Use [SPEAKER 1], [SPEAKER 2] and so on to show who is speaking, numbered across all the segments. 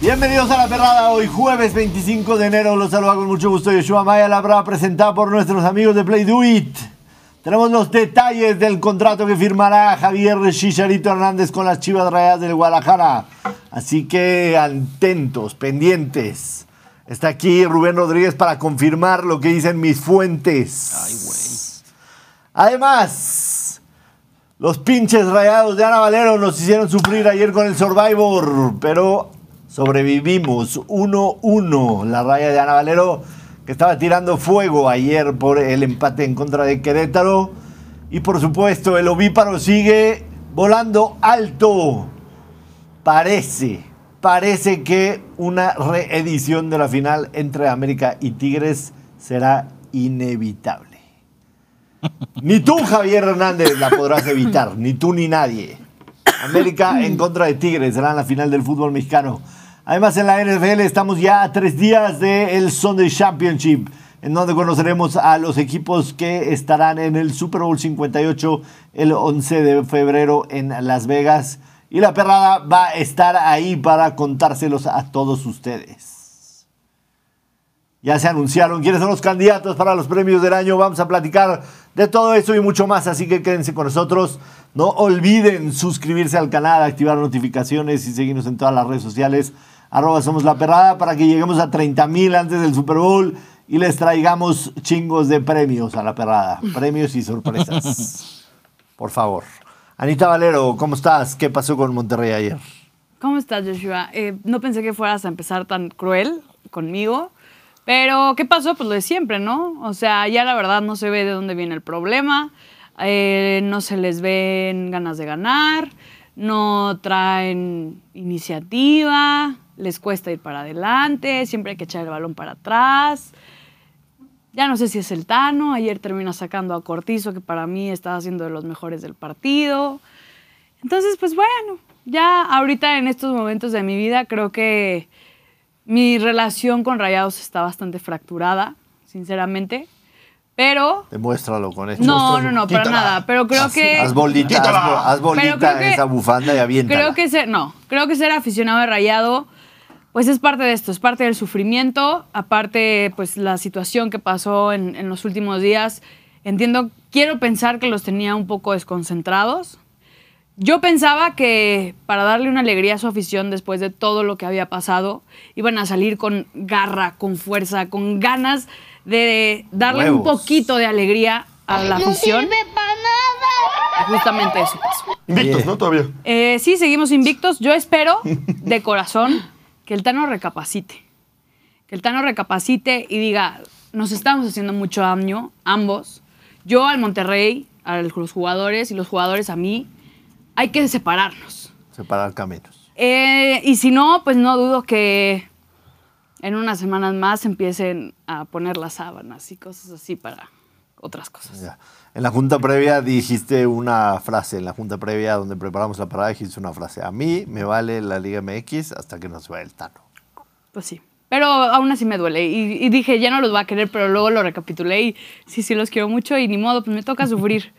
[SPEAKER 1] Bienvenidos a La Perrada, hoy jueves 25 de enero. Los saluda con mucho gusto Yoshua Maya Labra, presentada por nuestros amigos de Play Do It. Tenemos los detalles del contrato que firmará Javier Chicharito Hernández con las Chivas Rayadas del Guadalajara. Así que atentos, pendientes. Está aquí Rubén Rodríguez para confirmar lo que dicen mis fuentes.
[SPEAKER 2] Ay, güey.
[SPEAKER 1] Además, los pinches rayados de Ana Valero nos hicieron sufrir ayer con el Survivor, pero sobrevivimos 1-1. La raya de Ana Valero que estaba tirando fuego ayer por el empate en contra de Querétaro. Y por supuesto, el ovíparo sigue volando alto. Parece, parece que una reedición de la final entre América y Tigres será inevitable. Ni tú, Javier Hernández, la podrás evitar. Ni tú ni nadie. América en contra de Tigres será en la final del fútbol mexicano. Además, en la NFL estamos ya a tres días del Sunday Championship, en donde conoceremos a los equipos que estarán en el Super Bowl 58 el 11 de febrero en Las Vegas. Y la perrada va a estar ahí para contárselos a todos ustedes. Ya se anunciaron quiénes son los candidatos para los premios del año. Vamos a platicar de todo eso y mucho más, así que quédense con nosotros. No olviden suscribirse al canal, activar notificaciones y seguirnos en todas las redes sociales. Arroba somos la perrada para que lleguemos a 30 mil antes del Super Bowl y les traigamos chingos de premios a la perrada. Premios y sorpresas. Por favor. Anita Valero, ¿cómo estás? ¿Qué pasó con Monterrey ayer?
[SPEAKER 3] ¿Cómo estás, Joshua? Eh, no pensé que fueras a empezar tan cruel conmigo. Pero, ¿qué pasó? Pues lo de siempre, ¿no? O sea, ya la verdad no se ve de dónde viene el problema, eh, no se les ven ganas de ganar, no traen iniciativa, les cuesta ir para adelante, siempre hay que echar el balón para atrás. Ya no sé si es el Tano, ayer termina sacando a Cortizo, que para mí estaba siendo de los mejores del partido. Entonces, pues bueno, ya ahorita en estos momentos de mi vida creo que mi relación con Rayados está bastante fracturada, sinceramente. Pero
[SPEAKER 1] Demuéstralo con esto.
[SPEAKER 3] no, no, no, para
[SPEAKER 2] Quítala.
[SPEAKER 3] nada. Pero creo que
[SPEAKER 1] Haz bolita, haz, bo- haz
[SPEAKER 3] Pero creo
[SPEAKER 1] bolita
[SPEAKER 3] que-
[SPEAKER 1] esa bufanda y avienta.
[SPEAKER 3] creo que ser, no, creo que ser aficionado de Rayado, pues es parte de esto, es parte del sufrimiento, aparte pues la situación que pasó en, en los últimos días. Entiendo, quiero pensar que los tenía un poco desconcentrados. Yo pensaba que para darle una alegría a su afición después de todo lo que había pasado, iban a salir con garra, con fuerza, con ganas de darle un
[SPEAKER 1] Huevos.
[SPEAKER 3] poquito de alegría a la afición. Justamente eso pasó.
[SPEAKER 2] Invictos, ¿no? Todavía.
[SPEAKER 3] Eh, sí, seguimos invictos. Yo espero de corazón que el Tano recapacite. Que el Tano recapacite y diga, nos estamos haciendo mucho daño, ambos. Yo al Monterrey, a los jugadores y los jugadores a mí. Hay que separarnos.
[SPEAKER 1] Separar caminos.
[SPEAKER 3] Eh, y si no, pues no dudo que en unas semanas más empiecen a poner las sábanas y cosas así para otras cosas.
[SPEAKER 1] Ya. En la junta previa dijiste una frase, en la junta previa donde preparamos la parada dijiste una frase. A mí me vale la Liga MX hasta que nos va el Tano.
[SPEAKER 3] Pues sí. Pero aún así me duele. Y, y dije, ya no los va a querer, pero luego lo recapitulé y sí, sí los quiero mucho y ni modo, pues me toca sufrir.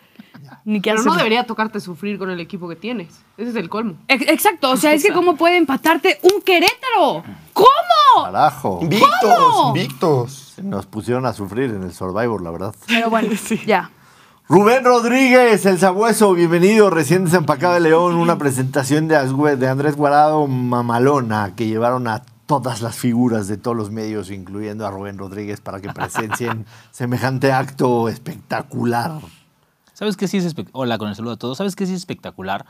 [SPEAKER 3] ni que
[SPEAKER 4] Pero no debería tocarte sufrir con el equipo que tienes. Ese es el colmo.
[SPEAKER 3] Exacto, o sea, es que cómo puede empatarte un Querétaro. ¿Cómo?
[SPEAKER 1] Carajo.
[SPEAKER 2] Invictos,
[SPEAKER 3] ¿Cómo?
[SPEAKER 2] invictos.
[SPEAKER 1] Nos pusieron a sufrir en el Survivor, la verdad.
[SPEAKER 3] Pero bueno, ya.
[SPEAKER 1] Rubén Rodríguez, el sabueso, bienvenido. Recién desempacado de León, una presentación de, Asgüe- de Andrés Guarado Mamalona, que llevaron a todas las figuras de todos los medios, incluyendo a Rubén Rodríguez, para que presencien semejante acto espectacular.
[SPEAKER 5] ¿Sabes qué sí es espectacular? Hola, con el saludo a todos. ¿Sabes qué sí es espectacular?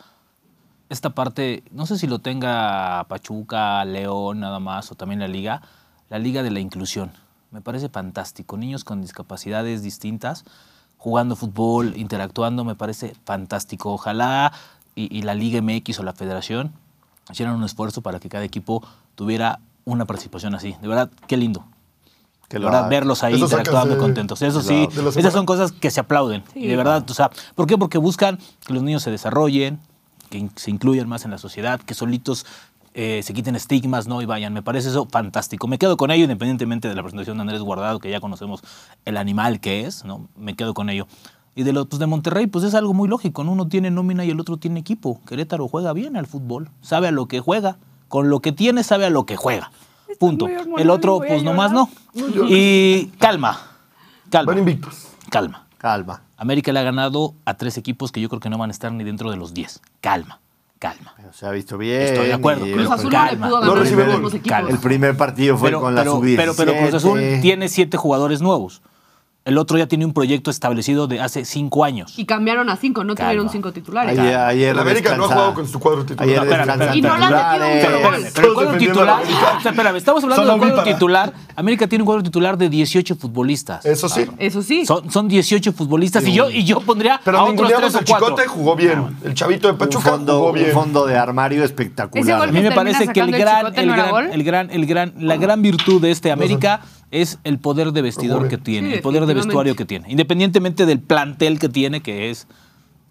[SPEAKER 5] Esta parte, no sé si lo tenga Pachuca, León, nada más, o también la Liga, la Liga de la Inclusión. Me parece fantástico. Niños con discapacidades distintas, jugando fútbol, interactuando, me parece fantástico. Ojalá y, y la Liga MX o la Federación hicieran un esfuerzo para que cada equipo tuviera una participación así. De verdad, qué lindo.
[SPEAKER 1] Que
[SPEAKER 5] Que
[SPEAKER 1] lo
[SPEAKER 5] verdad,
[SPEAKER 1] haga.
[SPEAKER 5] verlos ahí
[SPEAKER 2] Ah, Eso sacas
[SPEAKER 5] interactuando
[SPEAKER 2] de-
[SPEAKER 5] contentos. Eso
[SPEAKER 1] de
[SPEAKER 5] sí,
[SPEAKER 1] la-
[SPEAKER 2] de la semana.
[SPEAKER 5] esas son cosas que se aplauden. y de verdad, o sea, ¿por qué? Porque buscan que los niños se desarrollen, que in- se incluyan más en la sociedad, que solitos eh, se quiten estigmas, ¿no? Y vayan. Me parece eso fantástico. Me quedo con ello, independientemente de la presentación de Andrés Guardado, que ya conocemos el animal que es, ¿no? Me quedo con ello. Y de los pues, de Monterrey, pues es algo muy lógico, ¿no? Uno tiene nómina y el otro tiene equipo. Querétaro juega bien al fútbol, sabe a lo que juega. Con lo que tiene sabe a lo que juega. Punto.
[SPEAKER 3] muy hormonal,
[SPEAKER 5] El otro,
[SPEAKER 3] voy a
[SPEAKER 5] pues nomás no.
[SPEAKER 3] llorar.
[SPEAKER 5] Y calma. Calma.
[SPEAKER 2] Van invictos.
[SPEAKER 5] Calma.
[SPEAKER 1] Calma.
[SPEAKER 5] América le ha ganado a tres equipos que yo creo que no van a estar ni dentro de los 10. Calma, calma.
[SPEAKER 1] Pero se ha visto bien.
[SPEAKER 5] Estoy de acuerdo.
[SPEAKER 1] y-
[SPEAKER 5] Cruz
[SPEAKER 4] Cruz Azul no
[SPEAKER 5] Calma.
[SPEAKER 4] le pudo
[SPEAKER 2] No
[SPEAKER 4] ganar
[SPEAKER 2] recibe
[SPEAKER 4] a
[SPEAKER 2] gol.
[SPEAKER 4] los equipos.
[SPEAKER 1] El primer partido fue
[SPEAKER 5] Pero,
[SPEAKER 1] con la
[SPEAKER 5] pero-
[SPEAKER 1] sub-17.
[SPEAKER 5] pero- pero Cruz Azul tiene siete jugadores nuevos. El otro ya tiene un proyecto establecido de hace cinco años.
[SPEAKER 4] Y cambiaron a cinco, no
[SPEAKER 5] Calma.
[SPEAKER 4] tuvieron cinco titulares.
[SPEAKER 1] Ayer, ayer
[SPEAKER 2] El América no ha
[SPEAKER 1] descansa-
[SPEAKER 2] jugado con su cuadro titular.
[SPEAKER 1] Ayer
[SPEAKER 5] No, espérame,
[SPEAKER 1] descansan
[SPEAKER 5] espérame. Y no
[SPEAKER 4] le han metido un
[SPEAKER 1] titulares.
[SPEAKER 5] Pero,
[SPEAKER 4] gol.
[SPEAKER 5] espérame, pero el
[SPEAKER 2] Todos
[SPEAKER 5] cuadro
[SPEAKER 2] defendiendo
[SPEAKER 5] titular.
[SPEAKER 2] a la América.
[SPEAKER 5] Espérame, estamos hablando
[SPEAKER 2] Son
[SPEAKER 5] del cuadro
[SPEAKER 2] ovíparas.
[SPEAKER 5] titular. América tiene un cuadro titular de 18 futbolistas.
[SPEAKER 2] Eso sí.
[SPEAKER 4] Eso sí.
[SPEAKER 5] Son, son 18 futbolistas y yo, y yo pondría a
[SPEAKER 2] Pero
[SPEAKER 5] otros
[SPEAKER 2] ninguneamos
[SPEAKER 5] tres o
[SPEAKER 2] el
[SPEAKER 5] cuatro.
[SPEAKER 2] chicote jugó bien. El chavito de
[SPEAKER 1] Un
[SPEAKER 2] Pachuca
[SPEAKER 1] fondo,
[SPEAKER 2] jugó
[SPEAKER 1] un
[SPEAKER 2] bien.
[SPEAKER 1] fondo de armario
[SPEAKER 3] Ese
[SPEAKER 1] espectacular.
[SPEAKER 3] gol
[SPEAKER 5] A mí me
[SPEAKER 3] Termina
[SPEAKER 5] parece que el
[SPEAKER 3] sacando el
[SPEAKER 5] gran,
[SPEAKER 3] chicote,
[SPEAKER 5] el
[SPEAKER 3] ¿no era
[SPEAKER 5] gran,
[SPEAKER 3] gol?
[SPEAKER 5] el gran, el gran, la gran virtud de este América es el poder de vestidor que tiene,
[SPEAKER 4] Sí,
[SPEAKER 5] el poder de
[SPEAKER 4] definitivamente.
[SPEAKER 5] vestuario que tiene, independientemente del plantel que tiene, que es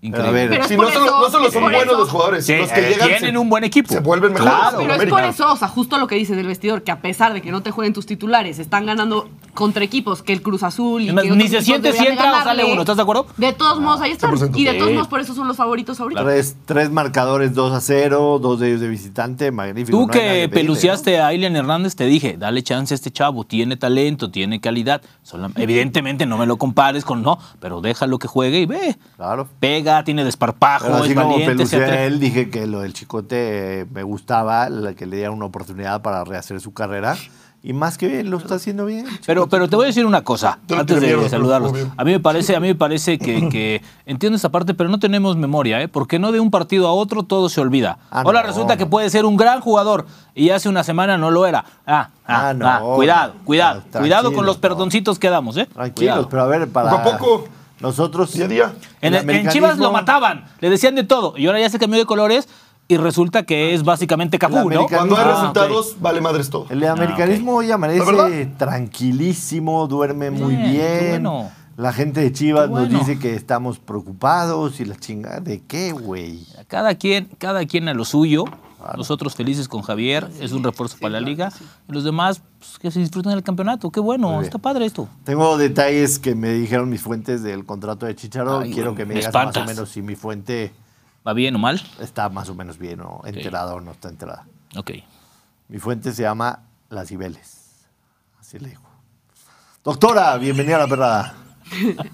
[SPEAKER 5] increíble.
[SPEAKER 1] ver,
[SPEAKER 4] Pero es
[SPEAKER 2] Si
[SPEAKER 4] por
[SPEAKER 2] no solo,
[SPEAKER 4] eso-
[SPEAKER 2] no solo
[SPEAKER 4] es
[SPEAKER 2] son
[SPEAKER 4] por
[SPEAKER 2] buenos
[SPEAKER 4] eso-
[SPEAKER 2] los jugadores,
[SPEAKER 5] Sí,
[SPEAKER 2] los que
[SPEAKER 5] eh,
[SPEAKER 2] llegan
[SPEAKER 5] tienen
[SPEAKER 2] se-
[SPEAKER 5] un buen equipo.
[SPEAKER 2] Se vuelven mejores.
[SPEAKER 5] Claro.
[SPEAKER 4] Pero es
[SPEAKER 2] América.
[SPEAKER 4] por eso, o sea, justo lo que dices del vestidor, que a pesar de que no te jueguen tus titulares, están ganando contra equipos que el Cruz Azul y
[SPEAKER 5] Es más,
[SPEAKER 4] que
[SPEAKER 5] ni
[SPEAKER 4] otros
[SPEAKER 5] se
[SPEAKER 4] equipos
[SPEAKER 5] siente si
[SPEAKER 4] deberían de
[SPEAKER 5] entra o
[SPEAKER 4] ganarle.
[SPEAKER 5] sale uno, ¿estás de acuerdo?
[SPEAKER 4] De todos modos, ahí están.
[SPEAKER 2] 100%.
[SPEAKER 4] Y de todos
[SPEAKER 5] Sí.
[SPEAKER 4] modos, por eso son los favoritos ahorita.
[SPEAKER 1] Tres, tres marcadores, 2 a 0, dos de ellos de visitante, magnífico.
[SPEAKER 5] Tú
[SPEAKER 1] no hay nada
[SPEAKER 5] que
[SPEAKER 1] pedirle, ¿no?
[SPEAKER 5] peluciaste a Ilian Hernández, te dije, dale chance a este chavo, tiene talento, tiene calidad. Solam- evidentemente no me lo compares con no, pero déjalo que juegue y ve.
[SPEAKER 1] Claro.
[SPEAKER 5] Pega, tiene desparpajo,
[SPEAKER 1] Pero así
[SPEAKER 5] es
[SPEAKER 1] como
[SPEAKER 5] valiente,
[SPEAKER 1] pelucé
[SPEAKER 5] se atreve.
[SPEAKER 1] a él, dije que lo del chicote eh, me gustaba, la que le diera una oportunidad para rehacer su carrera. Y más que bien, lo está haciendo bien.
[SPEAKER 5] Pero, pero te voy a decir una cosa,
[SPEAKER 2] Yo no
[SPEAKER 5] antes
[SPEAKER 2] tenía
[SPEAKER 5] de
[SPEAKER 2] miedo,
[SPEAKER 5] saludarlos.
[SPEAKER 2] pero obvio.
[SPEAKER 5] A mí me parece, a mí me parece que, que entiendo esta parte, pero no tenemos memoria, ¿eh? porque no de un partido a otro todo se olvida.
[SPEAKER 1] Ah,
[SPEAKER 5] Ahora
[SPEAKER 1] no.
[SPEAKER 5] resulta que puede ser un gran jugador y hace una semana no lo era. Ah, ah,
[SPEAKER 1] Ah, no.
[SPEAKER 5] ah, cuidado, cuidado,
[SPEAKER 1] Ah,
[SPEAKER 5] cuidado con
[SPEAKER 1] tranquilos,
[SPEAKER 5] los
[SPEAKER 1] no.
[SPEAKER 5] perdoncitos que damos, ¿eh?
[SPEAKER 1] Tranquilos,
[SPEAKER 5] Cuidado.
[SPEAKER 1] pero a ver, para.
[SPEAKER 2] Poco a poco.
[SPEAKER 1] Nosotros.
[SPEAKER 2] Día a día.
[SPEAKER 5] En,
[SPEAKER 1] el
[SPEAKER 5] en Chivas lo
[SPEAKER 1] americanismo-
[SPEAKER 5] mataban, le decían de todo, y ahora ya se cambió de colores y resulta que es básicamente Cafú, ¿no?
[SPEAKER 1] americanismo-
[SPEAKER 2] Cuando hay
[SPEAKER 5] Ah,
[SPEAKER 2] resultados, vale madres todo.
[SPEAKER 1] El americanismo hoy
[SPEAKER 2] La
[SPEAKER 1] amanece
[SPEAKER 2] verdad.
[SPEAKER 1] tranquilísimo, duerme muy
[SPEAKER 5] Bien, qué
[SPEAKER 1] bien.
[SPEAKER 5] bueno.
[SPEAKER 1] La gente de Chivas
[SPEAKER 5] Qué bueno.
[SPEAKER 1] nos dice que estamos preocupados y la chingada. ¿De qué, güey?
[SPEAKER 5] ok. Cada quien, cada quien a lo suyo. Nosotros felices con Javier, es un refuerzo para la liga. Y los demás pues, que se disfruten del campeonato. Qué bueno,
[SPEAKER 1] bien.
[SPEAKER 5] está padre esto.
[SPEAKER 1] Tengo detalles que me dijeron mis fuentes del contrato de Chicharo.
[SPEAKER 5] Ay,
[SPEAKER 1] Quiero
[SPEAKER 5] güey,
[SPEAKER 1] que me
[SPEAKER 5] me
[SPEAKER 1] digas más o
[SPEAKER 5] espantas.
[SPEAKER 1] menos si mi fuente
[SPEAKER 5] ¿Va bien o mal?
[SPEAKER 1] está más o menos bien o enterada o no está enterada.
[SPEAKER 5] Ok.
[SPEAKER 1] Mi fuente se llama Las Ibeles. Así le digo. Doctora, bienvenida a la perrada.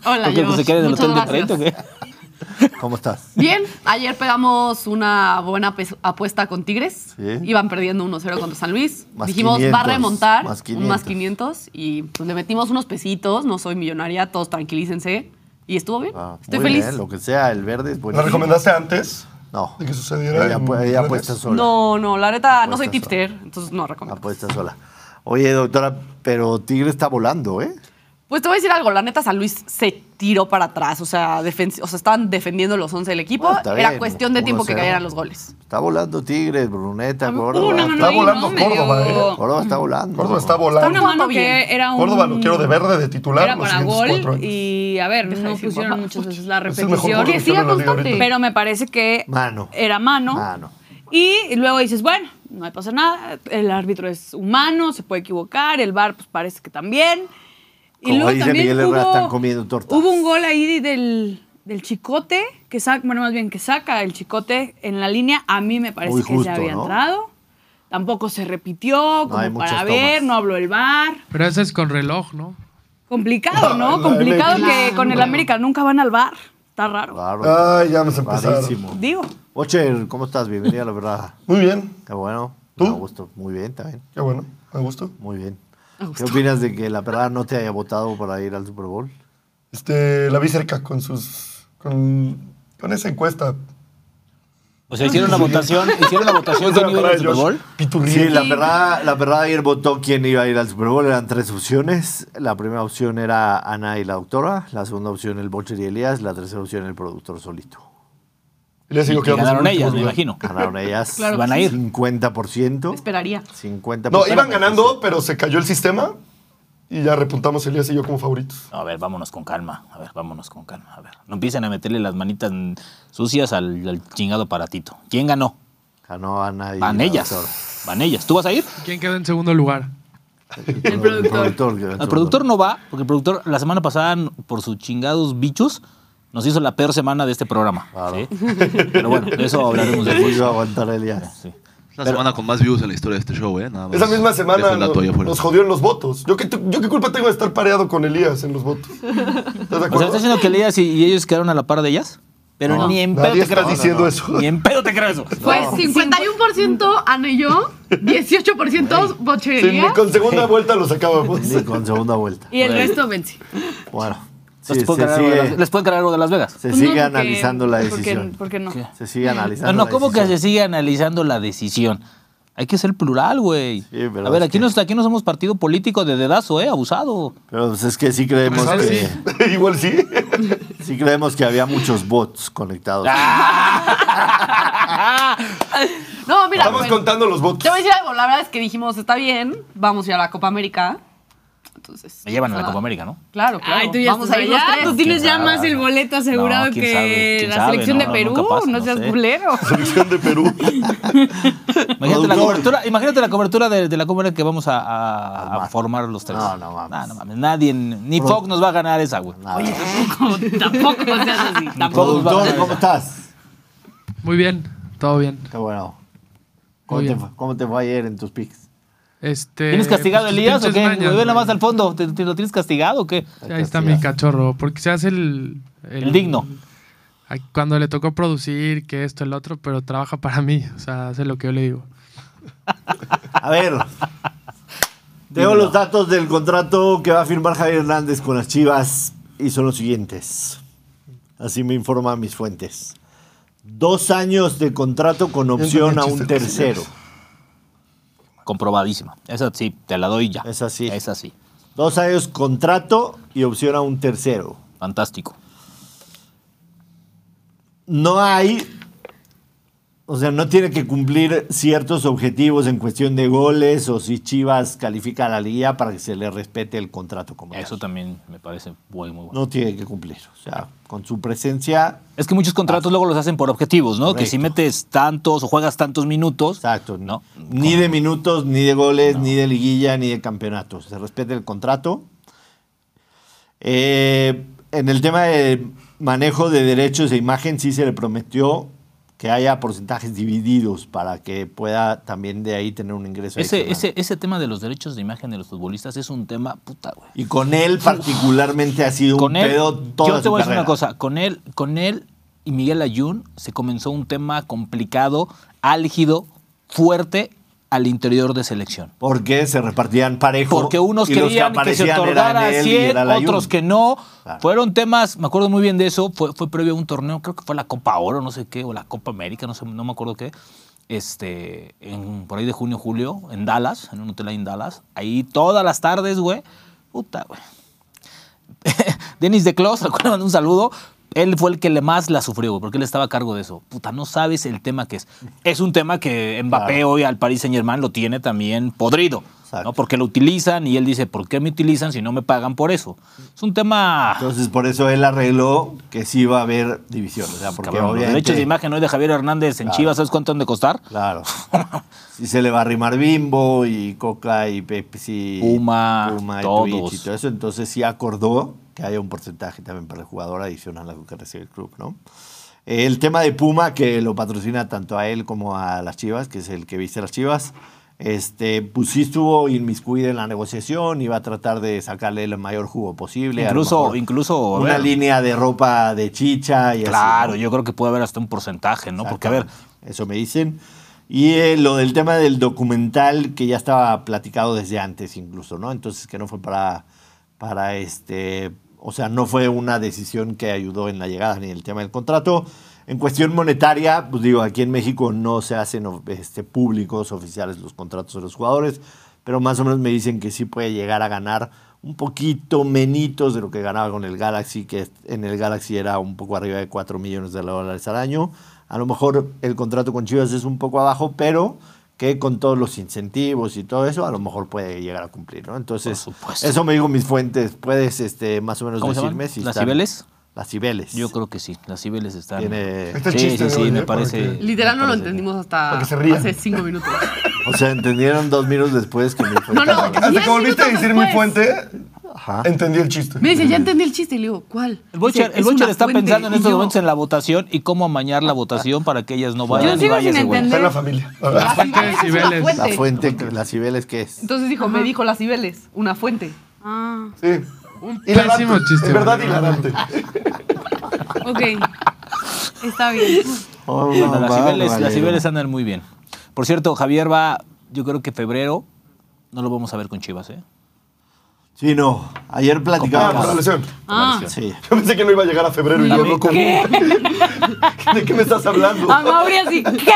[SPEAKER 4] Hola,
[SPEAKER 5] ¿Por qué? ¿Pues
[SPEAKER 4] George.
[SPEAKER 5] se queda en el
[SPEAKER 4] Muchas
[SPEAKER 5] hotel de
[SPEAKER 4] gracias.
[SPEAKER 5] Trento? o qué?
[SPEAKER 1] ¿Cómo estás?
[SPEAKER 4] Bien, ayer pegamos una buena pe- apuesta con Tigres.
[SPEAKER 1] Sí.
[SPEAKER 4] Iban perdiendo 1-0 contra San Luis.
[SPEAKER 1] Más
[SPEAKER 4] Dijimos,
[SPEAKER 1] 500,
[SPEAKER 4] va a remontar,
[SPEAKER 1] más
[SPEAKER 4] un más
[SPEAKER 1] 500.
[SPEAKER 4] 500. Y pues, le metimos unos pesitos, no soy millonaria, todos tranquilícense. Y estuvo bien,
[SPEAKER 1] Ah,
[SPEAKER 4] estoy
[SPEAKER 1] muy
[SPEAKER 4] feliz.
[SPEAKER 1] bien, lo que sea, el verde es bueno.
[SPEAKER 2] ¿La recomendaste antes?
[SPEAKER 1] No.
[SPEAKER 2] ¿De que sucediera
[SPEAKER 1] Ella,
[SPEAKER 2] en
[SPEAKER 1] pu- ella
[SPEAKER 2] redes?
[SPEAKER 1] apuesta sola.
[SPEAKER 4] No, no, la neta, no soy
[SPEAKER 1] Apuestas,
[SPEAKER 4] tipster, entonces no recomiendo.
[SPEAKER 1] Apuesta sola. Oye, doctora, pero Tigre está volando, ¿eh?
[SPEAKER 4] Pues te voy a decir algo, la neta San Luis se tiró para atrás, o sea, defen- o sea estaban defendiendo los 11 del equipo,
[SPEAKER 1] Bueno, está
[SPEAKER 4] era
[SPEAKER 1] bien,
[SPEAKER 4] cuestión de tiempo que
[SPEAKER 1] 1-0.
[SPEAKER 4] cayeran los goles.
[SPEAKER 1] Está volando Tigres, Bruneta,
[SPEAKER 4] Ah,
[SPEAKER 1] Córdoba.
[SPEAKER 3] Una mano
[SPEAKER 2] está
[SPEAKER 3] ahí,
[SPEAKER 2] volando
[SPEAKER 3] ¿no?
[SPEAKER 2] Córdoba, ¿eh?
[SPEAKER 3] Medio-
[SPEAKER 1] Córdoba está volando.
[SPEAKER 2] Córdoba está
[SPEAKER 3] Está
[SPEAKER 2] volando.
[SPEAKER 3] una mano
[SPEAKER 4] Bien.
[SPEAKER 3] que era un...
[SPEAKER 2] Córdoba lo quiero de verde de titular
[SPEAKER 3] Era
[SPEAKER 2] los
[SPEAKER 3] para
[SPEAKER 2] siguientes cuatro
[SPEAKER 3] gol
[SPEAKER 2] años.
[SPEAKER 3] y, a ver,
[SPEAKER 4] Deja de
[SPEAKER 3] no
[SPEAKER 4] decir
[SPEAKER 3] pusieron
[SPEAKER 4] mamá.
[SPEAKER 3] muchas veces la
[SPEAKER 2] Es el mejor
[SPEAKER 3] repetición.
[SPEAKER 2] gol
[SPEAKER 4] Que siga
[SPEAKER 2] en la liga
[SPEAKER 4] constante.
[SPEAKER 2] ahorita.
[SPEAKER 3] Pero me parece que
[SPEAKER 1] Mano.
[SPEAKER 3] era mano.
[SPEAKER 1] Mano.
[SPEAKER 3] Y luego dices, bueno, no me pasa nada, el árbitro es humano, se puede equivocar, el VAR pues parece que también. Y
[SPEAKER 1] Como
[SPEAKER 3] luego
[SPEAKER 1] dice
[SPEAKER 3] también
[SPEAKER 1] Miguel Herrera,
[SPEAKER 3] hubo,
[SPEAKER 1] están comiendo tortas.
[SPEAKER 3] Hubo un gol ahí del, del chicote, que saca, bueno, más bien que saca el chicote en la línea, a mí me parece
[SPEAKER 1] Muy
[SPEAKER 3] que
[SPEAKER 1] justo,
[SPEAKER 3] ya había
[SPEAKER 1] ¿no?
[SPEAKER 3] entrado. Tampoco se repitió, como
[SPEAKER 1] hay muchas
[SPEAKER 3] para ver,
[SPEAKER 1] tomas.
[SPEAKER 3] no habló el VAR.
[SPEAKER 6] Pero ese es con reloj, ¿no?
[SPEAKER 3] Complicado, ¿no?
[SPEAKER 1] Ah,
[SPEAKER 2] La
[SPEAKER 3] Complicado que
[SPEAKER 4] MX.
[SPEAKER 3] con el América nunca van al bar. Está raro.
[SPEAKER 1] Bárbaro.
[SPEAKER 2] Ay, ya nos empezaron.
[SPEAKER 1] Rarísimo.
[SPEAKER 3] Digo.
[SPEAKER 1] Ocher, ¿cómo estás? Bienvenida, la verdad.
[SPEAKER 2] Muy bien.
[SPEAKER 1] Qué bueno.
[SPEAKER 2] ¿Tú?
[SPEAKER 1] Me da gusto. Muy bien, también.
[SPEAKER 2] Qué bueno. Me gusto.
[SPEAKER 1] Muy bien.
[SPEAKER 4] Me
[SPEAKER 1] ¿Qué
[SPEAKER 4] gustó.
[SPEAKER 1] opinas de que la perrada no te haya votado para ir al Super Bowl?
[SPEAKER 2] Este, la vi cerca con sus. con, con esa encuesta.
[SPEAKER 5] O sea, hicieron la votación, hicieron la votación
[SPEAKER 2] Esa
[SPEAKER 5] quién iba
[SPEAKER 2] parada
[SPEAKER 5] al
[SPEAKER 2] de
[SPEAKER 5] Super
[SPEAKER 2] Josh.
[SPEAKER 5] Bowl.
[SPEAKER 2] Piturriel.
[SPEAKER 1] Sí, la perrada, la perrada ayer votó quién iba a ir al Super Bowl. Eran tres opciones. La primera opción era Ana y la doctora. La segunda opción el Bocher y Elías. La tercera opción el productor solito.
[SPEAKER 2] Y les
[SPEAKER 5] Y
[SPEAKER 2] digo que vamos
[SPEAKER 5] ganaron
[SPEAKER 2] en último
[SPEAKER 5] ellas, me
[SPEAKER 2] lugar.
[SPEAKER 5] imagino.
[SPEAKER 1] Ganaron ellas.
[SPEAKER 5] Claro Van a ir.
[SPEAKER 1] 50%.
[SPEAKER 4] Esperaría.
[SPEAKER 1] 50%.
[SPEAKER 2] No, iban ganando, pero se cayó el sistema y ya repuntamos Elías y yo como favoritos.
[SPEAKER 5] A ver, vámonos con calma. A ver, vámonos con calma. A ver, no empiecen a meterle las manitas mm, sucias al, al chingado aparatito. ¿Quién ganó?
[SPEAKER 1] Ganó Ana y
[SPEAKER 5] Van
[SPEAKER 1] la doctora.
[SPEAKER 5] ellas. Van ellas. ¿Tú vas a ir?
[SPEAKER 6] ¿Quién quedó en segundo lugar?
[SPEAKER 1] El productor. que era
[SPEAKER 5] El productor no va, porque el productor la semana pasada, n- por sus chingados bichos, nos hizo la peor semana de este programa.
[SPEAKER 1] Claro.
[SPEAKER 5] ¿sí? Pero bueno, de eso hablaremos
[SPEAKER 1] No
[SPEAKER 5] después.
[SPEAKER 1] iba a aguantar a Elías.
[SPEAKER 5] Sí.
[SPEAKER 7] Es la semana con más views en la historia de este show, ¿eh? Nada más.
[SPEAKER 2] Esa misma
[SPEAKER 7] Dejo
[SPEAKER 2] semana
[SPEAKER 7] el dato ahí
[SPEAKER 2] nos,
[SPEAKER 7] afuera.
[SPEAKER 2] nos jodió en los votos. ¿Yo qué, tu- yo qué culpa tengo de estar pareado con Elías en los votos? ¿Estás de
[SPEAKER 5] O sea,
[SPEAKER 2] acuerdo?
[SPEAKER 5] ¿estás diciendo que leías y, y ellos quedaron a la par de ellas? Pero ni en pedo
[SPEAKER 2] Nadie
[SPEAKER 5] te
[SPEAKER 2] está
[SPEAKER 5] creo
[SPEAKER 2] diciendo
[SPEAKER 5] No, no, no.
[SPEAKER 2] eso.
[SPEAKER 5] Ni en pedo te creo eso.
[SPEAKER 4] Pues 51% Ana y yo, 18%
[SPEAKER 2] Sí, ni
[SPEAKER 4] Bochería.
[SPEAKER 2] con segunda vuelta los acabamos.
[SPEAKER 1] Ni con segunda vuelta.
[SPEAKER 3] Y el resto vence.
[SPEAKER 1] Bueno, sí, se
[SPEAKER 5] Entonces, ¿puedo cargar algo de Las-
[SPEAKER 1] sigue,
[SPEAKER 5] ¿Les pueden cargar algo de Las Vegas?
[SPEAKER 1] se sigue analizando la decisión.
[SPEAKER 3] Pues Porque, porque no.
[SPEAKER 5] ¿Qué?
[SPEAKER 1] Se sigue analizando.
[SPEAKER 5] Ah, No, no,
[SPEAKER 1] la
[SPEAKER 5] ¿cómo que se
[SPEAKER 1] decisión.
[SPEAKER 5] sigue analizando la decisión? Hay que ser plural, güey.
[SPEAKER 1] Sí, pero
[SPEAKER 5] a ver,
[SPEAKER 1] es
[SPEAKER 5] aquí,
[SPEAKER 1] que-
[SPEAKER 5] no, está- aquí no somos partido político de dedazo, ¿eh? Abusado.
[SPEAKER 1] Pero pues, es que sí creemos
[SPEAKER 6] Pues,
[SPEAKER 1] que,
[SPEAKER 6] sí.
[SPEAKER 2] Igual sí.
[SPEAKER 1] sí creemos que había muchos bots conectados.
[SPEAKER 4] No, mira,
[SPEAKER 2] Estamos
[SPEAKER 4] bueno,
[SPEAKER 2] contando los votos.
[SPEAKER 4] te voy a decir algo. La verdad es que dijimos, está bien, vamos a ir a la Copa América. Entonces.
[SPEAKER 5] Me llevan a la
[SPEAKER 4] nada.
[SPEAKER 5] Copa América, ¿no?
[SPEAKER 4] Claro, claro.
[SPEAKER 3] Ay, tú ya
[SPEAKER 4] vamos
[SPEAKER 3] estás
[SPEAKER 4] a ir los
[SPEAKER 3] allá,
[SPEAKER 4] tres.
[SPEAKER 3] Tú tienes ya
[SPEAKER 5] Quién
[SPEAKER 3] más
[SPEAKER 5] sabe.
[SPEAKER 3] el boleto asegurado
[SPEAKER 5] No, quién
[SPEAKER 3] que
[SPEAKER 5] sabe, quién
[SPEAKER 3] la
[SPEAKER 5] sabe,
[SPEAKER 3] selección
[SPEAKER 5] no,
[SPEAKER 3] de
[SPEAKER 5] no,
[SPEAKER 3] Perú.
[SPEAKER 5] nunca
[SPEAKER 3] No,
[SPEAKER 5] pasa, no
[SPEAKER 3] seas
[SPEAKER 5] sé.
[SPEAKER 3] culero.
[SPEAKER 2] Selección de Perú.
[SPEAKER 5] Imagínate la
[SPEAKER 1] Productor.
[SPEAKER 5] cobertura, imagínate la cobertura de, de la Copa América que vamos a, a- a formar los tres.
[SPEAKER 1] No, no mames.
[SPEAKER 5] Nah, no mames. Nadie, ni Fox nos va a ganar esa, güey.
[SPEAKER 4] Tampoco seas así. Tampoco.
[SPEAKER 1] Ah, Productor, ¿cómo estás?
[SPEAKER 6] Muy bien, todo bien.
[SPEAKER 1] Qué bueno. ¿Cómo
[SPEAKER 6] Muy
[SPEAKER 1] te,
[SPEAKER 6] bien.
[SPEAKER 1] fue- cómo te fue ayer en tus picks?
[SPEAKER 6] Este,
[SPEAKER 5] ¿Tienes castigado
[SPEAKER 6] pues, tus
[SPEAKER 5] Elías o
[SPEAKER 6] pinches
[SPEAKER 5] qué?
[SPEAKER 6] mañas,
[SPEAKER 5] Ve nada
[SPEAKER 6] güey.
[SPEAKER 5] más al fondo. ¿Te, te lo tienes castigado o qué?
[SPEAKER 6] Ahí está mi cachorro, porque se hace el...
[SPEAKER 5] El digno.
[SPEAKER 6] Ay, Cuando le tocó producir, que esto, el otro, pero trabaja para mí, o sea, hace lo que yo le digo.
[SPEAKER 1] A ver. Tengo los datos del contrato que va a firmar Javier Hernández con las Chivas y son los siguientes. Así me informan mis fuentes. Dos años de contrato con opción a un tercero.
[SPEAKER 5] Comprobadísima. Esa sí, te la doy ya.
[SPEAKER 1] Esa sí.
[SPEAKER 5] Esa sí.
[SPEAKER 1] Dos años contrato y opción a un tercero.
[SPEAKER 5] Fantástico.
[SPEAKER 1] No hay, o sea, no tiene que cumplir ciertos objetivos en cuestión de goles o si Chivas califica a la liga para que se le respete el contrato como tal.
[SPEAKER 5] Eso también me parece muy, muy bueno.
[SPEAKER 1] No tiene que cumplir. O sea, con su presencia
[SPEAKER 5] Es que muchos contratos luego los hacen por objetivos, ¿no? Que si
[SPEAKER 1] Correcto.
[SPEAKER 5] metes tantos o juegas tantos minutos.
[SPEAKER 1] Exacto,
[SPEAKER 5] ¿no?
[SPEAKER 1] no. Ni de minutos, ni de goles, ni de liguilla, ni de campeonatos. Se respete el contrato. Eh, en el tema de manejo de derechos de imagen, sí se le prometió que haya porcentajes divididos para que pueda también de ahí tener un ingreso.
[SPEAKER 5] Ese,
[SPEAKER 1] adicional.
[SPEAKER 5] ese, ese tema de los derechos de imagen de los futbolistas es un tema puta, güey.
[SPEAKER 1] Y con él particularmente ha sido
[SPEAKER 5] Con
[SPEAKER 1] un
[SPEAKER 5] él,
[SPEAKER 1] pedo toda
[SPEAKER 5] yo te
[SPEAKER 1] su
[SPEAKER 5] voy a decir
[SPEAKER 1] carrera.
[SPEAKER 5] una cosa. Con él, con él y Miguel Ayun se comenzó un tema complicado, álgido, fuerte al interior de selección.
[SPEAKER 1] Porque se repartían parejo.
[SPEAKER 5] Porque unos
[SPEAKER 1] y los
[SPEAKER 5] querían que, se
[SPEAKER 1] aparecían eran
[SPEAKER 5] otorgara
[SPEAKER 1] él y
[SPEAKER 5] 100,
[SPEAKER 1] era Layún.
[SPEAKER 5] otros que no.
[SPEAKER 1] Claro.
[SPEAKER 5] Fueron temas, me acuerdo muy bien de eso, fue, fue previo a un torneo, creo que fue la Copa Oro, no sé qué, o la Copa América, no, sé, no me acuerdo qué. Este, en- por ahí de junio, julio, en Dallas, en un hotel ahí en Dallas. Ahí todas las tardes, güey. Puta, güey. Denis de Clos, recuerdan un saludo. Él fue el que le más la sufrió, güey, porque él estaba a cargo de eso. Puta, no sabes el tema que es. Es un tema que Mbappé
[SPEAKER 1] Claro.
[SPEAKER 5] hoy al Paris Saint Germain lo tiene también podrido.
[SPEAKER 1] Exacto.
[SPEAKER 5] ¿no? Porque lo utilizan y él dice, ¿por qué me utilizan si no me pagan por eso? Es un tema...
[SPEAKER 1] Entonces, por eso él arregló que sí iba a haber división. O sea, porque
[SPEAKER 5] cabrón, los
[SPEAKER 1] obviamente-
[SPEAKER 5] derechos de imagen hoy de Javier Hernández en Chivas, ¿sabes cuánto han de costar?
[SPEAKER 1] Claro. Si se le va a arrimar Bimbo y Coca y Pepsi.
[SPEAKER 5] Puma,
[SPEAKER 1] Puma y
[SPEAKER 5] todos.
[SPEAKER 1] Twitch y todo eso. Entonces, sí acordó que haya un porcentaje también para el jugador adicional a lo que recibe el club, ¿no? El tema de Puma, que lo patrocina tanto a él como a las Chivas, que es el que viste las Chivas, este, pues sí estuvo inmiscuido en la negociación, iba a tratar de sacarle el mayor jugo posible. a lo
[SPEAKER 5] Incluso-
[SPEAKER 1] mejor
[SPEAKER 5] incluso, a
[SPEAKER 1] Una
[SPEAKER 5] ver.
[SPEAKER 1] línea de ropa de chicha y así,
[SPEAKER 5] Claro,
[SPEAKER 1] ¿no?
[SPEAKER 5] yo creo que puede haber hasta un porcentaje, ¿no? Porque, a ver,
[SPEAKER 1] Exactamente. Eso me dicen. Y eh, lo del tema del documental que ya estaba platicado desde antes incluso, ¿no? Entonces que no fue para, para este, o sea, no fue una decisión que ayudó en la llegada ni el tema del contrato. En cuestión monetaria, pues digo, aquí en México no se hacen o- este, públicos oficiales los contratos de los jugadores, pero más o menos me dicen que sí puede llegar a ganar un poquito menitos de lo que ganaba con el Galaxy, que en el Galaxy era un poco arriba de 4 millones de dólares al año. A lo mejor el contrato con Chivas es un poco abajo, pero que con todos los incentivos y todo eso, a lo mejor puede llegar a cumplir, ¿no? Entonces,
[SPEAKER 5] Por supuesto.
[SPEAKER 1] eso me digo mis fuentes. Puedes este, más o menos
[SPEAKER 5] ¿Cómo se
[SPEAKER 1] decirme
[SPEAKER 5] llaman?
[SPEAKER 1] si
[SPEAKER 5] ¿Las
[SPEAKER 1] están-
[SPEAKER 5] Cibeles?
[SPEAKER 1] Las Cibeles.
[SPEAKER 5] yo creo que sí, las Cibeles están...
[SPEAKER 1] Tiene-
[SPEAKER 2] Está el
[SPEAKER 5] Sí,
[SPEAKER 2] chiste
[SPEAKER 5] sí,
[SPEAKER 2] de
[SPEAKER 5] sí,
[SPEAKER 2] hoy,
[SPEAKER 5] me
[SPEAKER 2] ¿eh?
[SPEAKER 5] parece...
[SPEAKER 2] Porque-
[SPEAKER 4] Literal no
[SPEAKER 5] me
[SPEAKER 4] lo
[SPEAKER 5] parece-
[SPEAKER 4] entendimos hasta
[SPEAKER 2] Para que se rían.
[SPEAKER 4] hace cinco minutos.
[SPEAKER 1] O sea, entendieron dos minutos después que mi fuente-
[SPEAKER 4] No, no,
[SPEAKER 2] Hasta
[SPEAKER 4] Diez
[SPEAKER 2] que volviste a
[SPEAKER 4] minutos
[SPEAKER 2] decir mi
[SPEAKER 4] después.
[SPEAKER 2] fuente,
[SPEAKER 1] Ajá.
[SPEAKER 2] Entendí el chiste.
[SPEAKER 4] Me dice, ya entendí el chiste. Y le digo, ¿cuál?
[SPEAKER 5] El Bocher,
[SPEAKER 4] Dice,
[SPEAKER 5] el
[SPEAKER 4] "Es
[SPEAKER 5] Bocher
[SPEAKER 4] una
[SPEAKER 5] está
[SPEAKER 4] fuente".
[SPEAKER 5] pensando en
[SPEAKER 4] Y
[SPEAKER 5] estos
[SPEAKER 4] yo,
[SPEAKER 5] momentos en la votación y cómo amañar la votación para que ellas no vayan y
[SPEAKER 3] sigo
[SPEAKER 5] vaya
[SPEAKER 3] sin
[SPEAKER 5] ese güey.
[SPEAKER 2] Está en la familia.
[SPEAKER 5] Ah,
[SPEAKER 4] La
[SPEAKER 6] fuente de
[SPEAKER 4] Cibeles es una
[SPEAKER 6] Cibeles.
[SPEAKER 5] pues.
[SPEAKER 1] La
[SPEAKER 4] fuente.
[SPEAKER 1] fuente, que- la Cibeles, ¿qué es?
[SPEAKER 4] Entonces dijo, me dijo la Cibeles, una fuente.
[SPEAKER 3] Ah,
[SPEAKER 2] Sí.
[SPEAKER 6] Un
[SPEAKER 2] Hilarante.
[SPEAKER 6] pésimo chiste.
[SPEAKER 2] En verdad,
[SPEAKER 6] güey.
[SPEAKER 2] hilarante.
[SPEAKER 3] ok. Está bien.
[SPEAKER 1] Oh,
[SPEAKER 5] Bueno,
[SPEAKER 1] no,
[SPEAKER 5] las
[SPEAKER 1] va,
[SPEAKER 5] Cibeles,
[SPEAKER 1] Valero.
[SPEAKER 5] las Cibeles andan muy bien. Por cierto, Javier va, yo creo que febrero, no lo vamos a ver con Chivas, ¿eh?
[SPEAKER 1] Sí, no. Ayer
[SPEAKER 2] Ah, por la
[SPEAKER 1] platicábamos.
[SPEAKER 2] lesión.
[SPEAKER 5] Por la
[SPEAKER 3] Ah.
[SPEAKER 5] lesión.
[SPEAKER 1] Sí.
[SPEAKER 2] Yo pensé que no iba a llegar a febrero y yo no comí. ¿De qué me estás hablando?
[SPEAKER 3] A Ah, Mauri así, ¿qué?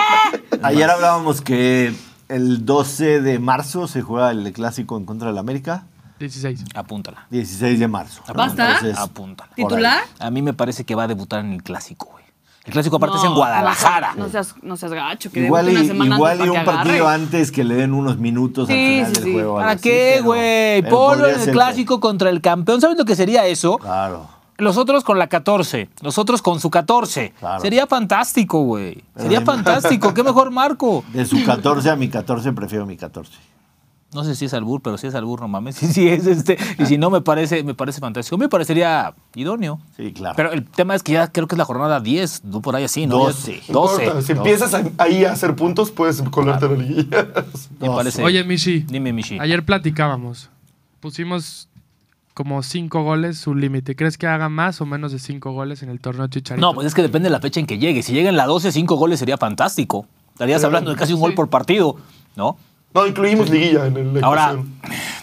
[SPEAKER 1] Ayer hablábamos que el 12 de marzo se juega el clásico en contra del América.
[SPEAKER 6] 16.
[SPEAKER 5] Apúntala.
[SPEAKER 1] 16 de marzo.
[SPEAKER 5] Apúntala.
[SPEAKER 1] Entonces,
[SPEAKER 5] Apúntala.
[SPEAKER 4] ¿Titular?
[SPEAKER 5] A mí me parece que va a debutar en el clásico, güey. El clásico aparte
[SPEAKER 3] No,
[SPEAKER 5] es en Guadalajara.
[SPEAKER 3] No seas, no seas gacho, que
[SPEAKER 1] Igual
[SPEAKER 3] debute
[SPEAKER 1] y,
[SPEAKER 3] una semana
[SPEAKER 1] igual
[SPEAKER 3] antes
[SPEAKER 1] y
[SPEAKER 3] para
[SPEAKER 1] un
[SPEAKER 3] que agarre.
[SPEAKER 1] partido antes que le den unos minutos al
[SPEAKER 3] Sí,
[SPEAKER 1] final
[SPEAKER 3] sí,
[SPEAKER 1] del
[SPEAKER 3] sí.
[SPEAKER 1] juego. algo
[SPEAKER 5] ¿Para
[SPEAKER 1] así,
[SPEAKER 5] qué,
[SPEAKER 1] pero-
[SPEAKER 5] güey?
[SPEAKER 1] pero
[SPEAKER 5] Polo
[SPEAKER 1] podría
[SPEAKER 5] en
[SPEAKER 1] ser
[SPEAKER 5] el
[SPEAKER 1] que-
[SPEAKER 5] clásico contra el campeón. ¿Sabes lo que sería eso?
[SPEAKER 1] Claro.
[SPEAKER 5] Los otros con la 14, los otros con su 14.
[SPEAKER 1] Claro.
[SPEAKER 5] Sería fantástico, güey. Sería
[SPEAKER 1] ni-
[SPEAKER 5] fantástico. Qué mejor marco.
[SPEAKER 1] De su 14 a mi 14 prefiero mi 14.
[SPEAKER 5] No sé si es albur, pero si es albur, no mames. Sí, sí es este. Y si no, me parece, me parece fantástico. Me parecería idóneo.
[SPEAKER 1] Sí, claro.
[SPEAKER 5] Pero el tema es que ya creo que es la jornada 10, no por ahí así, ¿no?
[SPEAKER 1] Doce.
[SPEAKER 5] Ya-
[SPEAKER 2] No importa,
[SPEAKER 5] 12.
[SPEAKER 2] Si empiezas a- ahí a hacer puntos, puedes colarte la liguilla.
[SPEAKER 5] Me parece.
[SPEAKER 6] Oye, Mishi.
[SPEAKER 5] Dime, Michi.
[SPEAKER 6] Ayer platicábamos. Pusimos como cinco goles su límite. ¿Crees que haga más o menos de cinco goles en el torneo Chicharito?
[SPEAKER 5] No, pues es que depende de la fecha en que llegue. Si llega en la 12, 5 goles sería fantástico. Estarías hablando de casi un gol por partido, ¿no?
[SPEAKER 2] No, incluimos liguilla en la
[SPEAKER 5] Ahora,
[SPEAKER 2] ecuación.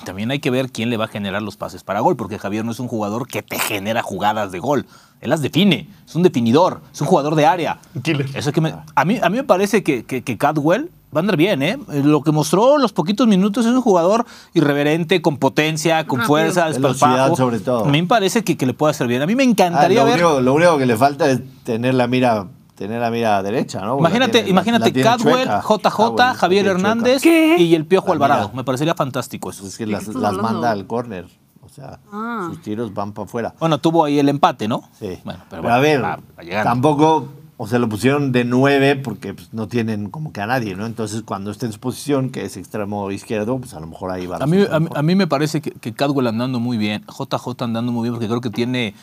[SPEAKER 5] también hay que ver quién le va a generar los pases para gol, porque Javier no es un jugador que te genera jugadas de gol. Él las define, es un definidor, es un jugador de área.
[SPEAKER 2] Killer.
[SPEAKER 5] Eso que me- a, mí, a mí me parece que, que, que Cadwell va a andar bien, ¿eh? Lo que mostró los poquitos minutos es un jugador irreverente, con potencia, con fuerza, desparpajo.
[SPEAKER 1] Velocidad, sobre todo.
[SPEAKER 5] A mí me parece que, que le puede hacer bien. A mí me
[SPEAKER 1] Ah,
[SPEAKER 5] encantaría
[SPEAKER 1] lo,
[SPEAKER 5] ver...
[SPEAKER 1] único, lo único que le falta es tener la mira, tener la mira derecha, ¿no? Porque la
[SPEAKER 5] Imagínate,
[SPEAKER 1] tiene- la-
[SPEAKER 5] imagínate
[SPEAKER 1] la tiene
[SPEAKER 5] Cadwell,
[SPEAKER 1] chueca.
[SPEAKER 5] JJ,
[SPEAKER 1] Ah, bueno,
[SPEAKER 5] Javier
[SPEAKER 1] la tiene
[SPEAKER 5] Hernández
[SPEAKER 1] chueca.
[SPEAKER 5] y el Piojo
[SPEAKER 1] La
[SPEAKER 5] Alvarado.
[SPEAKER 1] mira.
[SPEAKER 5] Me parecería fantástico eso.
[SPEAKER 1] Es que las,
[SPEAKER 4] estás
[SPEAKER 1] las
[SPEAKER 4] hablando?
[SPEAKER 1] manda al córner. O sea,
[SPEAKER 3] Ah.
[SPEAKER 1] sus tiros van para afuera.
[SPEAKER 5] Bueno, tuvo ahí el empate, ¿no?
[SPEAKER 1] Sí.
[SPEAKER 5] Bueno,
[SPEAKER 1] pero,
[SPEAKER 5] pero, bueno,
[SPEAKER 1] a ver,
[SPEAKER 5] va- va llegando.
[SPEAKER 1] tampoco, o sea, lo pusieron de nueve porque pues, no tienen como que a nadie, ¿no? Entonces, cuando esté en su posición, que es extremo izquierdo, pues a lo mejor ahí va.
[SPEAKER 5] A mí, a, mí- a mí me parece que, que Cadwell andando muy bien, JJ andando muy bien, porque creo que tiene,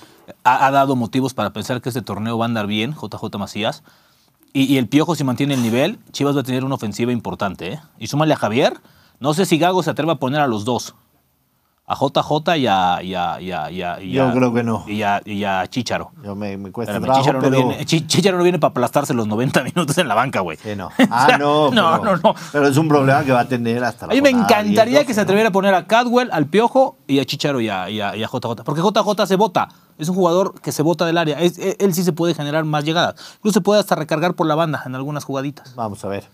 [SPEAKER 5] ha, ha dado motivos para pensar que este torneo va a andar bien, JJ Macías. Y, y el Piojo, si mantiene el nivel, Chivas va a tener una ofensiva importante. ¿eh? Y súmale a Javier, no sé si Gago se atreva a poner a los dos. A JJ y a... y a- y a- y a- y
[SPEAKER 1] Yo
[SPEAKER 5] a-
[SPEAKER 1] creo que no.
[SPEAKER 5] Y a, y a Chicharo.
[SPEAKER 1] Yo me, me cuesta
[SPEAKER 5] Espérame,
[SPEAKER 1] trabajo,
[SPEAKER 5] Chicharo,
[SPEAKER 1] pero...
[SPEAKER 5] no viene, Chi- Chicharo no viene para aplastarse los 90 minutos en la banca, güey.
[SPEAKER 1] Sí, no.
[SPEAKER 5] O sea,
[SPEAKER 1] Ah, no.
[SPEAKER 5] no,
[SPEAKER 1] pero,
[SPEAKER 5] no, no.
[SPEAKER 1] Pero es un problema que va a tener hasta la
[SPEAKER 5] A mí me
[SPEAKER 1] jornada
[SPEAKER 5] encantaría
[SPEAKER 1] 10,
[SPEAKER 5] que se
[SPEAKER 1] 12, ¿no?
[SPEAKER 5] atreviera a poner a Cadwell, al Piojo y a Chicharo y a, y a- y a JJ. Porque JJ se vota. Es un jugador que se vota del área. Es- e- él sí se puede generar más llegadas. Incluso se puede hasta recargar por la banda en algunas jugaditas.
[SPEAKER 1] Vamos a ver.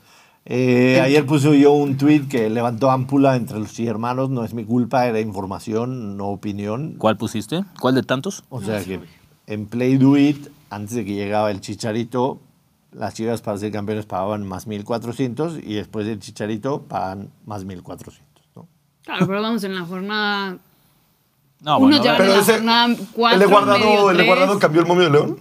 [SPEAKER 1] Eh, ayer puse yo un tuit que levantó ámpula entre los hermanos. No es mi culpa, era información, no opinión.
[SPEAKER 5] ¿Cuál pusiste? ¿Cuál de tantos?
[SPEAKER 1] O sea que en Play Do It, antes de que llegaba el chicharito, las chivas para ser campeones pagaban más 1.400 y después del chicharito pagan más 1.400. ¿no?
[SPEAKER 3] Claro, pero vamos en la jornada.
[SPEAKER 5] No,
[SPEAKER 3] Uno
[SPEAKER 5] bueno,
[SPEAKER 3] ya
[SPEAKER 5] a ver.
[SPEAKER 3] va-
[SPEAKER 2] Pero
[SPEAKER 3] la
[SPEAKER 2] ese.
[SPEAKER 3] jornada
[SPEAKER 2] el de
[SPEAKER 3] cuatro,
[SPEAKER 2] guardado,
[SPEAKER 3] medio
[SPEAKER 2] el de
[SPEAKER 3] tres.
[SPEAKER 2] guardado cambió el momio de León.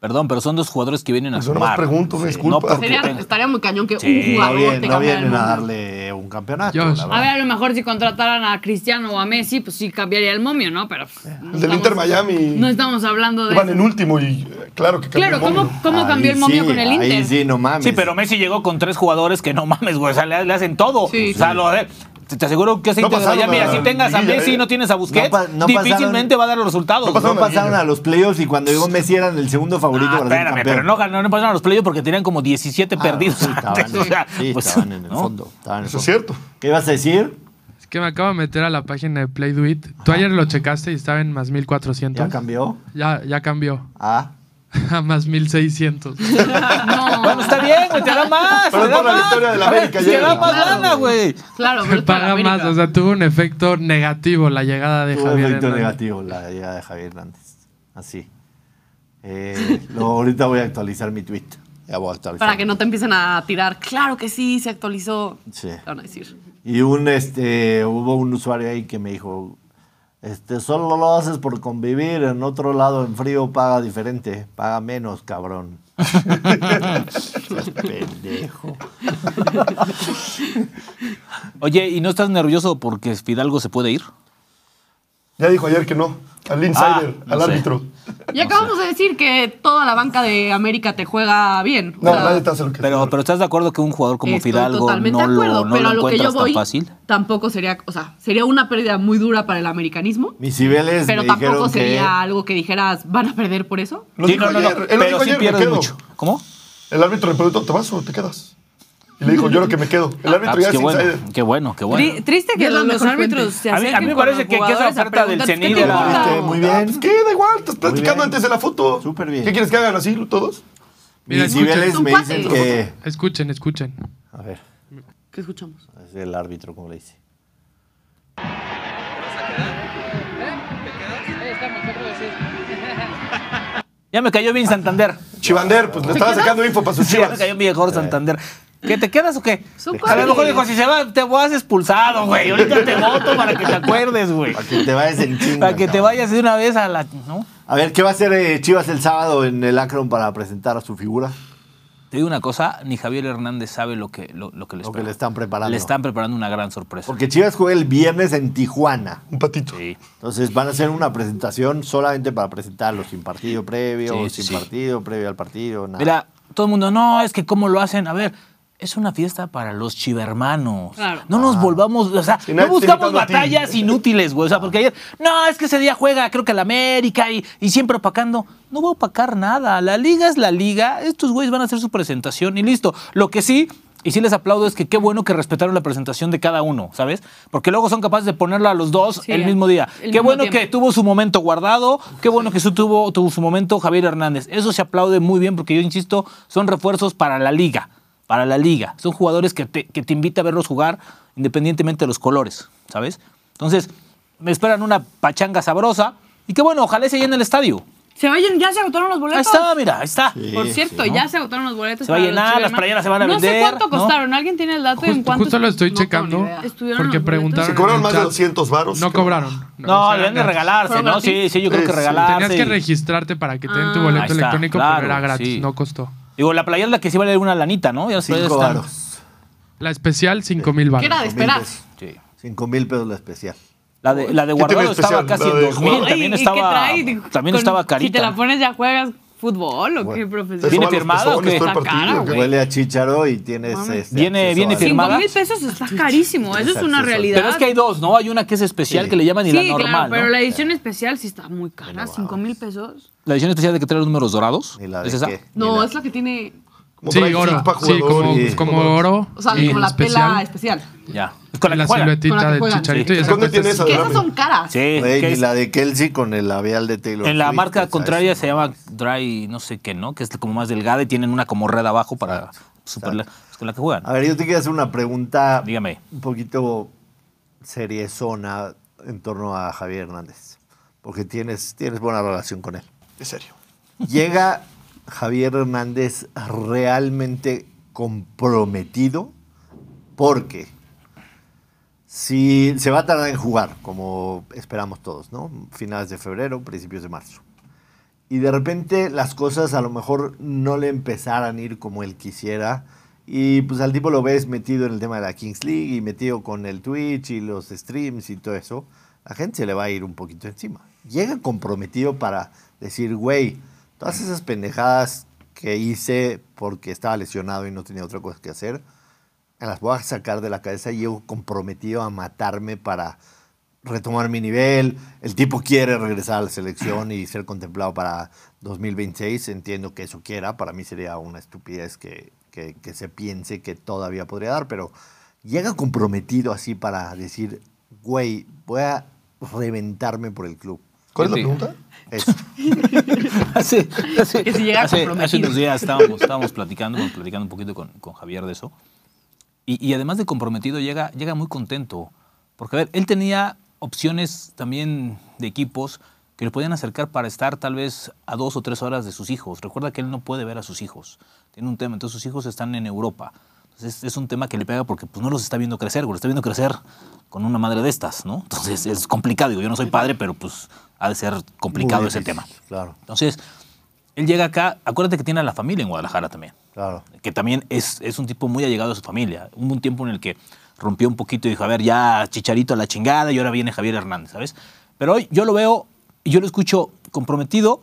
[SPEAKER 5] Perdón, pero son dos jugadores que vienen a
[SPEAKER 2] Eso nomás
[SPEAKER 5] sumar.
[SPEAKER 2] pregunto, me disculpa.
[SPEAKER 5] No porque
[SPEAKER 4] Sería-
[SPEAKER 5] tenga-
[SPEAKER 4] estaría muy cañón que
[SPEAKER 5] Sí,
[SPEAKER 4] un
[SPEAKER 1] No,
[SPEAKER 4] jugador
[SPEAKER 1] vienen-
[SPEAKER 4] te
[SPEAKER 1] no
[SPEAKER 4] cambiara el
[SPEAKER 1] vienen a
[SPEAKER 4] mundo.
[SPEAKER 1] darle un campeonato.
[SPEAKER 6] Josh.
[SPEAKER 1] la
[SPEAKER 3] A
[SPEAKER 1] verdad.
[SPEAKER 2] Ah.
[SPEAKER 3] ver, a lo mejor si contrataran a Cristiano o a Messi, pues sí cambiaría el momio, ¿no? Pero. pues, no
[SPEAKER 2] El Eh, del Inter Miami.
[SPEAKER 3] No estamos hablando de.
[SPEAKER 2] Iban
[SPEAKER 3] eso.
[SPEAKER 2] en último y eh, claro que cambió
[SPEAKER 3] Claro,
[SPEAKER 2] el momio.
[SPEAKER 3] ¿cómo, cómo
[SPEAKER 1] Ahí
[SPEAKER 3] cambió el momio
[SPEAKER 1] sí,
[SPEAKER 3] con el Inter?
[SPEAKER 1] Ahí sí, no mames.
[SPEAKER 5] Sí, pero Messi llegó con tres jugadores que no mames, güey. O sea, le, le hacen todo.
[SPEAKER 4] Sí.
[SPEAKER 5] O sea, lo- te, te aseguro que ese
[SPEAKER 2] No
[SPEAKER 5] Inter de
[SPEAKER 2] pasaron
[SPEAKER 5] Miami,
[SPEAKER 2] a la
[SPEAKER 5] así tengas a
[SPEAKER 2] liguilla,
[SPEAKER 5] Messi
[SPEAKER 2] ¿eh?
[SPEAKER 5] y no tienes a
[SPEAKER 1] No
[SPEAKER 5] Busquets,
[SPEAKER 1] pa- no
[SPEAKER 5] difícilmente
[SPEAKER 1] pasaron-
[SPEAKER 5] va a dar los resultados.
[SPEAKER 1] No
[SPEAKER 5] güey.
[SPEAKER 1] pasaron,
[SPEAKER 2] pasaron a
[SPEAKER 1] a los playoffs y cuando llegó Messi eran el segundo favorito
[SPEAKER 5] Ah,
[SPEAKER 1] para ser
[SPEAKER 5] espérame,
[SPEAKER 1] campeón.
[SPEAKER 5] pero no ganó, no pasaron a los playoffs porque tenían como 17
[SPEAKER 1] Ah,
[SPEAKER 5] perdidos.
[SPEAKER 1] sí, estaban,
[SPEAKER 5] antes, o sea,
[SPEAKER 1] sí,
[SPEAKER 5] pues,
[SPEAKER 1] estaban en el
[SPEAKER 5] ¿no?
[SPEAKER 1] fondo. estaban en el
[SPEAKER 2] Eso es
[SPEAKER 1] fondo.
[SPEAKER 2] cierto.
[SPEAKER 1] ¿Qué ibas a decir?
[SPEAKER 6] Es que me acabo de meter a la página de Play Do It. Tú ayer lo checaste y estaba en más
[SPEAKER 1] ¿Ya
[SPEAKER 6] 1400.
[SPEAKER 1] cambió?
[SPEAKER 6] Ya, ya cambió.
[SPEAKER 1] Ah.
[SPEAKER 6] A más 1600.
[SPEAKER 5] Bueno, está bien, güey, te da más.
[SPEAKER 2] Pero
[SPEAKER 5] te
[SPEAKER 2] es
[SPEAKER 5] da
[SPEAKER 2] por la
[SPEAKER 5] más.
[SPEAKER 2] victoria de la
[SPEAKER 5] A ver,
[SPEAKER 2] América
[SPEAKER 5] Te
[SPEAKER 2] ayer.
[SPEAKER 5] da más
[SPEAKER 4] Claro,
[SPEAKER 5] lana, güey.
[SPEAKER 4] Claro, pero
[SPEAKER 6] Me
[SPEAKER 4] es para
[SPEAKER 6] paga
[SPEAKER 4] América.
[SPEAKER 6] más. O sea, tuvo un efecto negativo la llegada de
[SPEAKER 1] Tuvo
[SPEAKER 6] Javier.
[SPEAKER 1] efecto
[SPEAKER 6] Hernández.
[SPEAKER 1] negativo la llegada de Javier Hernández. Así. Eh, lo- ahorita voy a actualizar mi tweet. Ya voy a actualizar.
[SPEAKER 4] Para que no te empiecen a tirar. Claro que sí, se actualizó.
[SPEAKER 1] Sí.
[SPEAKER 4] Te van a decir.
[SPEAKER 1] Y un, este, hubo un usuario ahí que me dijo, este, solo lo haces por convivir, en otro lado en frío paga diferente, paga menos, cabrón. Seas pendejo.
[SPEAKER 5] Oye, ¿y no estás nervioso porque Fidalgo se puede ir?
[SPEAKER 2] Ya dijo ayer que no. Al insider,
[SPEAKER 5] Ah, no
[SPEAKER 2] al
[SPEAKER 5] sé.
[SPEAKER 2] árbitro.
[SPEAKER 4] Y acabamos de decir que toda la banca de América te juega bien.
[SPEAKER 2] No,
[SPEAKER 4] O sea,
[SPEAKER 2] nadie te hace lo que
[SPEAKER 5] Pero, pero ¿estás de acuerdo que un jugador como
[SPEAKER 4] estoy
[SPEAKER 5] Fidalgo
[SPEAKER 4] totalmente
[SPEAKER 5] no
[SPEAKER 4] de acuerdo,
[SPEAKER 5] lo, no
[SPEAKER 4] pero
[SPEAKER 5] lo
[SPEAKER 4] a lo que yo
[SPEAKER 5] encuentras
[SPEAKER 4] voy
[SPEAKER 5] tan fácil?
[SPEAKER 4] tampoco sería, o sea, sería una pérdida muy dura para el americanismo,
[SPEAKER 1] Mis cibeles
[SPEAKER 4] pero
[SPEAKER 1] me
[SPEAKER 4] tampoco
[SPEAKER 1] dijeron
[SPEAKER 4] sería
[SPEAKER 1] que...
[SPEAKER 4] algo que dijeras, ¿van a perder por eso?
[SPEAKER 2] Lo
[SPEAKER 5] Sí,
[SPEAKER 2] dijo
[SPEAKER 5] no, no, no,
[SPEAKER 2] ayer. Él lo
[SPEAKER 5] pero
[SPEAKER 2] dijo
[SPEAKER 5] sí
[SPEAKER 2] ayer, me
[SPEAKER 5] pierdes
[SPEAKER 2] quedo.
[SPEAKER 5] mucho. ¿Cómo? Ah,
[SPEAKER 2] El árbitro le preguntó, ¿te vas o te quedas? Y le dijo, yo lo que me quedo. El
[SPEAKER 5] Ah,
[SPEAKER 2] árbitro
[SPEAKER 5] pues
[SPEAKER 2] ya
[SPEAKER 5] qué
[SPEAKER 2] es
[SPEAKER 5] bueno,
[SPEAKER 2] insider.
[SPEAKER 5] qué bueno, qué bueno.
[SPEAKER 3] Tri- triste
[SPEAKER 4] Y
[SPEAKER 3] que
[SPEAKER 4] es la
[SPEAKER 3] los, los
[SPEAKER 4] mejor
[SPEAKER 3] árbitros
[SPEAKER 4] fuente.
[SPEAKER 3] se
[SPEAKER 5] A mí- a mí
[SPEAKER 3] acerquen
[SPEAKER 5] me
[SPEAKER 3] con
[SPEAKER 5] parece que-
[SPEAKER 3] los
[SPEAKER 5] que esa
[SPEAKER 3] jugadores a
[SPEAKER 5] oferta del
[SPEAKER 3] preguntarles,
[SPEAKER 5] CENIDE
[SPEAKER 3] ¿qué te
[SPEAKER 5] era-
[SPEAKER 3] importa?
[SPEAKER 1] Viste, muy
[SPEAKER 2] Ah,
[SPEAKER 1] bien.
[SPEAKER 2] pues, ¿Qué? Da igual, estás platicando
[SPEAKER 1] bien.
[SPEAKER 2] antes de la foto.
[SPEAKER 1] Súper bien.
[SPEAKER 2] ¿Qué quieres que hagan así todos?
[SPEAKER 6] Mira,
[SPEAKER 1] Mis
[SPEAKER 6] escuchen,
[SPEAKER 1] niveles
[SPEAKER 4] son
[SPEAKER 1] me
[SPEAKER 4] cuates.
[SPEAKER 1] dicen que...
[SPEAKER 6] escuchen, escuchen.
[SPEAKER 1] A ver,
[SPEAKER 4] ¿Qué escuchamos?
[SPEAKER 1] es el árbitro, como le dice.
[SPEAKER 5] Ya me cayó bien Santander.
[SPEAKER 2] Chivander, pues le estaba sacando info para sus
[SPEAKER 5] Sí, ya me
[SPEAKER 2] chivas.
[SPEAKER 5] cayó bien mejor Santander. ¿Qué te quedas o qué?
[SPEAKER 4] Son
[SPEAKER 5] A lo mejor
[SPEAKER 4] cuates.
[SPEAKER 5] dijo, si se va, te vas expulsado, güey. Ahorita te voto para que te acuerdes, güey.
[SPEAKER 1] Para que te vayas en chinga.
[SPEAKER 5] Para que te
[SPEAKER 1] cabrón.
[SPEAKER 5] vayas de una vez a la... ¿no?
[SPEAKER 1] A ver, ¿qué va a hacer eh, Chivas el sábado en el Akron para presentar a su figura?
[SPEAKER 5] Te digo una cosa, ni Javier Hernández sabe lo que, lo, lo que le
[SPEAKER 1] Lo
[SPEAKER 5] espera.
[SPEAKER 1] que le están preparando.
[SPEAKER 5] Le están preparando una gran sorpresa.
[SPEAKER 1] Porque Chivas juega el viernes en Tijuana.
[SPEAKER 2] Un patito.
[SPEAKER 5] Sí.
[SPEAKER 1] Entonces van a hacer una presentación solamente para presentarlo, sin partido previo,
[SPEAKER 5] Sí, sí,
[SPEAKER 1] sin
[SPEAKER 5] sí.
[SPEAKER 1] partido, previo al partido, nada.
[SPEAKER 5] Mira, todo el mundo, no, es que cómo lo hacen. A ver, es una fiesta para los chivermanos.
[SPEAKER 4] Claro.
[SPEAKER 5] No nos volvamos, o sea,
[SPEAKER 2] Ah. Si nadie
[SPEAKER 5] no
[SPEAKER 2] te
[SPEAKER 5] buscamos
[SPEAKER 2] invitaba a ti.
[SPEAKER 5] batallas inútiles, güey. O sea, porque ayer, no, es que ese día juega, creo que la América y, y siempre opacando. No va a opacar nada. La liga es la liga. Estos güeyes van a hacer su presentación y listo. Lo que sí. Y sí les aplaudo es que qué bueno que respetaron la presentación de cada uno, ¿sabes? Porque luego son capaces de ponerla a los dos
[SPEAKER 3] Sí,
[SPEAKER 5] el mismo día.
[SPEAKER 3] el
[SPEAKER 5] qué
[SPEAKER 3] mismo
[SPEAKER 5] bueno
[SPEAKER 3] tiempo.
[SPEAKER 5] que tuvo su momento guardado, qué bueno que su tuvo, tuvo su momento Javier Hernández. Eso se aplaude muy bien porque yo insisto, son refuerzos para la liga, para la liga. Son jugadores que te, que te invita a verlos jugar independientemente de los colores, ¿sabes? Entonces, me esperan una pachanga sabrosa y qué bueno, ojalá se llene el estadio.
[SPEAKER 3] Se vayan, ya se agotaron los
[SPEAKER 5] Ahí
[SPEAKER 3] boletos.
[SPEAKER 5] Ah, está, mira, ahí está.
[SPEAKER 3] Por
[SPEAKER 1] Sí,
[SPEAKER 3] cierto,
[SPEAKER 1] sí, ¿no?
[SPEAKER 3] ya se agotaron los boletos.
[SPEAKER 5] Se va a
[SPEAKER 3] para los
[SPEAKER 5] llenar, las
[SPEAKER 3] Chivermanos.
[SPEAKER 5] playeras se van a
[SPEAKER 3] No
[SPEAKER 5] vender,
[SPEAKER 3] sé cuánto
[SPEAKER 5] ¿no?
[SPEAKER 3] costaron. ¿alguien tiene el dato en
[SPEAKER 6] Justo,
[SPEAKER 3] cuánto?
[SPEAKER 6] justo lo estoy
[SPEAKER 4] no tengo
[SPEAKER 6] checando
[SPEAKER 4] idea.
[SPEAKER 3] ¿Estuvieron
[SPEAKER 6] porque
[SPEAKER 3] los boletos?
[SPEAKER 6] preguntaron.
[SPEAKER 2] Se cobraron
[SPEAKER 6] en el
[SPEAKER 2] más de
[SPEAKER 6] chat.
[SPEAKER 2] 200 varos.
[SPEAKER 6] No cobraron.
[SPEAKER 5] No,
[SPEAKER 6] o sea,
[SPEAKER 5] deben de
[SPEAKER 6] gratis.
[SPEAKER 5] regalarse, ¿no? Sí, sí, yo creo que
[SPEAKER 2] Sí, sí.
[SPEAKER 5] regalarse.
[SPEAKER 6] Tenías que
[SPEAKER 5] y-
[SPEAKER 6] registrarte para que te den tu
[SPEAKER 3] Ah.
[SPEAKER 6] boleto
[SPEAKER 5] Ahí está,
[SPEAKER 6] electrónico,
[SPEAKER 5] claro,
[SPEAKER 6] pero era gratis,
[SPEAKER 5] sí.
[SPEAKER 6] no costó.
[SPEAKER 5] Digo, la playera es la que sí vale una lanita, ¿no? Ya se
[SPEAKER 1] Cinco
[SPEAKER 5] están-
[SPEAKER 1] varos.
[SPEAKER 6] La especial, 5 mil
[SPEAKER 4] ¿Qué
[SPEAKER 6] baros.
[SPEAKER 4] era de esperar?
[SPEAKER 5] Sí.
[SPEAKER 1] Cinco mil pesos la especial.
[SPEAKER 5] La de, la de
[SPEAKER 2] ¿Qué tiene
[SPEAKER 5] Guardado estaba
[SPEAKER 2] especial?
[SPEAKER 5] casi
[SPEAKER 2] La
[SPEAKER 5] en
[SPEAKER 2] de
[SPEAKER 5] 2000,
[SPEAKER 3] Ay,
[SPEAKER 5] también
[SPEAKER 3] ¿y qué
[SPEAKER 5] estaba,
[SPEAKER 3] trae?
[SPEAKER 5] también
[SPEAKER 3] Con-
[SPEAKER 5] estaba carita.
[SPEAKER 3] Si te la pones ya juegas fútbol o qué, profesor.
[SPEAKER 5] ¿Viene
[SPEAKER 2] ¿Te suman los
[SPEAKER 5] firmada o qué?
[SPEAKER 2] pezones todo el
[SPEAKER 3] Está
[SPEAKER 2] partido,
[SPEAKER 3] cara,
[SPEAKER 2] o qué?
[SPEAKER 3] güey.
[SPEAKER 1] Huele a chícharo y tienes. este,
[SPEAKER 5] Viene-
[SPEAKER 1] acceso
[SPEAKER 5] viene
[SPEAKER 1] a-
[SPEAKER 3] Cinco
[SPEAKER 5] firmado. ¿Firmada?
[SPEAKER 3] mil pesos está carísimo. Eso es una
[SPEAKER 1] Exacto, exacto.
[SPEAKER 5] Pero
[SPEAKER 3] realidad.
[SPEAKER 5] es que hay dos, ¿no? Hay una que es especial que le llaman y
[SPEAKER 3] Sí,
[SPEAKER 5] la normal.
[SPEAKER 3] claro, pero
[SPEAKER 5] ¿no?
[SPEAKER 3] la
[SPEAKER 5] la...
[SPEAKER 3] edición especial sí está muy cara. Cinco mil pesos.
[SPEAKER 5] edición especial de que trae los números dorados.
[SPEAKER 1] ¿Y la de
[SPEAKER 5] ¿Es esa?
[SPEAKER 1] qué?
[SPEAKER 4] No,
[SPEAKER 1] Ni la-
[SPEAKER 4] es la que tiene,
[SPEAKER 2] Como
[SPEAKER 6] Sí,
[SPEAKER 2] trae
[SPEAKER 6] oro.
[SPEAKER 2] cinco
[SPEAKER 6] Sí, como,
[SPEAKER 2] jugadores.
[SPEAKER 6] como oro.
[SPEAKER 4] o sea,
[SPEAKER 6] y
[SPEAKER 4] como la
[SPEAKER 6] especial,
[SPEAKER 4] pela especial.
[SPEAKER 5] Ya. Es Pues Con la,
[SPEAKER 6] la
[SPEAKER 5] que juega.
[SPEAKER 4] Con la
[SPEAKER 6] siluetita
[SPEAKER 4] que
[SPEAKER 6] del
[SPEAKER 4] juegan.
[SPEAKER 6] chicharito. y
[SPEAKER 2] Sí.
[SPEAKER 6] esa
[SPEAKER 2] ¿Dónde
[SPEAKER 6] parte
[SPEAKER 2] tiene
[SPEAKER 6] es-
[SPEAKER 2] esa?
[SPEAKER 4] Que
[SPEAKER 2] Adorable.
[SPEAKER 4] esas son caras.
[SPEAKER 5] Sí,
[SPEAKER 1] Güey,
[SPEAKER 5] que
[SPEAKER 1] y
[SPEAKER 5] es-
[SPEAKER 1] la de Kelsey con el labial de Taylor.
[SPEAKER 5] en la
[SPEAKER 1] Swift, o
[SPEAKER 5] marca
[SPEAKER 1] sea,
[SPEAKER 5] contraria
[SPEAKER 1] es-
[SPEAKER 5] se llama Dry, no sé qué, ¿no? Que es como más delgada y tienen una como red abajo para super es con la que juegan.
[SPEAKER 1] A ver, yo te quiero hacer una pregunta.
[SPEAKER 5] Dígame.
[SPEAKER 1] Un poquito seriezona en torno a Javier Hernández. Porque tienes, tienes buena relación con él.
[SPEAKER 2] En serio.
[SPEAKER 1] ¿Llega Javier Hernández realmente comprometido? Porque si se va a tardar en jugar, como esperamos todos, ¿no? Finales de febrero, principios de marzo. Y de repente las cosas a lo mejor no le empezaran a ir como él quisiera. Y pues al tipo lo ves metido en el tema de la Kings League y metido con el Twitch y los streams y todo eso. La gente se le va a ir un poquito encima. Llega comprometido para decir, güey, todas esas pendejadas que hice porque estaba lesionado y no tenía otra cosa que hacer, me las voy a sacar de la cabeza y llego comprometido a matarme para retomar mi nivel. El tipo quiere regresar a la selección y ser contemplado para 2026. Entiendo que eso quiera. Para mí sería una estupidez que, que- que se piense que todavía podría dar, pero llega comprometido así para decir, güey, voy a reventarme por el club.
[SPEAKER 2] ¿Cuál es la
[SPEAKER 5] Sí.
[SPEAKER 2] pregunta?
[SPEAKER 1] Eso.
[SPEAKER 5] hace, hace-
[SPEAKER 4] Que si llega
[SPEAKER 5] hace-
[SPEAKER 4] comprometido.
[SPEAKER 5] hace unos días estábamos, estábamos platicando, bueno, platicando un poquito con, con Javier de eso. Y, y además de comprometido, llega, llega muy contento. Porque, a ver, él tenía opciones también de equipos que le podían acercar para estar tal vez a dos o tres horas de sus hijos. Recuerda que él no puede ver a sus hijos. Tiene un tema. Entonces, sus hijos están en Europa. Entonces, es un tema que le pega porque pues, no los está viendo crecer, güey. Los está viendo crecer con una madre de estas, ¿no? Entonces, es complicado. Digo, yo no soy padre, pero pues ha de ser complicado
[SPEAKER 1] Muy
[SPEAKER 5] ese
[SPEAKER 1] difícil,
[SPEAKER 5] tema.
[SPEAKER 1] Claro,
[SPEAKER 5] Entonces, él llega acá, acuérdate que tiene a la familia en Guadalajara también,
[SPEAKER 1] claro.
[SPEAKER 5] que también es, es un tipo muy allegado a su familia. Hubo un tiempo en el que rompió un poquito y dijo, a ver, ya Chicharito a la chingada y ahora viene Javier Hernández, ¿sabes? Pero hoy yo lo veo, y yo lo escucho comprometido,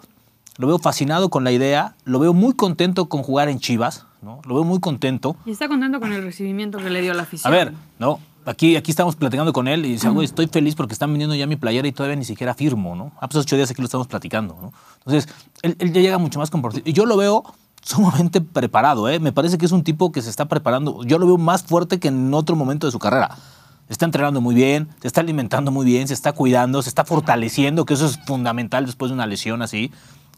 [SPEAKER 5] lo veo fascinado con la idea, lo veo muy contento con jugar en Chivas, ¿no? Lo veo muy contento.
[SPEAKER 3] Y está contento con el recibimiento que le dio la afición.
[SPEAKER 5] A ver, no, aquí, aquí estamos platicando con él y dice, güey, estoy feliz porque están vendiendo ya mi playera y todavía ni siquiera firmo, ¿no? A pues ocho días aquí lo estamos platicando, ¿no? Entonces, él, él ya llega mucho más compartido. Y yo lo veo sumamente preparado, ¿eh? Me parece que es un tipo que se está preparando. Yo lo veo más fuerte que en otro momento de su carrera. Se está entrenando muy bien, se está alimentando muy bien, se está cuidando, se está fortaleciendo, que eso es fundamental después de una lesión así.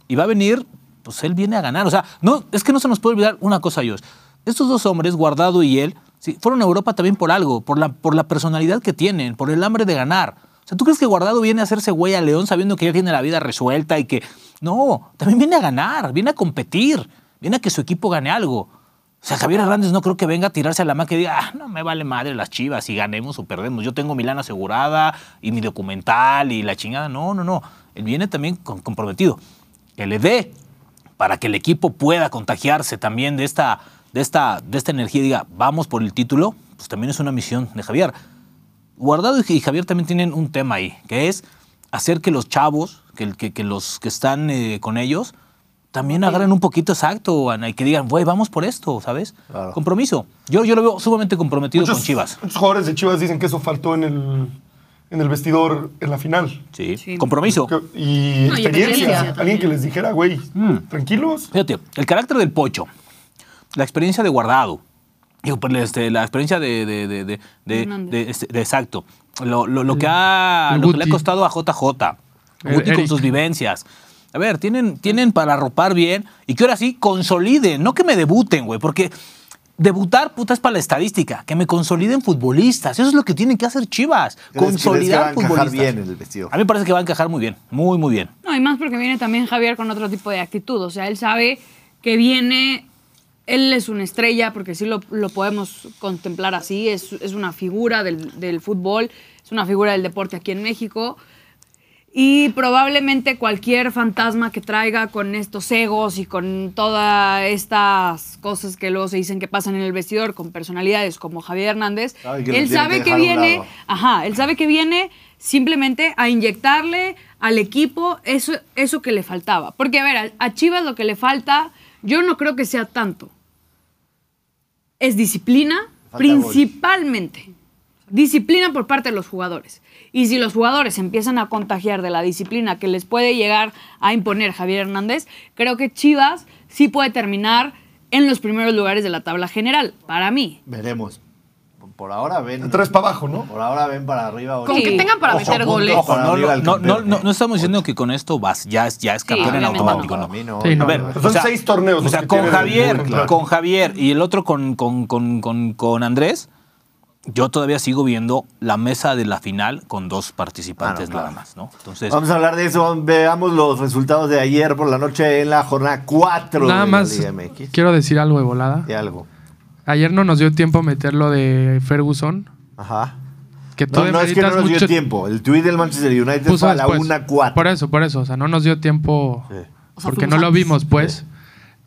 [SPEAKER 5] Y va a venir, pues él viene a ganar. O sea, no, es que no se nos puede olvidar una cosa, ellos. Estos dos hombres, Guardado y él, sí, fueron a Europa también por algo, por la, por la personalidad que tienen, por el hambre de ganar. O sea, ¿tú crees que Guardado viene a hacerse güey a León sabiendo que ya tiene la vida resuelta y que... No, también viene a ganar, viene a competir, viene a que su equipo gane algo. O sea, Javier Hernández no creo que venga a tirarse a la mano que diga, ah, no me vale madre las chivas, si ganemos o perdemos. Yo tengo mi lana asegurada y mi documental y la chingada. No, no, no. Él viene también con- comprometido. Que le dé para que el equipo pueda contagiarse también de esta, de esta, de esta energía y diga, vamos por el título, pues también es una misión de Javier. Guardado y Javier también tienen un tema ahí, que es hacer que los chavos, que, el- que- que los que están eh, con ellos, también agarren un poquito exacto, Ana, y que digan, güey, vamos por esto, ¿sabes?
[SPEAKER 1] Claro.
[SPEAKER 5] Compromiso. Yo, yo lo veo sumamente comprometido
[SPEAKER 2] Muchos-
[SPEAKER 5] con Chivas.
[SPEAKER 2] Muchos jugadores de Chivas dicen que eso faltó en el, en el vestidor en la final.
[SPEAKER 5] Sí. Compromiso.
[SPEAKER 2] Que- Y
[SPEAKER 4] No, y
[SPEAKER 2] experiencia.
[SPEAKER 4] experiencia
[SPEAKER 2] Alguien
[SPEAKER 4] también.
[SPEAKER 2] que les dijera, güey,
[SPEAKER 1] Mm.
[SPEAKER 2] tranquilos.
[SPEAKER 5] Fíjate, el carácter del pocho, la experiencia de guardado, digo, pues, este, la experiencia de, de- de- de- de-
[SPEAKER 3] Hernández.
[SPEAKER 5] de- este, de- exacto, lo, lo- lo que, ha,
[SPEAKER 6] El
[SPEAKER 5] lo que le ha
[SPEAKER 6] Guti.
[SPEAKER 5] costado a JJ,
[SPEAKER 6] El
[SPEAKER 5] Guti con
[SPEAKER 6] Eric.
[SPEAKER 5] sus vivencias. A ver, tienen, tienen para arropar bien y que ahora sí consoliden, no que me debuten, güey, porque debutar, puta, es para la estadística, que me consoliden futbolistas, eso es lo que tienen que hacer Chivas,
[SPEAKER 1] ¿Crees- crees que va a
[SPEAKER 5] consolidar
[SPEAKER 1] encajar
[SPEAKER 5] futbolistas.
[SPEAKER 1] bien en el vestido?
[SPEAKER 5] A mí me parece que va a encajar muy bien, muy, muy bien.
[SPEAKER 3] No, y más porque viene también Javier con otro tipo de actitud. O sea, él sabe que viene, él es una estrella, porque sí lo, lo podemos contemplar así, es, es una figura del, del fútbol, es una figura del deporte aquí en México. Y probablemente cualquier fantasma que traiga con estos egos y con todas estas cosas que luego se dicen que pasan en el vestidor con personalidades como Javier Hernández,
[SPEAKER 1] Sabe que lo
[SPEAKER 3] él
[SPEAKER 1] tiene
[SPEAKER 3] sabe
[SPEAKER 1] que
[SPEAKER 3] que
[SPEAKER 1] dejar a un
[SPEAKER 3] viene
[SPEAKER 1] lado.
[SPEAKER 3] Ajá, él sabe que viene simplemente a inyectarle al equipo eso, eso que le faltaba. Porque, a ver, a, a Chivas lo que le falta, yo no creo que sea tanto. Es disciplina,
[SPEAKER 1] Falta
[SPEAKER 3] principalmente. Disciplina por parte de los jugadores. Y si los jugadores se empiezan a contagiar de la disciplina que les puede llegar a imponer Javier Hernández, creo que Chivas sí puede terminar en los primeros lugares de la tabla general, para mí.
[SPEAKER 1] Veremos. Por- Por ahora ven.
[SPEAKER 2] Tres para abajo, ¿no?
[SPEAKER 1] Por ahora ven para arriba. ocho.
[SPEAKER 4] Con que
[SPEAKER 3] Sí.
[SPEAKER 4] tengan para
[SPEAKER 1] Ojo,
[SPEAKER 4] meter
[SPEAKER 1] punto,
[SPEAKER 4] goles.
[SPEAKER 1] ojo,
[SPEAKER 5] Ojo, no,
[SPEAKER 1] arriba
[SPEAKER 5] no,
[SPEAKER 1] el
[SPEAKER 5] no,
[SPEAKER 1] campeón,
[SPEAKER 5] no, no,
[SPEAKER 1] ¿eh?
[SPEAKER 5] no estamos diciendo que con esto vas, ya es, ya es campeón en
[SPEAKER 3] obviamente
[SPEAKER 5] automático,
[SPEAKER 1] no.
[SPEAKER 5] no.
[SPEAKER 1] Para mí no.
[SPEAKER 5] A
[SPEAKER 6] Sí,
[SPEAKER 5] ver,
[SPEAKER 6] no, no.
[SPEAKER 2] Son seis torneos
[SPEAKER 5] O
[SPEAKER 2] los
[SPEAKER 5] sea,
[SPEAKER 2] que
[SPEAKER 5] con
[SPEAKER 2] tienen,
[SPEAKER 5] Javier,
[SPEAKER 2] muy claro.
[SPEAKER 5] con Javier y el otro con, con, con, con, con Andrés, yo todavía sigo viendo la mesa de la final con dos participantes
[SPEAKER 1] Ah, no,
[SPEAKER 5] nada más, ¿no? Entonces,
[SPEAKER 1] Vamos a hablar de eso. Veamos los resultados de ayer por la noche en la jornada 4
[SPEAKER 6] Nada
[SPEAKER 1] de
[SPEAKER 6] más
[SPEAKER 1] la Liga MX.
[SPEAKER 6] quiero decir algo de volada.
[SPEAKER 1] Y algo.
[SPEAKER 6] Ayer no nos dio tiempo meter lo de Ferguson.
[SPEAKER 1] Ajá.
[SPEAKER 6] Que tú
[SPEAKER 1] No, no, es que no
[SPEAKER 6] demeritas
[SPEAKER 1] nos dio
[SPEAKER 6] mucho-
[SPEAKER 1] tiempo. El tuit del Manchester United
[SPEAKER 6] puso
[SPEAKER 1] fue a la
[SPEAKER 6] después.
[SPEAKER 1] 1-4.
[SPEAKER 6] Por eso, por eso. O sea, no nos dio tiempo.
[SPEAKER 4] O sea,
[SPEAKER 6] Porque
[SPEAKER 4] fuimos
[SPEAKER 6] no lo
[SPEAKER 4] antes.
[SPEAKER 6] vimos, pues.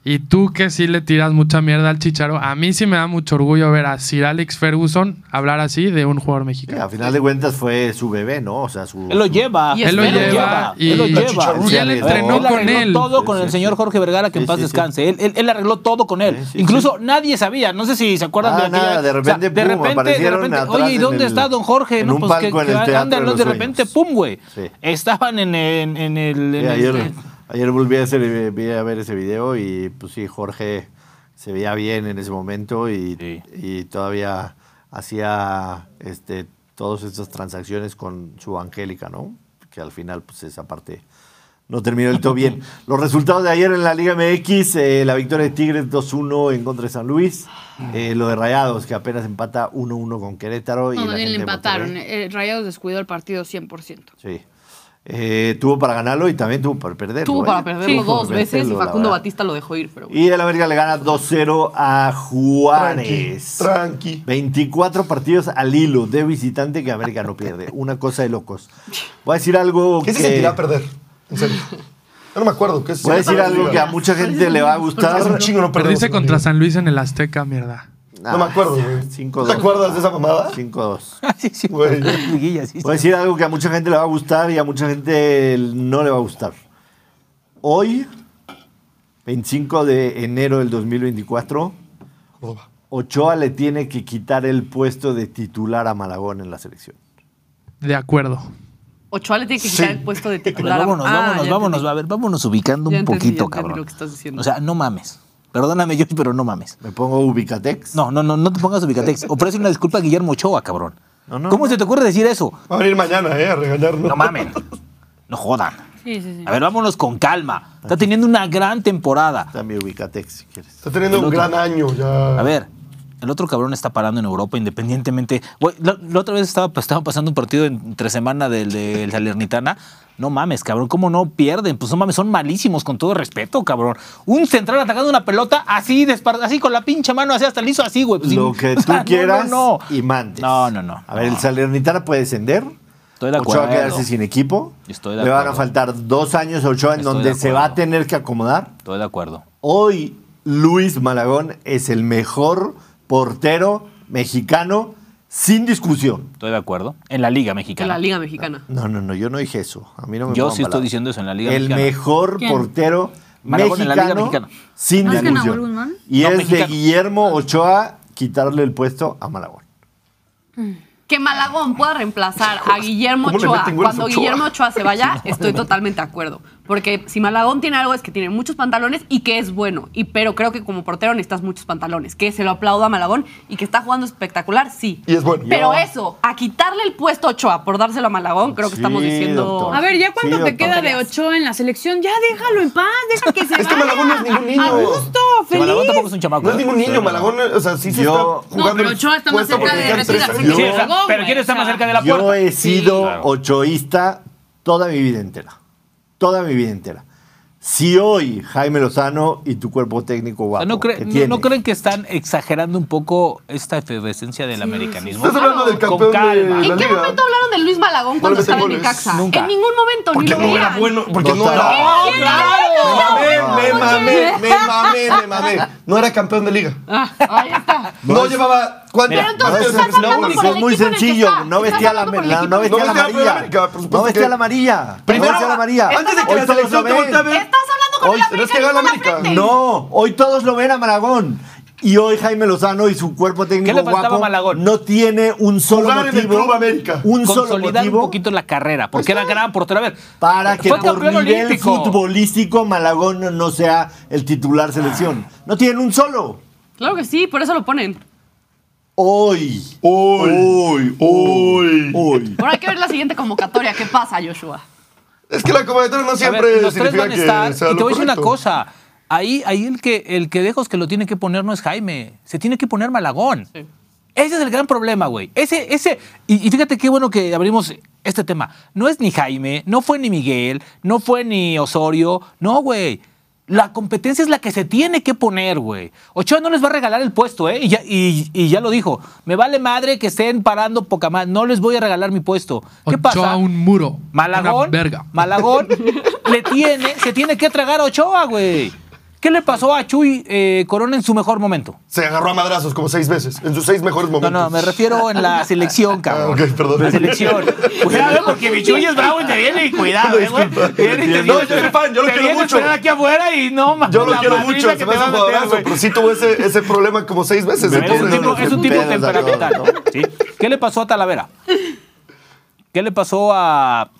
[SPEAKER 6] Y tú que sí le tiras mucha mierda al Chicharo. A mí sí me da mucho orgullo ver a Sir Alex Ferguson hablar así de un jugador
[SPEAKER 1] Sí,
[SPEAKER 6] mexicano.
[SPEAKER 1] a final de cuentas fue su bebé, ¿no? O sea, su.
[SPEAKER 5] él lo lleva.
[SPEAKER 4] Y Él lo
[SPEAKER 6] lleva, y-
[SPEAKER 5] él lo
[SPEAKER 6] La
[SPEAKER 5] lleva.
[SPEAKER 6] chicharrulla
[SPEAKER 5] Él
[SPEAKER 1] le
[SPEAKER 5] arregló-
[SPEAKER 1] entrenó
[SPEAKER 5] él arregló
[SPEAKER 6] con él.
[SPEAKER 5] todo con
[SPEAKER 1] Sí,
[SPEAKER 5] el
[SPEAKER 1] sí,
[SPEAKER 5] señor
[SPEAKER 1] sí.
[SPEAKER 5] Jorge Vergara, que en
[SPEAKER 1] Sí,
[SPEAKER 5] paz
[SPEAKER 1] sí, sí.
[SPEAKER 5] descanse. Él, él- él arregló todo con él.
[SPEAKER 1] Sí, sí,
[SPEAKER 5] Incluso nadie sabía. No sé si se acuerdan
[SPEAKER 1] Ah,
[SPEAKER 5] de aquella-
[SPEAKER 1] nada, de repente,
[SPEAKER 5] de
[SPEAKER 1] pum,
[SPEAKER 5] repente, de
[SPEAKER 1] aparecieron
[SPEAKER 5] repente,
[SPEAKER 1] atrás
[SPEAKER 5] oye, ¿y
[SPEAKER 1] en
[SPEAKER 5] dónde
[SPEAKER 1] el-
[SPEAKER 5] está don Jorge?
[SPEAKER 1] en
[SPEAKER 5] no,
[SPEAKER 1] un
[SPEAKER 5] pues que,
[SPEAKER 1] palco en
[SPEAKER 5] que
[SPEAKER 1] el Teatro
[SPEAKER 5] ándale,
[SPEAKER 1] de
[SPEAKER 5] ¿no?
[SPEAKER 1] los
[SPEAKER 5] de repente,
[SPEAKER 1] Sueños.
[SPEAKER 5] pum, güey.
[SPEAKER 1] Sí.
[SPEAKER 5] Estaban en, en- en el. en
[SPEAKER 1] Sí,
[SPEAKER 5] el-
[SPEAKER 1] ayer, ayer volví a, hacer- eh, vi a ver ese video y pues sí, Jorge se veía bien en ese momento y,
[SPEAKER 5] Sí.
[SPEAKER 1] y todavía hacía este, todas estas transacciones con su Angélica, ¿no? Que al final, pues esa parte no terminó del todo bien. Los resultados de ayer en la Liga MX, eh, la victoria de Tigres 2-1 en contra de San Luis,
[SPEAKER 3] Ah.
[SPEAKER 1] eh, lo de Rayados, que apenas empata 1-1 con Querétaro. y
[SPEAKER 3] No,
[SPEAKER 1] la
[SPEAKER 3] más bien le
[SPEAKER 1] gente de
[SPEAKER 3] empataron.
[SPEAKER 1] Monterrey.
[SPEAKER 3] Eh, Rayados descuidó el partido 100%.
[SPEAKER 1] Sí. Eh, tuvo para ganarlo y también tuvo para perderlo.
[SPEAKER 4] Tuvo
[SPEAKER 1] ¿eh?
[SPEAKER 4] para perderlo
[SPEAKER 1] Tuvo para
[SPEAKER 4] dos veces y
[SPEAKER 1] perderlo, la
[SPEAKER 4] Facundo
[SPEAKER 1] verdad.
[SPEAKER 4] Batista lo dejó ir, pero bueno.
[SPEAKER 1] Y el América le gana 2-0 a
[SPEAKER 2] Tranqui,
[SPEAKER 1] Juárez.
[SPEAKER 2] tranqui.
[SPEAKER 1] 24 partidos al hilo de visitante que América no pierde. Una cosa de locos. Voy a decir algo
[SPEAKER 2] ¿Qué
[SPEAKER 1] que.
[SPEAKER 2] se sentirá perder? En serio. Yo no me acuerdo. ¿qué se
[SPEAKER 1] Eh. Voy a
[SPEAKER 2] sentirá
[SPEAKER 1] decir algo
[SPEAKER 2] perder?
[SPEAKER 1] que a mucha gente le va a gustar.
[SPEAKER 2] Hace un chingo no perdemos
[SPEAKER 6] Perdiste
[SPEAKER 2] en la
[SPEAKER 6] contra
[SPEAKER 2] liga.
[SPEAKER 6] San Luis en el Azteca, mierda.
[SPEAKER 2] No me acuerdo, güey.
[SPEAKER 1] Cinco,
[SPEAKER 2] ¿Te
[SPEAKER 1] dos.
[SPEAKER 2] acuerdas de esa mamada?
[SPEAKER 1] 5-2.
[SPEAKER 5] Ah, sí, sí.
[SPEAKER 2] Güey.
[SPEAKER 5] Liguilla, sí, sí.
[SPEAKER 1] Voy a decir algo que a mucha gente le va a gustar y a mucha gente no le va a gustar. Hoy, 25 de enero del 2024,
[SPEAKER 2] Córdoba.
[SPEAKER 1] Ochoa le tiene que quitar el puesto de titular a Malagón en la selección.
[SPEAKER 6] De acuerdo.
[SPEAKER 4] Ochoa le tiene que quitar
[SPEAKER 2] Sí.
[SPEAKER 4] el puesto de
[SPEAKER 5] Pero
[SPEAKER 4] titular.
[SPEAKER 5] vámonos,
[SPEAKER 4] Ah,
[SPEAKER 5] vámonos,
[SPEAKER 4] ya
[SPEAKER 5] vámonos,
[SPEAKER 4] entendí.
[SPEAKER 5] a ver, vámonos ubicando
[SPEAKER 4] Ya
[SPEAKER 5] un
[SPEAKER 4] entendí, ya
[SPEAKER 5] poquito,
[SPEAKER 4] entendí
[SPEAKER 5] cabrón.
[SPEAKER 4] lo que estás diciendo.
[SPEAKER 5] O sea, no mames. Perdóname, yo, pero no mames.
[SPEAKER 1] ¿Me pongo Ubicatex?
[SPEAKER 5] No, no, no, no te pongas ubicatex. Ofrece una disculpa a Guillermo Ochoa, cabrón.
[SPEAKER 1] No, no,
[SPEAKER 5] ¿Cómo
[SPEAKER 1] no.
[SPEAKER 5] se te ocurre decir eso?
[SPEAKER 2] Va a venir mañana, ¿eh? A regañarnos.
[SPEAKER 5] No mamen. No jodan.
[SPEAKER 3] Sí, sí, sí.
[SPEAKER 5] A ver, vámonos con calma. Está teniendo una gran temporada.
[SPEAKER 1] Está mi Ubicatex, si quieres.
[SPEAKER 2] Está teniendo
[SPEAKER 5] El
[SPEAKER 2] un
[SPEAKER 5] otro.
[SPEAKER 2] gran año ya.
[SPEAKER 5] A ver, el otro cabrón está parando en Europa independientemente. Güey, la, la otra vez estaba, estaba pasando un partido entre semana del de Salernitana. No mames, cabrón, ¿cómo no pierden? Pues no mames, son malísimos con todo respeto, cabrón. Un central atacando una pelota así, despar- así con la pinche mano, así hasta liso, así, güey. Pues,
[SPEAKER 1] Lo
[SPEAKER 5] sí,
[SPEAKER 1] que
[SPEAKER 5] o
[SPEAKER 1] tú
[SPEAKER 5] sea, no,
[SPEAKER 1] quieras
[SPEAKER 5] no, no.
[SPEAKER 1] y mandes.
[SPEAKER 5] No, no, no.
[SPEAKER 1] A ver, el
[SPEAKER 5] No.
[SPEAKER 1] Salernitana puede descender.
[SPEAKER 5] Estoy
[SPEAKER 1] Ochoa va
[SPEAKER 5] de
[SPEAKER 1] a
[SPEAKER 5] acuerdo.
[SPEAKER 1] quedarse sin equipo.
[SPEAKER 5] Estoy de
[SPEAKER 1] Le van a
[SPEAKER 5] acuerdo.
[SPEAKER 1] faltar dos años a Ochoa en
[SPEAKER 5] Estoy de
[SPEAKER 1] donde se va a
[SPEAKER 5] acuerdo.
[SPEAKER 1] tener que acomodar.
[SPEAKER 5] Estoy de acuerdo.
[SPEAKER 1] Hoy Luis Malagón es el mejor portero mexicano sin discusión.
[SPEAKER 5] Estoy de acuerdo. En la Liga
[SPEAKER 4] En
[SPEAKER 5] Mexicana.
[SPEAKER 4] la Liga Mexicana.
[SPEAKER 1] No, no, no, yo no dije eso. A mí no me
[SPEAKER 5] Yo
[SPEAKER 1] pongan
[SPEAKER 5] sí estoy
[SPEAKER 1] palabras.
[SPEAKER 5] diciendo eso en la Liga
[SPEAKER 1] El
[SPEAKER 5] Mexicana.
[SPEAKER 1] mejor
[SPEAKER 3] ¿Quién?
[SPEAKER 1] portero
[SPEAKER 5] Malagón en la Liga
[SPEAKER 1] mexicano
[SPEAKER 5] Mexicana.
[SPEAKER 1] sin
[SPEAKER 3] ¿No es que Nahuel
[SPEAKER 1] discusión.
[SPEAKER 3] Guzmán?
[SPEAKER 1] Y
[SPEAKER 5] No,
[SPEAKER 1] es de
[SPEAKER 5] mexicano.
[SPEAKER 1] Guillermo Ochoa quitarle el puesto a Malagón.
[SPEAKER 4] Que Malagón pueda reemplazar a Guillermo
[SPEAKER 2] ¿Cómo le
[SPEAKER 4] Ochoa
[SPEAKER 2] meten goles a
[SPEAKER 4] cuando
[SPEAKER 2] Ochoa?
[SPEAKER 4] Guillermo Ochoa se vaya, estoy totalmente de acuerdo. Porque si Malagón tiene algo es que tiene muchos pantalones y que es bueno. Y pero creo que como portero necesitas muchos pantalones. Que se lo aplaudo a Malagón y que está jugando espectacular, sí.
[SPEAKER 2] Y es bueno.
[SPEAKER 4] Pero
[SPEAKER 1] Yo-
[SPEAKER 4] eso, a quitarle el puesto a Ochoa por dárselo a Malagón, creo que
[SPEAKER 1] Sí,
[SPEAKER 4] estamos diciendo.
[SPEAKER 1] doctor.
[SPEAKER 3] A ver, ¿ya cuánto
[SPEAKER 1] Sí,
[SPEAKER 3] te queda de
[SPEAKER 4] tonterías.
[SPEAKER 3] Ochoa en la selección? Ya déjalo en paz, deja que se
[SPEAKER 2] Es
[SPEAKER 3] vaya.
[SPEAKER 2] que Malagón no es ningún niño.
[SPEAKER 3] A gusto,
[SPEAKER 5] Que
[SPEAKER 3] feliz.
[SPEAKER 5] Malagón tampoco es un chamaco.
[SPEAKER 2] No es
[SPEAKER 5] ¿eh?
[SPEAKER 2] ningún niño, Malagón, o sea, sí se
[SPEAKER 1] Yo-
[SPEAKER 2] está jugando.
[SPEAKER 4] No, pero
[SPEAKER 2] el
[SPEAKER 4] Ochoa está más
[SPEAKER 2] puesto
[SPEAKER 4] cerca
[SPEAKER 2] porque
[SPEAKER 4] de
[SPEAKER 2] quedan tres
[SPEAKER 4] retirarse
[SPEAKER 2] años.
[SPEAKER 5] Sí,
[SPEAKER 4] que-
[SPEAKER 5] o sea,
[SPEAKER 4] Malagón,
[SPEAKER 5] pero
[SPEAKER 4] güey,
[SPEAKER 5] ¿quién está
[SPEAKER 4] o
[SPEAKER 5] más
[SPEAKER 4] sea.
[SPEAKER 5] cerca de la puerta?
[SPEAKER 1] Yo he sido
[SPEAKER 5] Claro.
[SPEAKER 1] ochoísta toda mi vida entera. Toda mi vida entera. Si hoy Jaime Lozano y tu cuerpo técnico
[SPEAKER 5] O
[SPEAKER 1] guapo
[SPEAKER 5] sea, ¿no, cre-
[SPEAKER 1] que
[SPEAKER 5] no-
[SPEAKER 1] tienes,
[SPEAKER 5] no creen que están exagerando un poco esta efervescencia del americanismo?
[SPEAKER 2] Estás hablando del
[SPEAKER 5] Con
[SPEAKER 2] campeón de
[SPEAKER 5] calma.
[SPEAKER 2] la
[SPEAKER 4] ¿En qué
[SPEAKER 2] liga.
[SPEAKER 4] momento hablaron de Luis Malagón
[SPEAKER 2] No le
[SPEAKER 4] cuando
[SPEAKER 2] meten
[SPEAKER 4] estaba en
[SPEAKER 2] goles.
[SPEAKER 4] Necaxa?
[SPEAKER 5] Nunca.
[SPEAKER 4] En ningún momento, ni
[SPEAKER 2] Porque
[SPEAKER 4] lo
[SPEAKER 2] no era
[SPEAKER 4] veían.
[SPEAKER 2] bueno, porque
[SPEAKER 1] No
[SPEAKER 2] no
[SPEAKER 1] estaba-
[SPEAKER 2] era.
[SPEAKER 4] ¡Sí, claro!
[SPEAKER 2] Me mamé, me mamé, me mamé. No era campeón de liga.
[SPEAKER 4] Ah, ahí está.
[SPEAKER 2] No llevaba. ¿Cuánto?
[SPEAKER 5] Mira,
[SPEAKER 1] A
[SPEAKER 4] Entonces,
[SPEAKER 1] veces
[SPEAKER 4] estás
[SPEAKER 1] lo
[SPEAKER 4] hablando
[SPEAKER 1] único
[SPEAKER 4] por el
[SPEAKER 1] es muy
[SPEAKER 4] equipo en el que
[SPEAKER 1] sencillo,
[SPEAKER 4] está.
[SPEAKER 1] no
[SPEAKER 4] Estás
[SPEAKER 1] vestía la,
[SPEAKER 4] hablando por el
[SPEAKER 1] la-
[SPEAKER 4] equipo.
[SPEAKER 1] no vestía
[SPEAKER 2] No
[SPEAKER 1] la
[SPEAKER 2] vestía la
[SPEAKER 1] amarilla.
[SPEAKER 2] América, por
[SPEAKER 1] no
[SPEAKER 2] supuesto
[SPEAKER 1] vestía
[SPEAKER 2] que-
[SPEAKER 1] la amarilla.
[SPEAKER 2] Primero,
[SPEAKER 1] no vestía la amarilla.
[SPEAKER 2] antes de que la
[SPEAKER 1] Hoy todos lo
[SPEAKER 2] selección
[SPEAKER 1] ven.
[SPEAKER 2] no te ve-
[SPEAKER 4] Estás hablando con
[SPEAKER 2] Hoy,
[SPEAKER 4] el
[SPEAKER 2] pero es que
[SPEAKER 4] americanismo
[SPEAKER 2] gana
[SPEAKER 4] en la
[SPEAKER 2] América.
[SPEAKER 4] frente.
[SPEAKER 1] No, hoy todos lo ven a Malagón. Y hoy Jaime Lozano y su cuerpo técnico
[SPEAKER 5] ¿Qué le faltaba
[SPEAKER 1] guapo
[SPEAKER 5] a Malagón?
[SPEAKER 1] no tiene un solo
[SPEAKER 2] Jugar en el
[SPEAKER 1] motivo.
[SPEAKER 2] Club América.
[SPEAKER 1] Un solo
[SPEAKER 5] Consolidar un
[SPEAKER 1] motivo
[SPEAKER 5] poquito la carrera, porque era gran portero. A ver,
[SPEAKER 1] para que
[SPEAKER 5] fue
[SPEAKER 1] por
[SPEAKER 5] campeón
[SPEAKER 1] nivel
[SPEAKER 5] olímpico.
[SPEAKER 1] futbolístico Malagón no sea el titular selección. No tienen un solo.
[SPEAKER 4] Claro que sí, por eso lo ponen.
[SPEAKER 1] Hoy.
[SPEAKER 2] Hoy, hoy,
[SPEAKER 1] Hoy.
[SPEAKER 4] Ahora hay que ver la siguiente convocatoria. ¿Qué pasa, Joshua?
[SPEAKER 2] Es que la convocatoria no
[SPEAKER 5] A
[SPEAKER 2] siempre
[SPEAKER 5] ver, los tres
[SPEAKER 2] significa
[SPEAKER 5] van a
[SPEAKER 2] que
[SPEAKER 5] estar. Y te
[SPEAKER 2] sea
[SPEAKER 5] voy
[SPEAKER 2] lo
[SPEAKER 5] a decir una
[SPEAKER 2] correcto.
[SPEAKER 5] cosa. Ahí, ahí el que el que dejos que lo tiene que poner no es Jaime. Se tiene que poner Malagón. Ese es el gran problema, güey. Ese, ese. Y, y fíjate qué bueno que abrimos este tema. No es ni Jaime, no fue ni Miguel, no fue ni Osorio. No, güey. La competencia es la que se tiene que poner, güey. Ochoa no les va a regalar el puesto, ¿eh? Y ya, y- y ya lo dijo. Me vale madre que estén parando poca más. No les voy a regalar mi puesto. ¿Qué
[SPEAKER 6] Ochoa
[SPEAKER 5] pasa?
[SPEAKER 6] un muro.
[SPEAKER 5] Malagón,
[SPEAKER 6] Una verga.
[SPEAKER 5] Malagón le tiene, se tiene que tragar a Ochoa, güey. ¿Qué le pasó a Chuy eh, Corona en su mejor momento?
[SPEAKER 2] Se agarró a madrazos como seis veces, en sus seis mejores
[SPEAKER 5] No,
[SPEAKER 2] momentos.
[SPEAKER 5] no, me refiero en la selección, cabrón.
[SPEAKER 2] Ah, ok, perdón.
[SPEAKER 5] La selección. Cuidado, eh, porque mi Chuy es bravo y te viene y cuidado, eh, güey.
[SPEAKER 2] Disculpa.
[SPEAKER 5] Viene y te
[SPEAKER 2] No,
[SPEAKER 5] viene-
[SPEAKER 2] yo soy fan, yo lo
[SPEAKER 5] te
[SPEAKER 2] quiero
[SPEAKER 5] viene a
[SPEAKER 2] mucho.
[SPEAKER 5] esperar aquí afuera y no, mames,
[SPEAKER 2] Yo lo
[SPEAKER 5] la
[SPEAKER 2] quiero
[SPEAKER 5] madriza
[SPEAKER 2] mucho,
[SPEAKER 5] que
[SPEAKER 2] se
[SPEAKER 5] te
[SPEAKER 2] me hace
[SPEAKER 5] va a
[SPEAKER 2] un
[SPEAKER 5] meter,
[SPEAKER 2] jugadorazo,
[SPEAKER 5] güey.
[SPEAKER 2] pero sí tuvo ese, ese problema como seis veces.
[SPEAKER 1] Pero
[SPEAKER 5] Es
[SPEAKER 2] entonces
[SPEAKER 5] un
[SPEAKER 1] Pobre
[SPEAKER 5] tipo,
[SPEAKER 1] los
[SPEAKER 5] es un tipo
[SPEAKER 1] pedos a todos,
[SPEAKER 5] temperamental.
[SPEAKER 1] ¿no?
[SPEAKER 5] ¿sí? ¿Qué le pasó a Talavera? ¿Qué le pasó a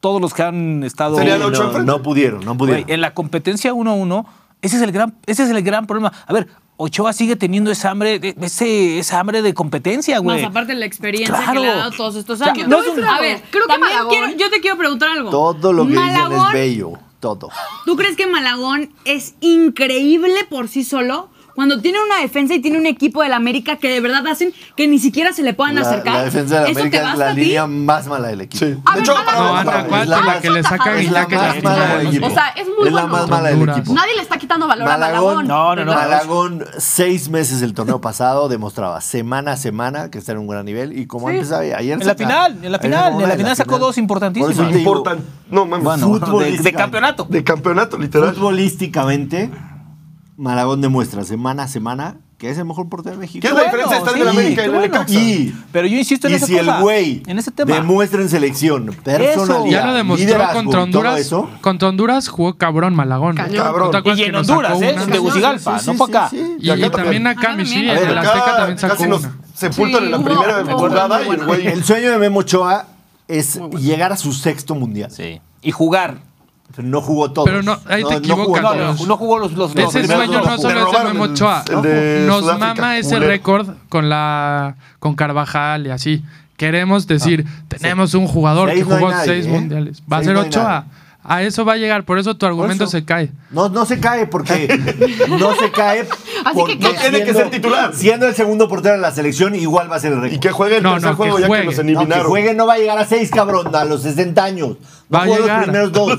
[SPEAKER 5] todos los que han estado
[SPEAKER 2] Serían
[SPEAKER 1] No,
[SPEAKER 2] ocho
[SPEAKER 1] no,
[SPEAKER 2] enfrente.
[SPEAKER 1] no pudieron, no pudieron.
[SPEAKER 5] Güey, en la competencia 1-1, ese es el gran, ese es el gran problema. A ver, Ochoa sigue teniendo esa hambre, de- ese, esa hambre de competencia, güey.
[SPEAKER 3] Más aparte la experiencia
[SPEAKER 5] Claro.
[SPEAKER 3] que le ha dado todos estos
[SPEAKER 5] O sea,
[SPEAKER 3] años.
[SPEAKER 5] no es un-
[SPEAKER 3] A ver,
[SPEAKER 4] Creo que
[SPEAKER 3] también
[SPEAKER 4] Malagón-
[SPEAKER 3] quiero- yo te quiero preguntar algo.
[SPEAKER 1] Todo lo que dicen
[SPEAKER 3] Malagón,
[SPEAKER 1] es bello. Todo.
[SPEAKER 3] ¿Tú crees que Malagón es increíble por sí solo? Cuando tiene una defensa y tiene un equipo del América que de verdad hacen que ni siquiera se le puedan
[SPEAKER 1] La,
[SPEAKER 3] acercar.
[SPEAKER 1] la defensa de la
[SPEAKER 3] ¿Eso te
[SPEAKER 1] América es
[SPEAKER 3] basta
[SPEAKER 1] la
[SPEAKER 3] a ti?
[SPEAKER 1] línea más mala del equipo.
[SPEAKER 2] Sí.
[SPEAKER 4] A
[SPEAKER 2] de
[SPEAKER 4] ver,
[SPEAKER 2] hecho,
[SPEAKER 4] Malagón-
[SPEAKER 2] para
[SPEAKER 6] No,
[SPEAKER 2] los
[SPEAKER 6] Ana,
[SPEAKER 2] padres,
[SPEAKER 1] ¿cuál?
[SPEAKER 2] la-
[SPEAKER 6] acuérdate la
[SPEAKER 1] más
[SPEAKER 6] que le sacan
[SPEAKER 4] atajada.
[SPEAKER 6] y
[SPEAKER 1] Es la
[SPEAKER 6] la que
[SPEAKER 1] más mala del equipo.
[SPEAKER 4] O sea, es muy
[SPEAKER 1] Es la
[SPEAKER 4] bueno.
[SPEAKER 1] más mala del
[SPEAKER 6] Honduras.
[SPEAKER 1] equipo.
[SPEAKER 4] Nadie le está quitando valor a Malagón.
[SPEAKER 5] No, no, no.
[SPEAKER 1] Malagón, seis meses el torneo pasado, demostraba semana a semana que está en un gran nivel. Y como antes sabía, ayer
[SPEAKER 5] En
[SPEAKER 1] saca-
[SPEAKER 5] la final, en la
[SPEAKER 1] ayer
[SPEAKER 5] final,
[SPEAKER 1] sacó una
[SPEAKER 5] en la
[SPEAKER 1] de
[SPEAKER 5] final sacó dos importantísimas.
[SPEAKER 1] Por eso te digo,
[SPEAKER 2] importan. No mames.
[SPEAKER 5] Bueno,
[SPEAKER 1] fútbol
[SPEAKER 5] de,
[SPEAKER 1] es-
[SPEAKER 5] de campeonato.
[SPEAKER 2] De campeonato, literal.
[SPEAKER 1] futbolísticamente, Malagón demuestra semana a semana que es el mejor portero mexicano.
[SPEAKER 2] ¿Qué es la diferencia de estar en el América y en el Necaxa?
[SPEAKER 1] Y,
[SPEAKER 5] Pero yo insisto en
[SPEAKER 1] y
[SPEAKER 5] esa
[SPEAKER 1] si
[SPEAKER 5] cosa,
[SPEAKER 1] el güey
[SPEAKER 5] en ese tema.
[SPEAKER 1] demuestra en selección personalidad,
[SPEAKER 6] Ya lo demostró
[SPEAKER 1] liderazgo,
[SPEAKER 6] contra
[SPEAKER 1] todo
[SPEAKER 6] Honduras.
[SPEAKER 1] eso,
[SPEAKER 6] Contra Honduras jugó cabrón Malagón.
[SPEAKER 4] Cañón.
[SPEAKER 2] Cabrón.
[SPEAKER 6] ¿No te acuerdas
[SPEAKER 5] Y en
[SPEAKER 6] que nos
[SPEAKER 5] Honduras,
[SPEAKER 6] sacó
[SPEAKER 5] ¿eh?
[SPEAKER 6] una?
[SPEAKER 5] En Tegucigalpa,
[SPEAKER 1] Sí, sí,
[SPEAKER 5] no
[SPEAKER 1] sí,
[SPEAKER 5] para acá.
[SPEAKER 1] sí, sí.
[SPEAKER 6] Y, y también acá,
[SPEAKER 3] Ah,
[SPEAKER 6] Michi,
[SPEAKER 3] mira.
[SPEAKER 6] en
[SPEAKER 2] A ver,
[SPEAKER 6] el
[SPEAKER 2] acá
[SPEAKER 6] Azteca también sacó
[SPEAKER 2] casi nos
[SPEAKER 6] una.
[SPEAKER 2] sepultan
[SPEAKER 4] Sí,
[SPEAKER 2] en la
[SPEAKER 4] hubo-
[SPEAKER 2] primera
[SPEAKER 4] hubo
[SPEAKER 2] temporada
[SPEAKER 4] muy
[SPEAKER 2] y el
[SPEAKER 4] buena.
[SPEAKER 2] güey.
[SPEAKER 1] El sueño de Memo Ochoa es llegar a su sexto mundial.
[SPEAKER 5] Sí. Y jugar.
[SPEAKER 1] Pero no jugó todo.
[SPEAKER 6] Pero no, ahí te equivocas,
[SPEAKER 5] No,
[SPEAKER 1] todos.
[SPEAKER 5] no, no jugó los, los, los
[SPEAKER 6] Ese
[SPEAKER 5] primeros dos
[SPEAKER 6] sueño no
[SPEAKER 5] jugó.
[SPEAKER 2] se-
[SPEAKER 6] solo es de
[SPEAKER 2] robaron
[SPEAKER 6] Memo
[SPEAKER 2] el-
[SPEAKER 6] Ochoa.
[SPEAKER 2] el de
[SPEAKER 6] Nos
[SPEAKER 2] Sudáfrica,
[SPEAKER 6] mama ese
[SPEAKER 2] culero.
[SPEAKER 6] récord con la con Carvajal y así. Queremos decir, tenemos un jugador
[SPEAKER 1] Seis
[SPEAKER 6] que
[SPEAKER 1] no hay
[SPEAKER 6] jugó
[SPEAKER 1] nadie,
[SPEAKER 6] seis
[SPEAKER 1] ¿eh?
[SPEAKER 6] mundiales. Va a
[SPEAKER 1] Seis
[SPEAKER 6] ser
[SPEAKER 1] no hay
[SPEAKER 6] Ochoa.
[SPEAKER 1] nadie.
[SPEAKER 6] A eso va a llegar, por eso tu argumento
[SPEAKER 1] eso.
[SPEAKER 6] se cae.
[SPEAKER 1] No, no se cae porque no se cae. porque
[SPEAKER 4] que- No
[SPEAKER 2] tiene que ser titular.
[SPEAKER 1] Siendo el segundo portero de la selección, igual va a ser el récord.
[SPEAKER 2] Y que juegue el
[SPEAKER 6] No,
[SPEAKER 2] tercer
[SPEAKER 6] no,
[SPEAKER 2] juego
[SPEAKER 6] que
[SPEAKER 2] ya que
[SPEAKER 6] juegue.
[SPEAKER 2] nos
[SPEAKER 1] No, que
[SPEAKER 2] eliminaron.
[SPEAKER 1] juegue no va a llegar a seis, cabrón, a los 60 años. No
[SPEAKER 6] Va a
[SPEAKER 1] jugó los
[SPEAKER 6] llegar.
[SPEAKER 1] primeros dos.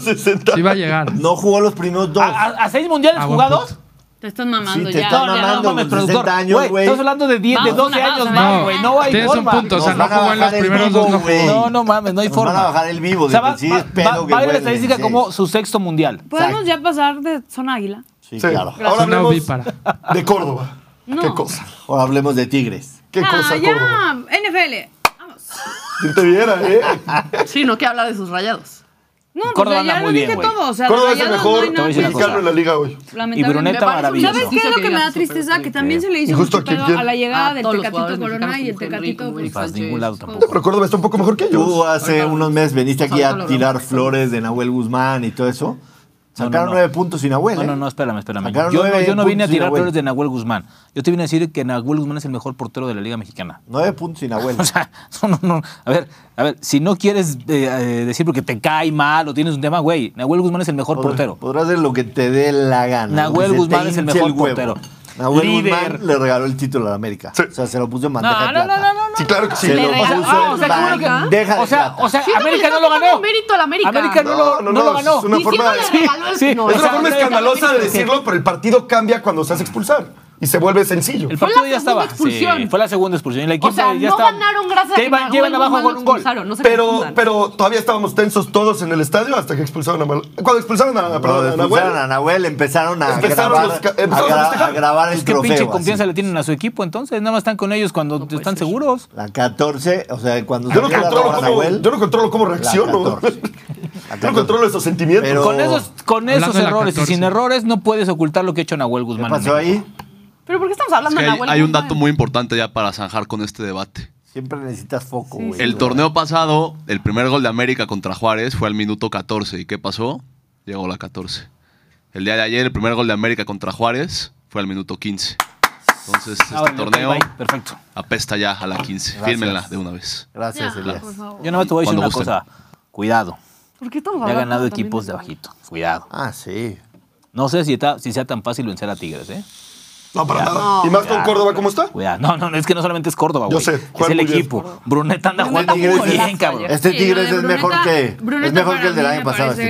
[SPEAKER 6] Sí va a llegar.
[SPEAKER 1] No jugó los primeros dos.
[SPEAKER 5] ¿A, a- a seis mundiales
[SPEAKER 6] Ah, buen
[SPEAKER 5] jugados?
[SPEAKER 3] Te estás
[SPEAKER 1] Sí,
[SPEAKER 3] pues, mamando
[SPEAKER 1] te
[SPEAKER 3] ya.
[SPEAKER 1] estás
[SPEAKER 3] ya no,
[SPEAKER 1] mamando,
[SPEAKER 3] mames.
[SPEAKER 5] mames,
[SPEAKER 1] los 60 años,
[SPEAKER 5] Güey,
[SPEAKER 1] güey.
[SPEAKER 5] estamos hablando de 10, de
[SPEAKER 3] Vamos,
[SPEAKER 5] 12
[SPEAKER 3] una,
[SPEAKER 5] años
[SPEAKER 3] vamos,
[SPEAKER 5] más,
[SPEAKER 3] una.
[SPEAKER 5] güey. No hay
[SPEAKER 6] ¿eh? Tienes un
[SPEAKER 5] forma.
[SPEAKER 6] punto, o sea,
[SPEAKER 1] Nos
[SPEAKER 6] no
[SPEAKER 1] van a
[SPEAKER 6] jugó en los
[SPEAKER 1] bajar el
[SPEAKER 6] primeros dos,
[SPEAKER 1] vivo,
[SPEAKER 6] no
[SPEAKER 1] güey.
[SPEAKER 6] jugó.
[SPEAKER 5] No, no mames, no hay
[SPEAKER 1] Nos
[SPEAKER 5] forma.
[SPEAKER 1] van a bajar el vivo,
[SPEAKER 5] O sea,
[SPEAKER 1] de
[SPEAKER 5] va,
[SPEAKER 1] que sí
[SPEAKER 5] va-
[SPEAKER 1] es pedo
[SPEAKER 5] va-
[SPEAKER 1] que
[SPEAKER 5] va a haber la
[SPEAKER 1] vuelven,
[SPEAKER 5] estadística
[SPEAKER 1] sí.
[SPEAKER 5] como su sexto mundial.
[SPEAKER 3] ¿Podemos ya pasar de zona águila?
[SPEAKER 1] Sí,
[SPEAKER 2] Sí.
[SPEAKER 1] claro.
[SPEAKER 2] Ahora
[SPEAKER 6] Una
[SPEAKER 2] hablemos
[SPEAKER 6] ovípara.
[SPEAKER 2] de Córdoba.
[SPEAKER 3] No.
[SPEAKER 2] Qué cosa.
[SPEAKER 1] Ahora hablemos de Tigres.
[SPEAKER 2] Qué
[SPEAKER 3] ah,
[SPEAKER 2] cosa,
[SPEAKER 3] ya.
[SPEAKER 2] Córdoba.
[SPEAKER 3] NFL. Vamos.
[SPEAKER 2] ¿Quién te viera, eh?
[SPEAKER 4] Sí, no que habla de sus rayados.
[SPEAKER 3] No, pues
[SPEAKER 5] Córdoba
[SPEAKER 3] ya
[SPEAKER 5] anda
[SPEAKER 3] lo
[SPEAKER 5] muy bien,
[SPEAKER 3] dije
[SPEAKER 5] güey.
[SPEAKER 3] todo. O sea, de
[SPEAKER 2] Córdoba es el
[SPEAKER 3] rayados
[SPEAKER 2] mejor
[SPEAKER 3] no
[SPEAKER 5] voy a
[SPEAKER 3] hay
[SPEAKER 5] decir una
[SPEAKER 3] nada.
[SPEAKER 2] mexicano en la liga hoy.
[SPEAKER 5] Y
[SPEAKER 3] Lamentablemente.
[SPEAKER 5] Bruneta
[SPEAKER 4] Me parece un-
[SPEAKER 5] maravilloso.
[SPEAKER 3] ¿Sabes qué es lo que me da tristeza? Que también se le hizo
[SPEAKER 2] Y
[SPEAKER 3] mucho
[SPEAKER 2] justo a quien
[SPEAKER 3] pedo
[SPEAKER 2] tiene-
[SPEAKER 3] a la llegada
[SPEAKER 4] A
[SPEAKER 3] del
[SPEAKER 4] todos los
[SPEAKER 3] Tecatito
[SPEAKER 4] jugadores
[SPEAKER 3] Corona
[SPEAKER 4] mexicanos
[SPEAKER 3] y el
[SPEAKER 4] como Henry,
[SPEAKER 3] Tecatito
[SPEAKER 4] como
[SPEAKER 3] pues,
[SPEAKER 5] Y
[SPEAKER 4] Eric
[SPEAKER 5] Faz
[SPEAKER 4] Sánchez.
[SPEAKER 5] ningún lado tampoco.
[SPEAKER 2] Pero Córdoba está un poco mejor que ellos.
[SPEAKER 1] Tú hace
[SPEAKER 4] Ahorita-
[SPEAKER 1] unos meses veniste aquí
[SPEAKER 4] ahorita
[SPEAKER 1] a
[SPEAKER 4] lo
[SPEAKER 1] tirar
[SPEAKER 4] hablamos.
[SPEAKER 1] flores de Nahuel Guzmán y todo eso. Sacaron
[SPEAKER 5] no.
[SPEAKER 1] nueve puntos sin Nahuel.
[SPEAKER 5] No,
[SPEAKER 1] ¿eh?
[SPEAKER 5] no, no, espérame, espérame.
[SPEAKER 1] Sacaron
[SPEAKER 5] Yo no,
[SPEAKER 1] nueve
[SPEAKER 5] yo no vine a
[SPEAKER 1] puntos
[SPEAKER 5] tirar
[SPEAKER 1] Nahuel.
[SPEAKER 5] flores de Nahuel Guzmán. Yo te vine a decir que Nahuel Guzmán es el mejor portero de la Liga Mexicana.
[SPEAKER 1] Nueve puntos sin Nahuel.
[SPEAKER 5] O sea, no, no, no. A ver, a ver, si no quieres eh, eh, decir porque te cae mal o tienes un tema, güey, Nahuel Guzmán es el mejor portero.
[SPEAKER 1] Podrás hacer lo que te dé la gana. lo que
[SPEAKER 5] Nahuel
[SPEAKER 1] se te
[SPEAKER 5] Guzmán es el
[SPEAKER 1] hinche
[SPEAKER 5] mejor
[SPEAKER 1] huevo.
[SPEAKER 5] portero.
[SPEAKER 1] Nahuel
[SPEAKER 5] Líder.
[SPEAKER 1] Guzmán le regaló el título a la América.
[SPEAKER 2] Sí.
[SPEAKER 1] O sea, se lo puso en
[SPEAKER 5] No,
[SPEAKER 1] bandeja de
[SPEAKER 5] no, no,
[SPEAKER 1] plata.
[SPEAKER 5] no, no, no.
[SPEAKER 2] Sí, claro que sí.
[SPEAKER 1] Se lo
[SPEAKER 5] O
[SPEAKER 1] puso
[SPEAKER 5] sea, ah, o
[SPEAKER 1] en
[SPEAKER 5] sea, ¿cómo que-
[SPEAKER 1] bandeja de
[SPEAKER 5] o sea,
[SPEAKER 1] plata.
[SPEAKER 5] o sea,
[SPEAKER 4] Sí, no le
[SPEAKER 5] América no
[SPEAKER 4] estás
[SPEAKER 5] lo
[SPEAKER 4] sacando
[SPEAKER 5] ganó.
[SPEAKER 4] mérito a la América.
[SPEAKER 5] América no, lo- no lo ganó.
[SPEAKER 2] Es una
[SPEAKER 4] Ni
[SPEAKER 2] forma,
[SPEAKER 4] siquiera le regaló el-
[SPEAKER 5] Sí,
[SPEAKER 4] no,
[SPEAKER 5] o
[SPEAKER 2] es una
[SPEAKER 5] sea,
[SPEAKER 2] forma
[SPEAKER 5] no le-
[SPEAKER 2] escandalosa de decirlo, pero el partido cambia cuando se hace expulsar. Y se vuelve sencillo.
[SPEAKER 5] El
[SPEAKER 4] Fue la
[SPEAKER 5] partido ya
[SPEAKER 4] segunda
[SPEAKER 5] estaba.
[SPEAKER 4] expulsión.
[SPEAKER 5] Sí, fue la segunda expulsión. Y la
[SPEAKER 4] O
[SPEAKER 5] quinta
[SPEAKER 4] sea,
[SPEAKER 5] ya
[SPEAKER 4] no
[SPEAKER 5] estaba-
[SPEAKER 4] ganaron gracias
[SPEAKER 5] Ya
[SPEAKER 4] a que
[SPEAKER 5] iban-
[SPEAKER 4] Nahuel
[SPEAKER 5] llevan abajo
[SPEAKER 4] Guzmán
[SPEAKER 5] con
[SPEAKER 4] lo
[SPEAKER 5] un gol.
[SPEAKER 4] expulsaron, No se
[SPEAKER 2] Pero,
[SPEAKER 4] confundan.
[SPEAKER 2] pero todavía estábamos tensos todos en el estadio hasta que expulsaron a Mal- Cuando expulsaron a,
[SPEAKER 1] Cuando
[SPEAKER 2] perdón, a Nahuel.
[SPEAKER 1] expulsaron a Nahuel, empezaron a
[SPEAKER 2] Empezaron
[SPEAKER 1] grabar,
[SPEAKER 2] los ca-
[SPEAKER 1] a,
[SPEAKER 2] empezaron a
[SPEAKER 1] gra-
[SPEAKER 2] festejar.
[SPEAKER 1] a grabar el
[SPEAKER 5] Pues ¿Qué
[SPEAKER 1] trofeo.
[SPEAKER 5] pinche
[SPEAKER 1] así.
[SPEAKER 5] confianza le tienen a su equipo entonces? Nada más están con ellos cuando
[SPEAKER 4] puede
[SPEAKER 5] están
[SPEAKER 4] ser.
[SPEAKER 5] seguros.
[SPEAKER 1] La 14, o sea, cuando
[SPEAKER 2] Yo no,
[SPEAKER 1] salió la
[SPEAKER 2] controlo
[SPEAKER 1] roja
[SPEAKER 2] cómo,
[SPEAKER 1] Nahuel,
[SPEAKER 2] yo no controlo cómo
[SPEAKER 1] la
[SPEAKER 2] reacciono.
[SPEAKER 1] 14. La
[SPEAKER 2] Yo no
[SPEAKER 1] 14.
[SPEAKER 2] controlo esos sentimientos.
[SPEAKER 1] Pero-
[SPEAKER 5] Con esos, con
[SPEAKER 6] Hablando
[SPEAKER 5] esos
[SPEAKER 6] de la
[SPEAKER 5] errores y
[SPEAKER 6] 14.
[SPEAKER 5] sin errores no puedes ocultar lo que ha hecho Nahuel
[SPEAKER 1] ¿Qué
[SPEAKER 5] Guzmán.
[SPEAKER 1] pasó
[SPEAKER 5] en
[SPEAKER 1] ahí?
[SPEAKER 4] ¿Pero por qué estamos hablando
[SPEAKER 7] que
[SPEAKER 4] de
[SPEAKER 7] hay,
[SPEAKER 4] Nahuel
[SPEAKER 7] hay un
[SPEAKER 4] Guzmán?
[SPEAKER 7] dato muy importante ya para zanjar con este debate.
[SPEAKER 1] Siempre necesitas foco, güey.
[SPEAKER 7] El torneo pasado, el primer gol de América contra Juárez fue al minuto 14. ¿Y qué pasó? Llegó la 14. El día de ayer, el primer gol de América contra Juárez fue al minuto 15. Entonces, este
[SPEAKER 5] Ah, bueno,
[SPEAKER 7] torneo
[SPEAKER 5] ok, bye. Perfecto.
[SPEAKER 7] apesta ya a la 15.
[SPEAKER 1] Gracias.
[SPEAKER 7] Fírmenla de una vez.
[SPEAKER 1] Gracias,
[SPEAKER 3] Ya,
[SPEAKER 1] Elías.
[SPEAKER 3] por favor.
[SPEAKER 5] Yo nada más te voy a decir
[SPEAKER 7] Cuando
[SPEAKER 5] una
[SPEAKER 7] gusten.
[SPEAKER 5] cosa. Cuidado.
[SPEAKER 4] ¿Por qué estamos
[SPEAKER 5] Ya ha
[SPEAKER 4] hablando
[SPEAKER 5] ganado
[SPEAKER 4] también
[SPEAKER 5] equipos de
[SPEAKER 4] Nahuel?
[SPEAKER 5] bajito. Cuidado.
[SPEAKER 1] Ah, sí.
[SPEAKER 5] No sé si, está- si sea tan fácil vencer a Tigres, ¿eh?
[SPEAKER 2] no, para nada. y más con Córdoba, ¿cómo está?
[SPEAKER 3] Pues,
[SPEAKER 5] Cuidado. No, no, no, es que no solamente es Córdoba,
[SPEAKER 2] Yo
[SPEAKER 5] güey.
[SPEAKER 2] sé,
[SPEAKER 5] Es
[SPEAKER 2] juegan
[SPEAKER 5] el
[SPEAKER 2] muy bien.
[SPEAKER 5] equipo. Bruneta anda jugando muy
[SPEAKER 1] Tigres es-
[SPEAKER 5] bien, cabrón.
[SPEAKER 1] Este
[SPEAKER 3] Sí,
[SPEAKER 1] Tigres
[SPEAKER 3] lo de
[SPEAKER 1] es mejor
[SPEAKER 3] Bruneta-
[SPEAKER 1] que- es
[SPEAKER 3] Bruneta
[SPEAKER 1] mejor
[SPEAKER 3] para
[SPEAKER 1] que el del
[SPEAKER 3] mí
[SPEAKER 1] año
[SPEAKER 3] me
[SPEAKER 1] pasado, este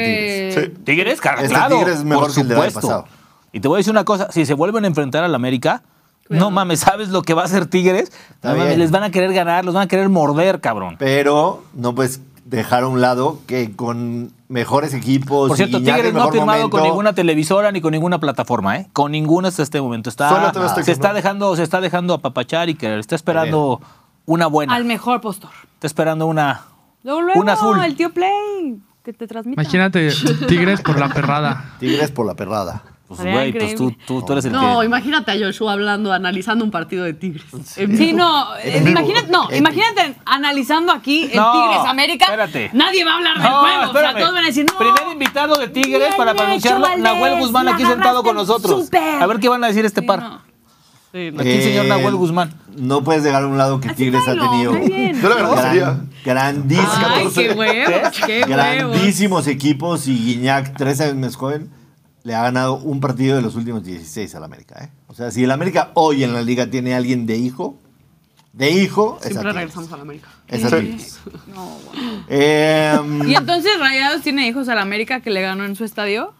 [SPEAKER 3] parece-
[SPEAKER 2] Sí.
[SPEAKER 5] Tigres, car-
[SPEAKER 1] Este
[SPEAKER 5] claro.
[SPEAKER 1] Tigres es mejor
[SPEAKER 5] por
[SPEAKER 1] que el del año
[SPEAKER 5] supuesto.
[SPEAKER 1] pasado.
[SPEAKER 5] Y te voy a decir una cosa, si se vuelven a enfrentar a la América, no mames, ¿sabes lo que va a hacer Tigres?
[SPEAKER 1] Está
[SPEAKER 5] No mames,
[SPEAKER 1] bien.
[SPEAKER 5] les van a querer ganar, los van a querer morder, cabrón.
[SPEAKER 1] Pero no puedes dejar a un lado que con mejores equipos.
[SPEAKER 5] Por cierto,
[SPEAKER 1] y Iñaki
[SPEAKER 5] Tigres
[SPEAKER 1] en
[SPEAKER 5] no ha
[SPEAKER 1] mejor
[SPEAKER 5] firmado con
[SPEAKER 1] momento,
[SPEAKER 5] ninguna televisora ni con ninguna plataforma, ¿eh? Con ninguna hasta este momento.
[SPEAKER 2] Solo
[SPEAKER 5] Está,
[SPEAKER 2] TV Azteca,
[SPEAKER 5] se, está
[SPEAKER 2] ¿no?
[SPEAKER 5] dejando, se está dejando apapachar y que está esperando una buena.
[SPEAKER 3] Al mejor postor.
[SPEAKER 5] Está esperando una,
[SPEAKER 3] Luego, luego,
[SPEAKER 5] una azul.
[SPEAKER 3] el tío Play que te transmite.
[SPEAKER 6] Imagínate Tigres por la perrada.
[SPEAKER 1] Tigres por la perrada.
[SPEAKER 5] Pues,
[SPEAKER 3] Sería
[SPEAKER 5] güey, pues tú,
[SPEAKER 3] increíble.
[SPEAKER 5] tú, tú eres el
[SPEAKER 4] No,
[SPEAKER 5] que...
[SPEAKER 4] imagínate a Joshua hablando, analizando un partido de Tigres.
[SPEAKER 3] Sí, no, eh,
[SPEAKER 2] vivo.
[SPEAKER 3] imagínate, no,
[SPEAKER 1] En
[SPEAKER 3] imagínate analizando aquí el
[SPEAKER 5] No,
[SPEAKER 3] Tigres América.
[SPEAKER 5] espérate.
[SPEAKER 3] Nadie va a hablar del juego. O sea, todos van a decir, no.
[SPEAKER 5] Primer invitado de Tigres
[SPEAKER 3] bien
[SPEAKER 5] para
[SPEAKER 3] hecho,
[SPEAKER 5] pronunciarlo,
[SPEAKER 3] Valdés,
[SPEAKER 5] Nahuel Guzmán
[SPEAKER 3] la
[SPEAKER 5] aquí sentado con
[SPEAKER 3] agarraste
[SPEAKER 5] nosotros.
[SPEAKER 3] súper.
[SPEAKER 5] A ver qué van a decir este par.
[SPEAKER 3] no.
[SPEAKER 5] Aquí el señor Nahuel Guzmán.
[SPEAKER 1] Eh, No puedes dejar a un lado que Tigres ha
[SPEAKER 3] tráelo,
[SPEAKER 1] tenido
[SPEAKER 3] muy bien.
[SPEAKER 2] Yo la verdad sería.
[SPEAKER 1] gran- grandísimos,
[SPEAKER 3] Ay, qué huevos, qué huevos.
[SPEAKER 1] grandísimos equipos y Guiñac, tres años más joven, le ha ganado un partido de los últimos 16 al América. ¿eh? O sea, si el América hoy en la liga tiene a alguien de hijo, de hijo, es a
[SPEAKER 4] Siempre
[SPEAKER 1] Tigres.
[SPEAKER 4] regresamos a la América.
[SPEAKER 1] Es a
[SPEAKER 2] Sí.
[SPEAKER 1] Tigres. Em,
[SPEAKER 3] Y entonces Rayados tiene hijos al América que le ganó en su estadio.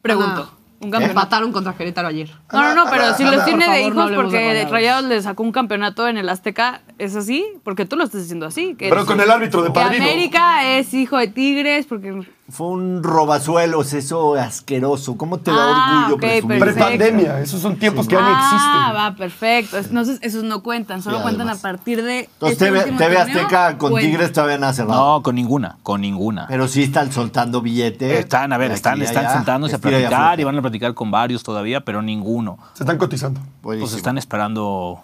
[SPEAKER 3] Pregunto.
[SPEAKER 4] Ajá.
[SPEAKER 3] Un campeonato.
[SPEAKER 4] Empataron contra Querétaro ayer.
[SPEAKER 3] No, no, no, pero si los tiene
[SPEAKER 4] Ah. ¿Eh?
[SPEAKER 3] de
[SPEAKER 4] Por favor, no
[SPEAKER 3] hijos
[SPEAKER 4] hablemos
[SPEAKER 3] porque
[SPEAKER 4] de Rayados.
[SPEAKER 3] Rayados le sacó un campeonato en el Azteca es así, porque tú lo estás diciendo así. que
[SPEAKER 2] Pero
[SPEAKER 3] eres-
[SPEAKER 2] con el árbitro de
[SPEAKER 3] que
[SPEAKER 2] padrino.
[SPEAKER 3] América es hijo de Tigres, porque.
[SPEAKER 1] Fue un robazuelos, eso asqueroso. ¿Cómo te da
[SPEAKER 3] Ah,
[SPEAKER 1] orgullo
[SPEAKER 3] ok,
[SPEAKER 1] presumir?
[SPEAKER 3] perfecto.
[SPEAKER 2] Prepandemia, esos son tiempos que ya no
[SPEAKER 3] ah,
[SPEAKER 2] existen.
[SPEAKER 3] va, perfecto. Es- No, sé, esos no cuentan, solo
[SPEAKER 1] Sí,
[SPEAKER 3] cuentan a
[SPEAKER 1] además.
[SPEAKER 3] partir de.
[SPEAKER 1] Entonces
[SPEAKER 3] este
[SPEAKER 1] TV,
[SPEAKER 3] último
[SPEAKER 1] TV
[SPEAKER 3] torneo,
[SPEAKER 1] Azteca con
[SPEAKER 3] cuentan.
[SPEAKER 1] Tigres todavía no ha cerrado.
[SPEAKER 5] No, con ninguna, con ninguna.
[SPEAKER 1] Pero eh, sí están soltando billetes.
[SPEAKER 5] Están, a ver, están, están sentándose a platicar y van a platicar con varios todavía, pero ninguno.
[SPEAKER 2] Se están cotizando.
[SPEAKER 5] Pues están esperando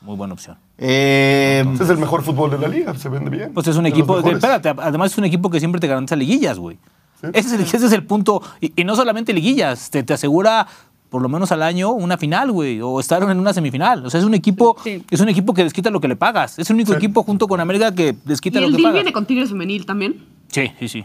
[SPEAKER 5] muy buena opción.
[SPEAKER 1] Em,
[SPEAKER 2] Ese es el mejor fútbol de la liga, se vende bien.
[SPEAKER 5] Pues es un
[SPEAKER 2] De los
[SPEAKER 5] equipo,
[SPEAKER 2] mejores.
[SPEAKER 5] espérate, además es un equipo que siempre te garantiza liguillas, güey. Ese, es el, ese es el punto, y, y no solamente liguillas, te, te asegura por lo menos al año una final, güey, o estar en una semifinal. O sea, es un equipo,
[SPEAKER 3] Sí.
[SPEAKER 5] es un equipo que desquita lo que le pagas. Es el único equipo junto con América que
[SPEAKER 4] Y
[SPEAKER 5] desquita
[SPEAKER 4] el
[SPEAKER 5] lo que
[SPEAKER 4] deal
[SPEAKER 5] pagas.
[SPEAKER 4] viene con Tigres Femenil también.
[SPEAKER 5] Sí, sí, sí.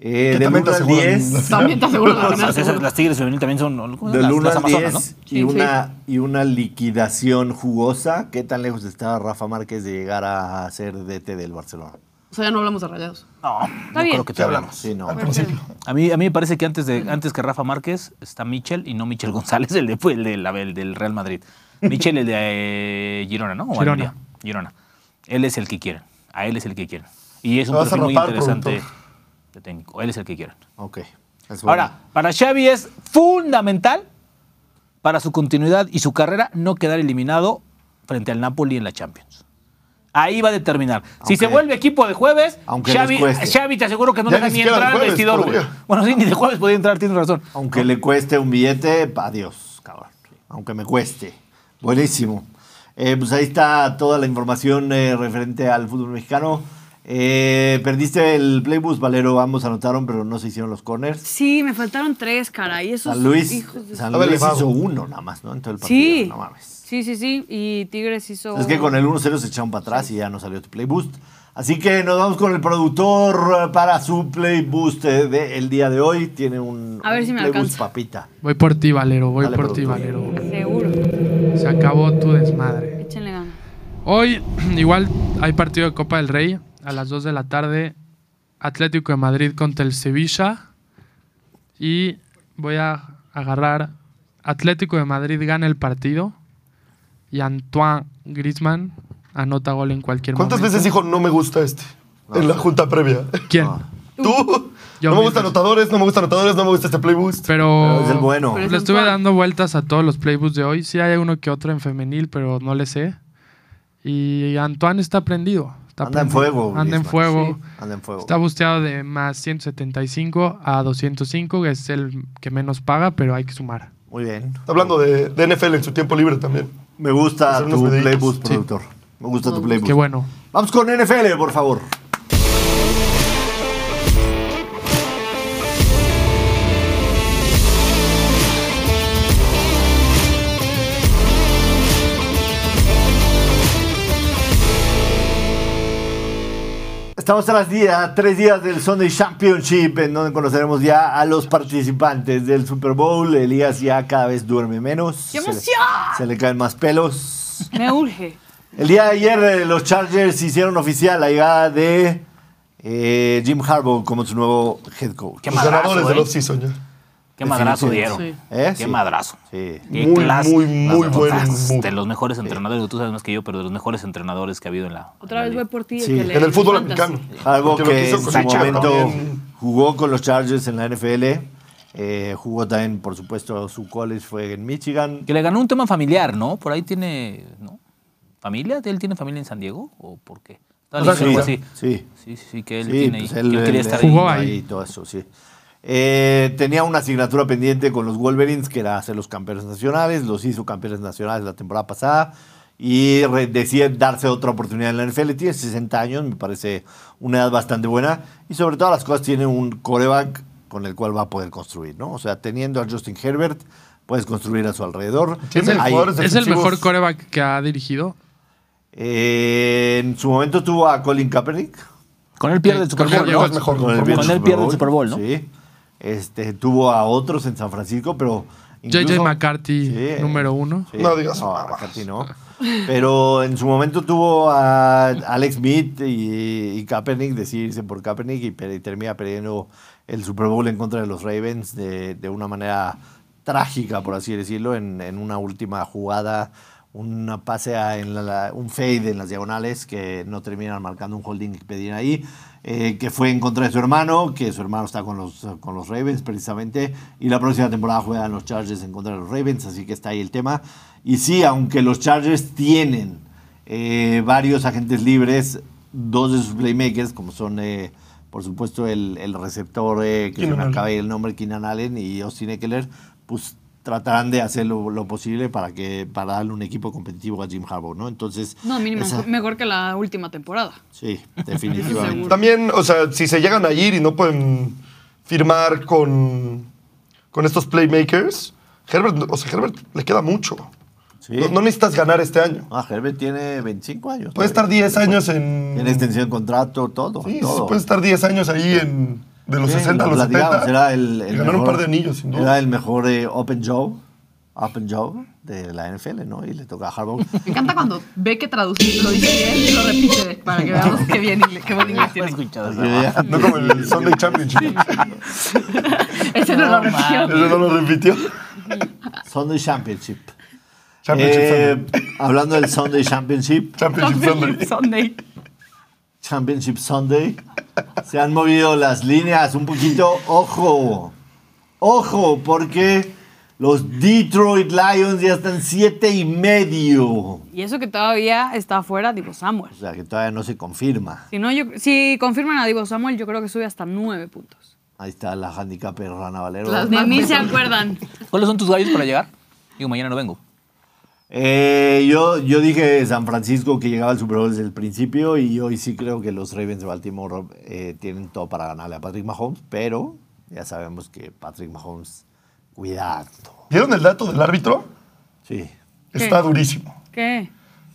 [SPEAKER 1] eh,
[SPEAKER 2] Que
[SPEAKER 1] del 1
[SPEAKER 2] también te
[SPEAKER 1] al
[SPEAKER 2] aseguran la
[SPEAKER 1] 10.
[SPEAKER 2] final.
[SPEAKER 4] También te aseguro la
[SPEAKER 5] O sea,
[SPEAKER 4] ganas.
[SPEAKER 5] esas- las Tigres femenil también son ¿cómo se llaman?
[SPEAKER 1] Del
[SPEAKER 5] las,
[SPEAKER 1] 1
[SPEAKER 5] las
[SPEAKER 1] al
[SPEAKER 5] Amazonas,
[SPEAKER 1] 10
[SPEAKER 5] ¿no?
[SPEAKER 1] y, una, y una liquidación jugosa. ¿Qué tan lejos estaba Rafa Márquez de llegar a ser DT del Barcelona?
[SPEAKER 4] O sea, ya no hablamos de rayados.
[SPEAKER 5] No, no
[SPEAKER 3] bien.
[SPEAKER 5] creo que
[SPEAKER 2] Ya
[SPEAKER 5] todavía
[SPEAKER 2] hablamos.
[SPEAKER 1] Sí, no.
[SPEAKER 2] Al principio.
[SPEAKER 5] A mí, a mí me parece que antes, de, antes que Rafa Márquez está Michel y no Michel González, el, de, el, de la- el del Real Madrid. Michel, el de eh, Girona, ¿no? O
[SPEAKER 6] Girona.
[SPEAKER 5] Almería. Girona. Él es el que quieren. A él es el que quieren. Y es un
[SPEAKER 2] Lo vas a
[SPEAKER 5] perfil muy
[SPEAKER 2] rapar,
[SPEAKER 5] interesante
[SPEAKER 2] productor.
[SPEAKER 5] de técnico. Él es el que quieren.
[SPEAKER 1] Ok. es bueno.
[SPEAKER 5] Ahora, para Xavi es fundamental para su continuidad y su carrera no quedar eliminado frente al Napoli en la Champions. Ahí va a determinar. si
[SPEAKER 1] Aunque-
[SPEAKER 5] se vuelve equipo de jueves,
[SPEAKER 1] Aunque les
[SPEAKER 5] Xavi,
[SPEAKER 1] cueste.
[SPEAKER 5] Xavi te aseguro que no
[SPEAKER 2] Ya
[SPEAKER 5] deja
[SPEAKER 2] ni
[SPEAKER 5] ni
[SPEAKER 2] siquiera de
[SPEAKER 5] entrar al
[SPEAKER 2] jueves
[SPEAKER 5] vestidor, güey.
[SPEAKER 2] podría.
[SPEAKER 5] Bueno, sí, ni de jueves podía entrar, tienes razón.
[SPEAKER 1] Aunque le cueste un billete, adiós, cabrón. Aunque me cueste. Buenísimo. Eh, pues ahí está toda la información eh, referente al fútbol mexicano. Eh, perdiste el playbus, Valero. Ambos anotaron, pero no se hicieron los corners.
[SPEAKER 3] Sí, me faltaron tres, cara. Y esos
[SPEAKER 1] San Luis,
[SPEAKER 3] hijos de-
[SPEAKER 1] San
[SPEAKER 2] A ver,
[SPEAKER 1] Luis
[SPEAKER 2] le va.
[SPEAKER 1] hizo uno nada más, ¿no? En todo el partido.
[SPEAKER 3] Sí.
[SPEAKER 1] No mames.
[SPEAKER 3] Sí, sí, sí. Y Tigres hizo.
[SPEAKER 1] Es que con el 1-0 se echaron para atrás y ya no salió tu playboost. Así que nos vamos con el productor eh, para su playboost del día de hoy. Tiene un,
[SPEAKER 3] A ver
[SPEAKER 1] un
[SPEAKER 3] si me
[SPEAKER 1] Play Boost
[SPEAKER 3] alcanza.
[SPEAKER 1] papita.
[SPEAKER 6] Voy por ti, Valero, voy
[SPEAKER 1] Dale,
[SPEAKER 6] por ti,
[SPEAKER 1] productor.
[SPEAKER 6] Valero.
[SPEAKER 3] Seguro.
[SPEAKER 6] Se acabó tu desmadre.
[SPEAKER 3] Échenle ganas.
[SPEAKER 6] Hoy, igual, hay partido de Copa del Rey a las 2 de la tarde. Atlético de Madrid contra el Sevilla. Y voy a agarrar. Atlético de Madrid gana el partido. Y Antoine Griezmann anota gol en cualquier
[SPEAKER 2] ¿Cuántas
[SPEAKER 6] momento.
[SPEAKER 2] veces dijo no me gusta este? en la junta previa.
[SPEAKER 6] ¿Quién?
[SPEAKER 1] Ah.
[SPEAKER 2] Tú.
[SPEAKER 6] Yo
[SPEAKER 2] no me
[SPEAKER 6] mismo.
[SPEAKER 2] gustan anotadores, no me gustan anotadores, no me gusta este playboost.
[SPEAKER 6] Pero.
[SPEAKER 1] Es el bueno.
[SPEAKER 4] Pero es
[SPEAKER 6] Le estuve
[SPEAKER 4] Antoine.
[SPEAKER 6] dando vueltas a todos los playbooks de hoy. Sí hay uno que otro en femenil, pero no le sé. Y Antoine está prendido. está
[SPEAKER 1] Anda en
[SPEAKER 6] prendido.
[SPEAKER 1] fuego,
[SPEAKER 6] Anda en
[SPEAKER 1] Griezmann.
[SPEAKER 6] fuego.
[SPEAKER 1] Anda en fuego.
[SPEAKER 6] Está busteado de más 175 a 205, que es el que menos paga, pero hay que sumar.
[SPEAKER 1] Muy bien.
[SPEAKER 2] Está hablando de, de NFL en su tiempo libre también.
[SPEAKER 1] Me gusta
[SPEAKER 2] Hacer
[SPEAKER 1] tu
[SPEAKER 2] unos videitos.
[SPEAKER 1] playboost,
[SPEAKER 2] Sí.
[SPEAKER 1] productor. Me gusta tu playboost.
[SPEAKER 6] Qué bueno.
[SPEAKER 1] Vamos con NFL, por favor. Estamos tras día, tres días del Sunday Championship, en donde conoceremos ya a los participantes del Super Bowl. Elías ya cada vez duerme menos.
[SPEAKER 3] ¡Qué
[SPEAKER 1] Se le-
[SPEAKER 3] emoción!
[SPEAKER 1] se le caen más pelos.
[SPEAKER 3] Me urge.
[SPEAKER 1] El día de ayer eh, los Chargers hicieron oficial la llegada de eh, Jim Harbaugh como su nuevo head coach.
[SPEAKER 5] Qué
[SPEAKER 2] Los
[SPEAKER 5] madrazo,
[SPEAKER 2] ganadores
[SPEAKER 5] eh.
[SPEAKER 2] del offseason ya.
[SPEAKER 5] Qué madrazo
[SPEAKER 1] Definición.
[SPEAKER 5] dieron.
[SPEAKER 1] ¿Eh?
[SPEAKER 5] Qué
[SPEAKER 1] Sí.
[SPEAKER 5] madrazo.
[SPEAKER 1] Sí.
[SPEAKER 5] Qué
[SPEAKER 2] Muy, muy, muy buen move.
[SPEAKER 5] De los mejores entrenadores, tú sabes más que yo, pero de los mejores entrenadores que ha habido en la.
[SPEAKER 3] Otra vez voy por ti.
[SPEAKER 1] Sí.
[SPEAKER 3] que le-
[SPEAKER 2] En el fútbol
[SPEAKER 3] fantasy.
[SPEAKER 2] americano.
[SPEAKER 1] Harbaugh
[SPEAKER 2] Porque lo
[SPEAKER 1] que
[SPEAKER 2] hizo
[SPEAKER 1] en
[SPEAKER 2] con
[SPEAKER 1] su
[SPEAKER 2] Chicago
[SPEAKER 1] momento
[SPEAKER 2] también.
[SPEAKER 1] jugó con los Chargers en la NFL. eh, jugó también, por supuesto, su college fue en Michigan.
[SPEAKER 5] Que le ganó un tema familiar, ¿no? Por ahí tiene. ¿No? ¿Familia? ¿Él tiene familia en San Diego? ¿O por qué? Tal
[SPEAKER 2] sea,
[SPEAKER 5] vez algo
[SPEAKER 1] sí,
[SPEAKER 5] así.
[SPEAKER 1] sí.
[SPEAKER 5] pues, Sí, sí, sí, que él
[SPEAKER 1] Sí,
[SPEAKER 5] tiene
[SPEAKER 1] pues
[SPEAKER 5] ahí, que él quería estar
[SPEAKER 6] jugó
[SPEAKER 5] ahí.
[SPEAKER 6] ahí.
[SPEAKER 1] y todo eso, sí. Eh, tenía una asignatura pendiente con los Wolverines, que era hacer los campeones nacionales, los hizo campeones nacionales la temporada pasada y re- decide darse otra oportunidad en la NFL. Tiene 60 años, me parece una edad bastante buena y sobre todas las cosas tiene un coreback con el cual va a poder construir, ¿no? O sea, teniendo a Justin Herbert, puedes construir a su alrededor.
[SPEAKER 2] Tiene
[SPEAKER 1] Ahí-
[SPEAKER 2] jugadores de-
[SPEAKER 6] Es el
[SPEAKER 2] Defensivos.
[SPEAKER 6] mejor coreback que ha dirigido.
[SPEAKER 1] Eh, en su momento tuvo a Colin Kaepernick.
[SPEAKER 5] Con él pierde el
[SPEAKER 6] Sí,
[SPEAKER 5] Super
[SPEAKER 6] con él
[SPEAKER 5] Bowl,
[SPEAKER 6] llegó
[SPEAKER 5] ¿no?
[SPEAKER 2] es mejor.
[SPEAKER 1] Con el,
[SPEAKER 2] Con
[SPEAKER 1] pierde
[SPEAKER 5] él
[SPEAKER 1] Super
[SPEAKER 5] pierde el Super Bowl, ¿no?
[SPEAKER 1] Sí. Este, tuvo a otros en San Francisco, pero.
[SPEAKER 6] JJ McCarthy,
[SPEAKER 1] Sí.
[SPEAKER 6] número uno.
[SPEAKER 1] Sí.
[SPEAKER 2] No digas
[SPEAKER 1] No, a
[SPEAKER 2] mamadas.
[SPEAKER 1] McCarthy no. Pero en su momento tuvo a Alex Smith y, y Kaepernick decidirse por Kaepernick y, per- y termina perdiendo el Super Bowl en contra de los Ravens de, de una manera trágica, por así decirlo, en, en una última jugada, una pase a- en la- la- un fade en las diagonales que no terminan marcando un holding que pedían ahí, eh, que fue en contra de su hermano, que su hermano está con los, con los Ravens precisamente, y la próxima temporada juegan los Chargers en contra de los Ravens, así que está ahí el tema. Y sí, aunque los Chargers tienen eh, varios agentes libres, dos de sus playmakers, como son, eh, por supuesto, el, el receptor eh, que se
[SPEAKER 2] Keenan
[SPEAKER 1] me
[SPEAKER 2] Allen.
[SPEAKER 1] acaba el nombre, Keenan Allen y Austin Eckler, pues tratarán de hacer lo, lo posible para, que, para darle un equipo competitivo a Jim Harbaugh, ¿no? Entonces,
[SPEAKER 3] No, mínimo,
[SPEAKER 1] esa-
[SPEAKER 3] mejor que la última temporada.
[SPEAKER 1] sí,
[SPEAKER 3] Eso seguro.
[SPEAKER 1] definitivamente.
[SPEAKER 2] También, o sea, si se llegan a ir y no pueden firmar con, con estos playmakers, Herbert, o sea, Herbert le queda mucho.
[SPEAKER 1] Sí.
[SPEAKER 2] No, no necesitas ganar este año.
[SPEAKER 1] Ah, Herbert tiene 25 años.
[SPEAKER 2] Puede estar 10 años en...
[SPEAKER 1] En extensión de contrato, todo.
[SPEAKER 2] Sí,
[SPEAKER 1] todo.
[SPEAKER 2] puede estar 10 años ahí en... De los
[SPEAKER 1] Sí,
[SPEAKER 2] 60 a
[SPEAKER 1] lo
[SPEAKER 2] los
[SPEAKER 1] platicábamos,
[SPEAKER 2] 70.
[SPEAKER 1] Era el, el
[SPEAKER 2] y ganar un
[SPEAKER 1] mejor-
[SPEAKER 2] par de anillos, sin duda.
[SPEAKER 1] Era el mejor eh, Open Job. Open Job de la NFL, ¿no? Y le toca a Harbaugh.
[SPEAKER 4] Me encanta cuando ve que traducir lo dice bien y lo repite para que veamos qué, bien ingle- qué buen inglés
[SPEAKER 5] ¿Has
[SPEAKER 4] tiene.
[SPEAKER 5] escuchado esa
[SPEAKER 1] Yo ya-
[SPEAKER 2] No como el Sunday Championship.
[SPEAKER 4] Ese no, lo repitió.
[SPEAKER 2] Eso no lo repitió.
[SPEAKER 1] Eh, Sunday Championship.
[SPEAKER 2] Championship
[SPEAKER 1] Eh,
[SPEAKER 2] Sunday.
[SPEAKER 1] hablando del Sunday Championship,
[SPEAKER 2] Championship Sunday.
[SPEAKER 4] Sunday.
[SPEAKER 1] Championship Sunday, se han movido las líneas un poquito. Ojo, ojo, porque los Detroit Lions ya están siete y medio. O
[SPEAKER 3] Y eso que todavía está afuera, digo, Samuel.
[SPEAKER 1] sea que todavía no se confirma.
[SPEAKER 3] Si, no, yo, si confirman a Divo Samuel, yo creo que sube hasta nueve puntos.
[SPEAKER 1] Ahí está la handicap de Rana Valero.
[SPEAKER 4] Las
[SPEAKER 3] De mí se acuerdan.
[SPEAKER 5] ¿Cuáles son tus gallos para llegar? Digo, mañana no vengo.
[SPEAKER 1] Eh, yo, yo dije San Francisco que llegaba al Super Bowl desde el principio y hoy sí creo que los Ravens de Baltimore eh, tienen todo para ganarle a Patrick Mahomes, pero ya sabemos que Patrick Mahomes, cuidado.
[SPEAKER 2] ¿Vieron el dato del árbitro?
[SPEAKER 1] Sí.
[SPEAKER 2] Está durísimo.
[SPEAKER 3] ¿Qué?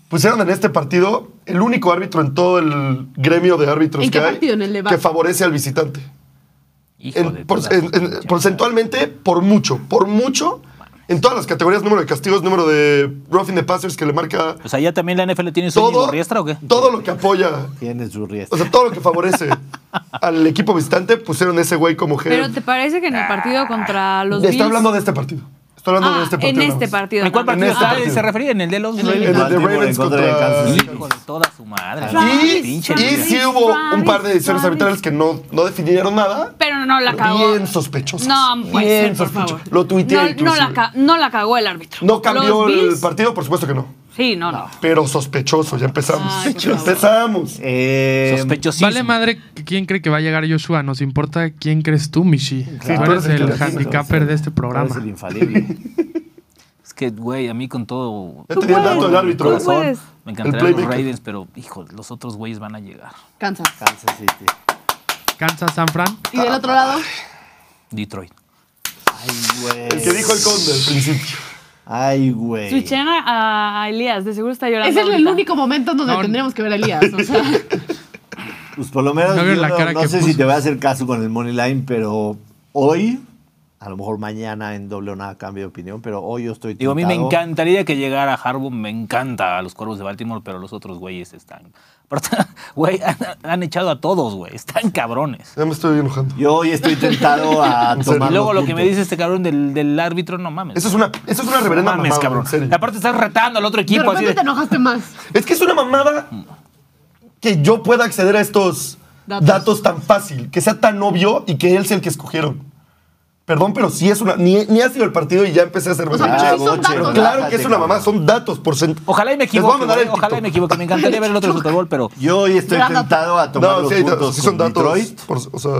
[SPEAKER 2] Pusieron en este partido el único árbitro en todo el gremio de árbitros
[SPEAKER 4] ¿En
[SPEAKER 2] que
[SPEAKER 4] qué
[SPEAKER 2] hay
[SPEAKER 4] partido? ¿En el de
[SPEAKER 2] que
[SPEAKER 4] Vasco?
[SPEAKER 2] favorece al visitante.
[SPEAKER 5] Hijo
[SPEAKER 2] En-
[SPEAKER 5] de
[SPEAKER 2] por-
[SPEAKER 5] todas
[SPEAKER 2] en-
[SPEAKER 5] sus
[SPEAKER 2] en-
[SPEAKER 5] pinches
[SPEAKER 2] porcentualmente, por mucho, por mucho, en todas las categorías, número de castigos, número de roughing the passers que le marca
[SPEAKER 5] O sea, ¿ya Pues también la NFL tiene su
[SPEAKER 2] todo,
[SPEAKER 5] Íñigo riestra o qué?
[SPEAKER 2] todo lo que apoya,
[SPEAKER 1] Tiene su riesgo.
[SPEAKER 2] o sea, todo lo que favorece al equipo visitante, pusieron ese güey como jefe.
[SPEAKER 3] ¿Pero te parece que en el partido contra los Bills...
[SPEAKER 2] Ah. Está hablando de este partido. Está hablando de
[SPEAKER 3] Ah,
[SPEAKER 2] este partido.
[SPEAKER 3] en
[SPEAKER 2] nada
[SPEAKER 3] este
[SPEAKER 2] más.
[SPEAKER 3] partido.
[SPEAKER 5] ¿En cuál
[SPEAKER 3] nada
[SPEAKER 5] partido
[SPEAKER 2] este
[SPEAKER 5] está?
[SPEAKER 2] partido.
[SPEAKER 5] se refería? ¿En el de los
[SPEAKER 2] el de
[SPEAKER 1] Baltimore
[SPEAKER 2] Ravens
[SPEAKER 1] en contra de
[SPEAKER 2] contra-
[SPEAKER 1] Kansas City.
[SPEAKER 5] Hijo de toda su madre.
[SPEAKER 2] Y,
[SPEAKER 5] Pinche
[SPEAKER 2] y
[SPEAKER 5] liga.
[SPEAKER 2] sí hubo un par de decisiones arbitrales que no, no definieron nada.
[SPEAKER 3] más. Pero no la
[SPEAKER 2] pero
[SPEAKER 3] cagó.
[SPEAKER 2] Bien sospechosas.
[SPEAKER 3] No, pues,
[SPEAKER 2] bien
[SPEAKER 3] por
[SPEAKER 2] sospecho-
[SPEAKER 3] favor.
[SPEAKER 2] Lo tuiteé
[SPEAKER 3] no, no,
[SPEAKER 2] inclusive.
[SPEAKER 3] la ca- no la cagó el árbitro.
[SPEAKER 2] No cambió
[SPEAKER 3] Los
[SPEAKER 2] el
[SPEAKER 3] Bills-
[SPEAKER 2] partido, por supuesto que no.
[SPEAKER 3] Sí, no, no.
[SPEAKER 2] Pero sospechoso, ya empezamos.
[SPEAKER 3] Ay, por
[SPEAKER 2] ya
[SPEAKER 3] favor.
[SPEAKER 2] empezamos.
[SPEAKER 1] Eh,
[SPEAKER 5] Sospechosísimo.
[SPEAKER 6] Vale madre quién cree que va a llegar Joshua, nos importa quién crees tú, Michi.
[SPEAKER 2] claro.
[SPEAKER 6] Tú eres
[SPEAKER 2] Sí, tú
[SPEAKER 6] el
[SPEAKER 2] eres el que
[SPEAKER 6] handicapper de este
[SPEAKER 1] Es
[SPEAKER 6] programa.
[SPEAKER 1] el infalible.
[SPEAKER 5] Es que, güey, a mí con todo.
[SPEAKER 2] Ya te di el dato del árbitro.
[SPEAKER 3] tú puedes.
[SPEAKER 5] Me
[SPEAKER 2] El
[SPEAKER 5] encantarían los
[SPEAKER 2] playmaker.
[SPEAKER 5] Ravens, pero, hijo, los otros güeyes van a llegar.
[SPEAKER 4] Cansa.
[SPEAKER 1] Kansas City.
[SPEAKER 6] Kansas San Fran.
[SPEAKER 4] Y del otro lado,
[SPEAKER 5] Detroit.
[SPEAKER 1] Ay, güey.
[SPEAKER 2] El que dijo el conde al principio.
[SPEAKER 1] Ay, güey.
[SPEAKER 3] Switchen a, a Elías, de seguro está llorando.
[SPEAKER 4] es el, el
[SPEAKER 3] ahorita.
[SPEAKER 4] único momento en donde
[SPEAKER 6] No.
[SPEAKER 4] tendremos que ver a Elías. O sea,
[SPEAKER 1] Pues por lo menos,
[SPEAKER 6] No vieron
[SPEAKER 1] yo
[SPEAKER 6] la
[SPEAKER 1] no,
[SPEAKER 6] cara
[SPEAKER 1] no
[SPEAKER 6] que
[SPEAKER 1] sé si
[SPEAKER 6] puso.
[SPEAKER 1] te voy a hacer caso con el Money Line, pero hoy, a lo mejor mañana en doble o nada cambio de opinión, pero hoy yo estoy
[SPEAKER 5] Digo, a mí me
[SPEAKER 1] tentado.
[SPEAKER 5] encantaría que llegara Harbaugh, me encanta a los cuervos de Baltimore, pero los otros güeyes están. Aparte, Güey, han, han echado a todos, güey. Están cabrones.
[SPEAKER 2] Ya me estoy enojando.
[SPEAKER 1] Yo hoy estoy tentado a
[SPEAKER 2] En serio.
[SPEAKER 1] tomar
[SPEAKER 5] Y luego
[SPEAKER 1] los
[SPEAKER 5] lo que
[SPEAKER 1] puntos.
[SPEAKER 5] me dice este cabrón del, del árbitro, no mames.
[SPEAKER 2] Eso es una, eso es una
[SPEAKER 5] no
[SPEAKER 2] reverenda
[SPEAKER 5] mames,
[SPEAKER 2] mamada.
[SPEAKER 5] cabrón.
[SPEAKER 2] en serio.
[SPEAKER 5] Y aparte estás retando al otro
[SPEAKER 4] de
[SPEAKER 5] equipo. así
[SPEAKER 4] repente
[SPEAKER 5] de-
[SPEAKER 4] te enojaste más.
[SPEAKER 2] Es que es una mamada que yo pueda acceder a estos datos.
[SPEAKER 4] Datos.
[SPEAKER 2] tan fácil, que sea tan obvio y que él sea el que escogieron. Perdón, pero sí es una. Ni, ni ha sido el partido y ya empecé a hacer
[SPEAKER 4] sea,
[SPEAKER 1] Ah,
[SPEAKER 4] pero sí son
[SPEAKER 1] boche,
[SPEAKER 4] datos.
[SPEAKER 2] Pero
[SPEAKER 1] relájate,
[SPEAKER 2] claro que es una
[SPEAKER 1] cabrón.
[SPEAKER 2] mamá, son datos por cent-
[SPEAKER 5] Ojalá y me
[SPEAKER 2] Les voy a
[SPEAKER 5] equivoque.
[SPEAKER 2] mandar
[SPEAKER 5] güey,
[SPEAKER 2] el
[SPEAKER 5] Ojalá y
[SPEAKER 2] TikTok.
[SPEAKER 5] me equivoque. Me encantaría ver el otro Super Bowl, pero.
[SPEAKER 1] Yo hoy estoy
[SPEAKER 4] Gran dato.
[SPEAKER 1] tentado a tomar
[SPEAKER 2] No,
[SPEAKER 1] los
[SPEAKER 2] sí, hay datos,
[SPEAKER 1] puntos
[SPEAKER 2] sí
[SPEAKER 1] con
[SPEAKER 2] son datos.
[SPEAKER 1] Detroit
[SPEAKER 2] por- o sea,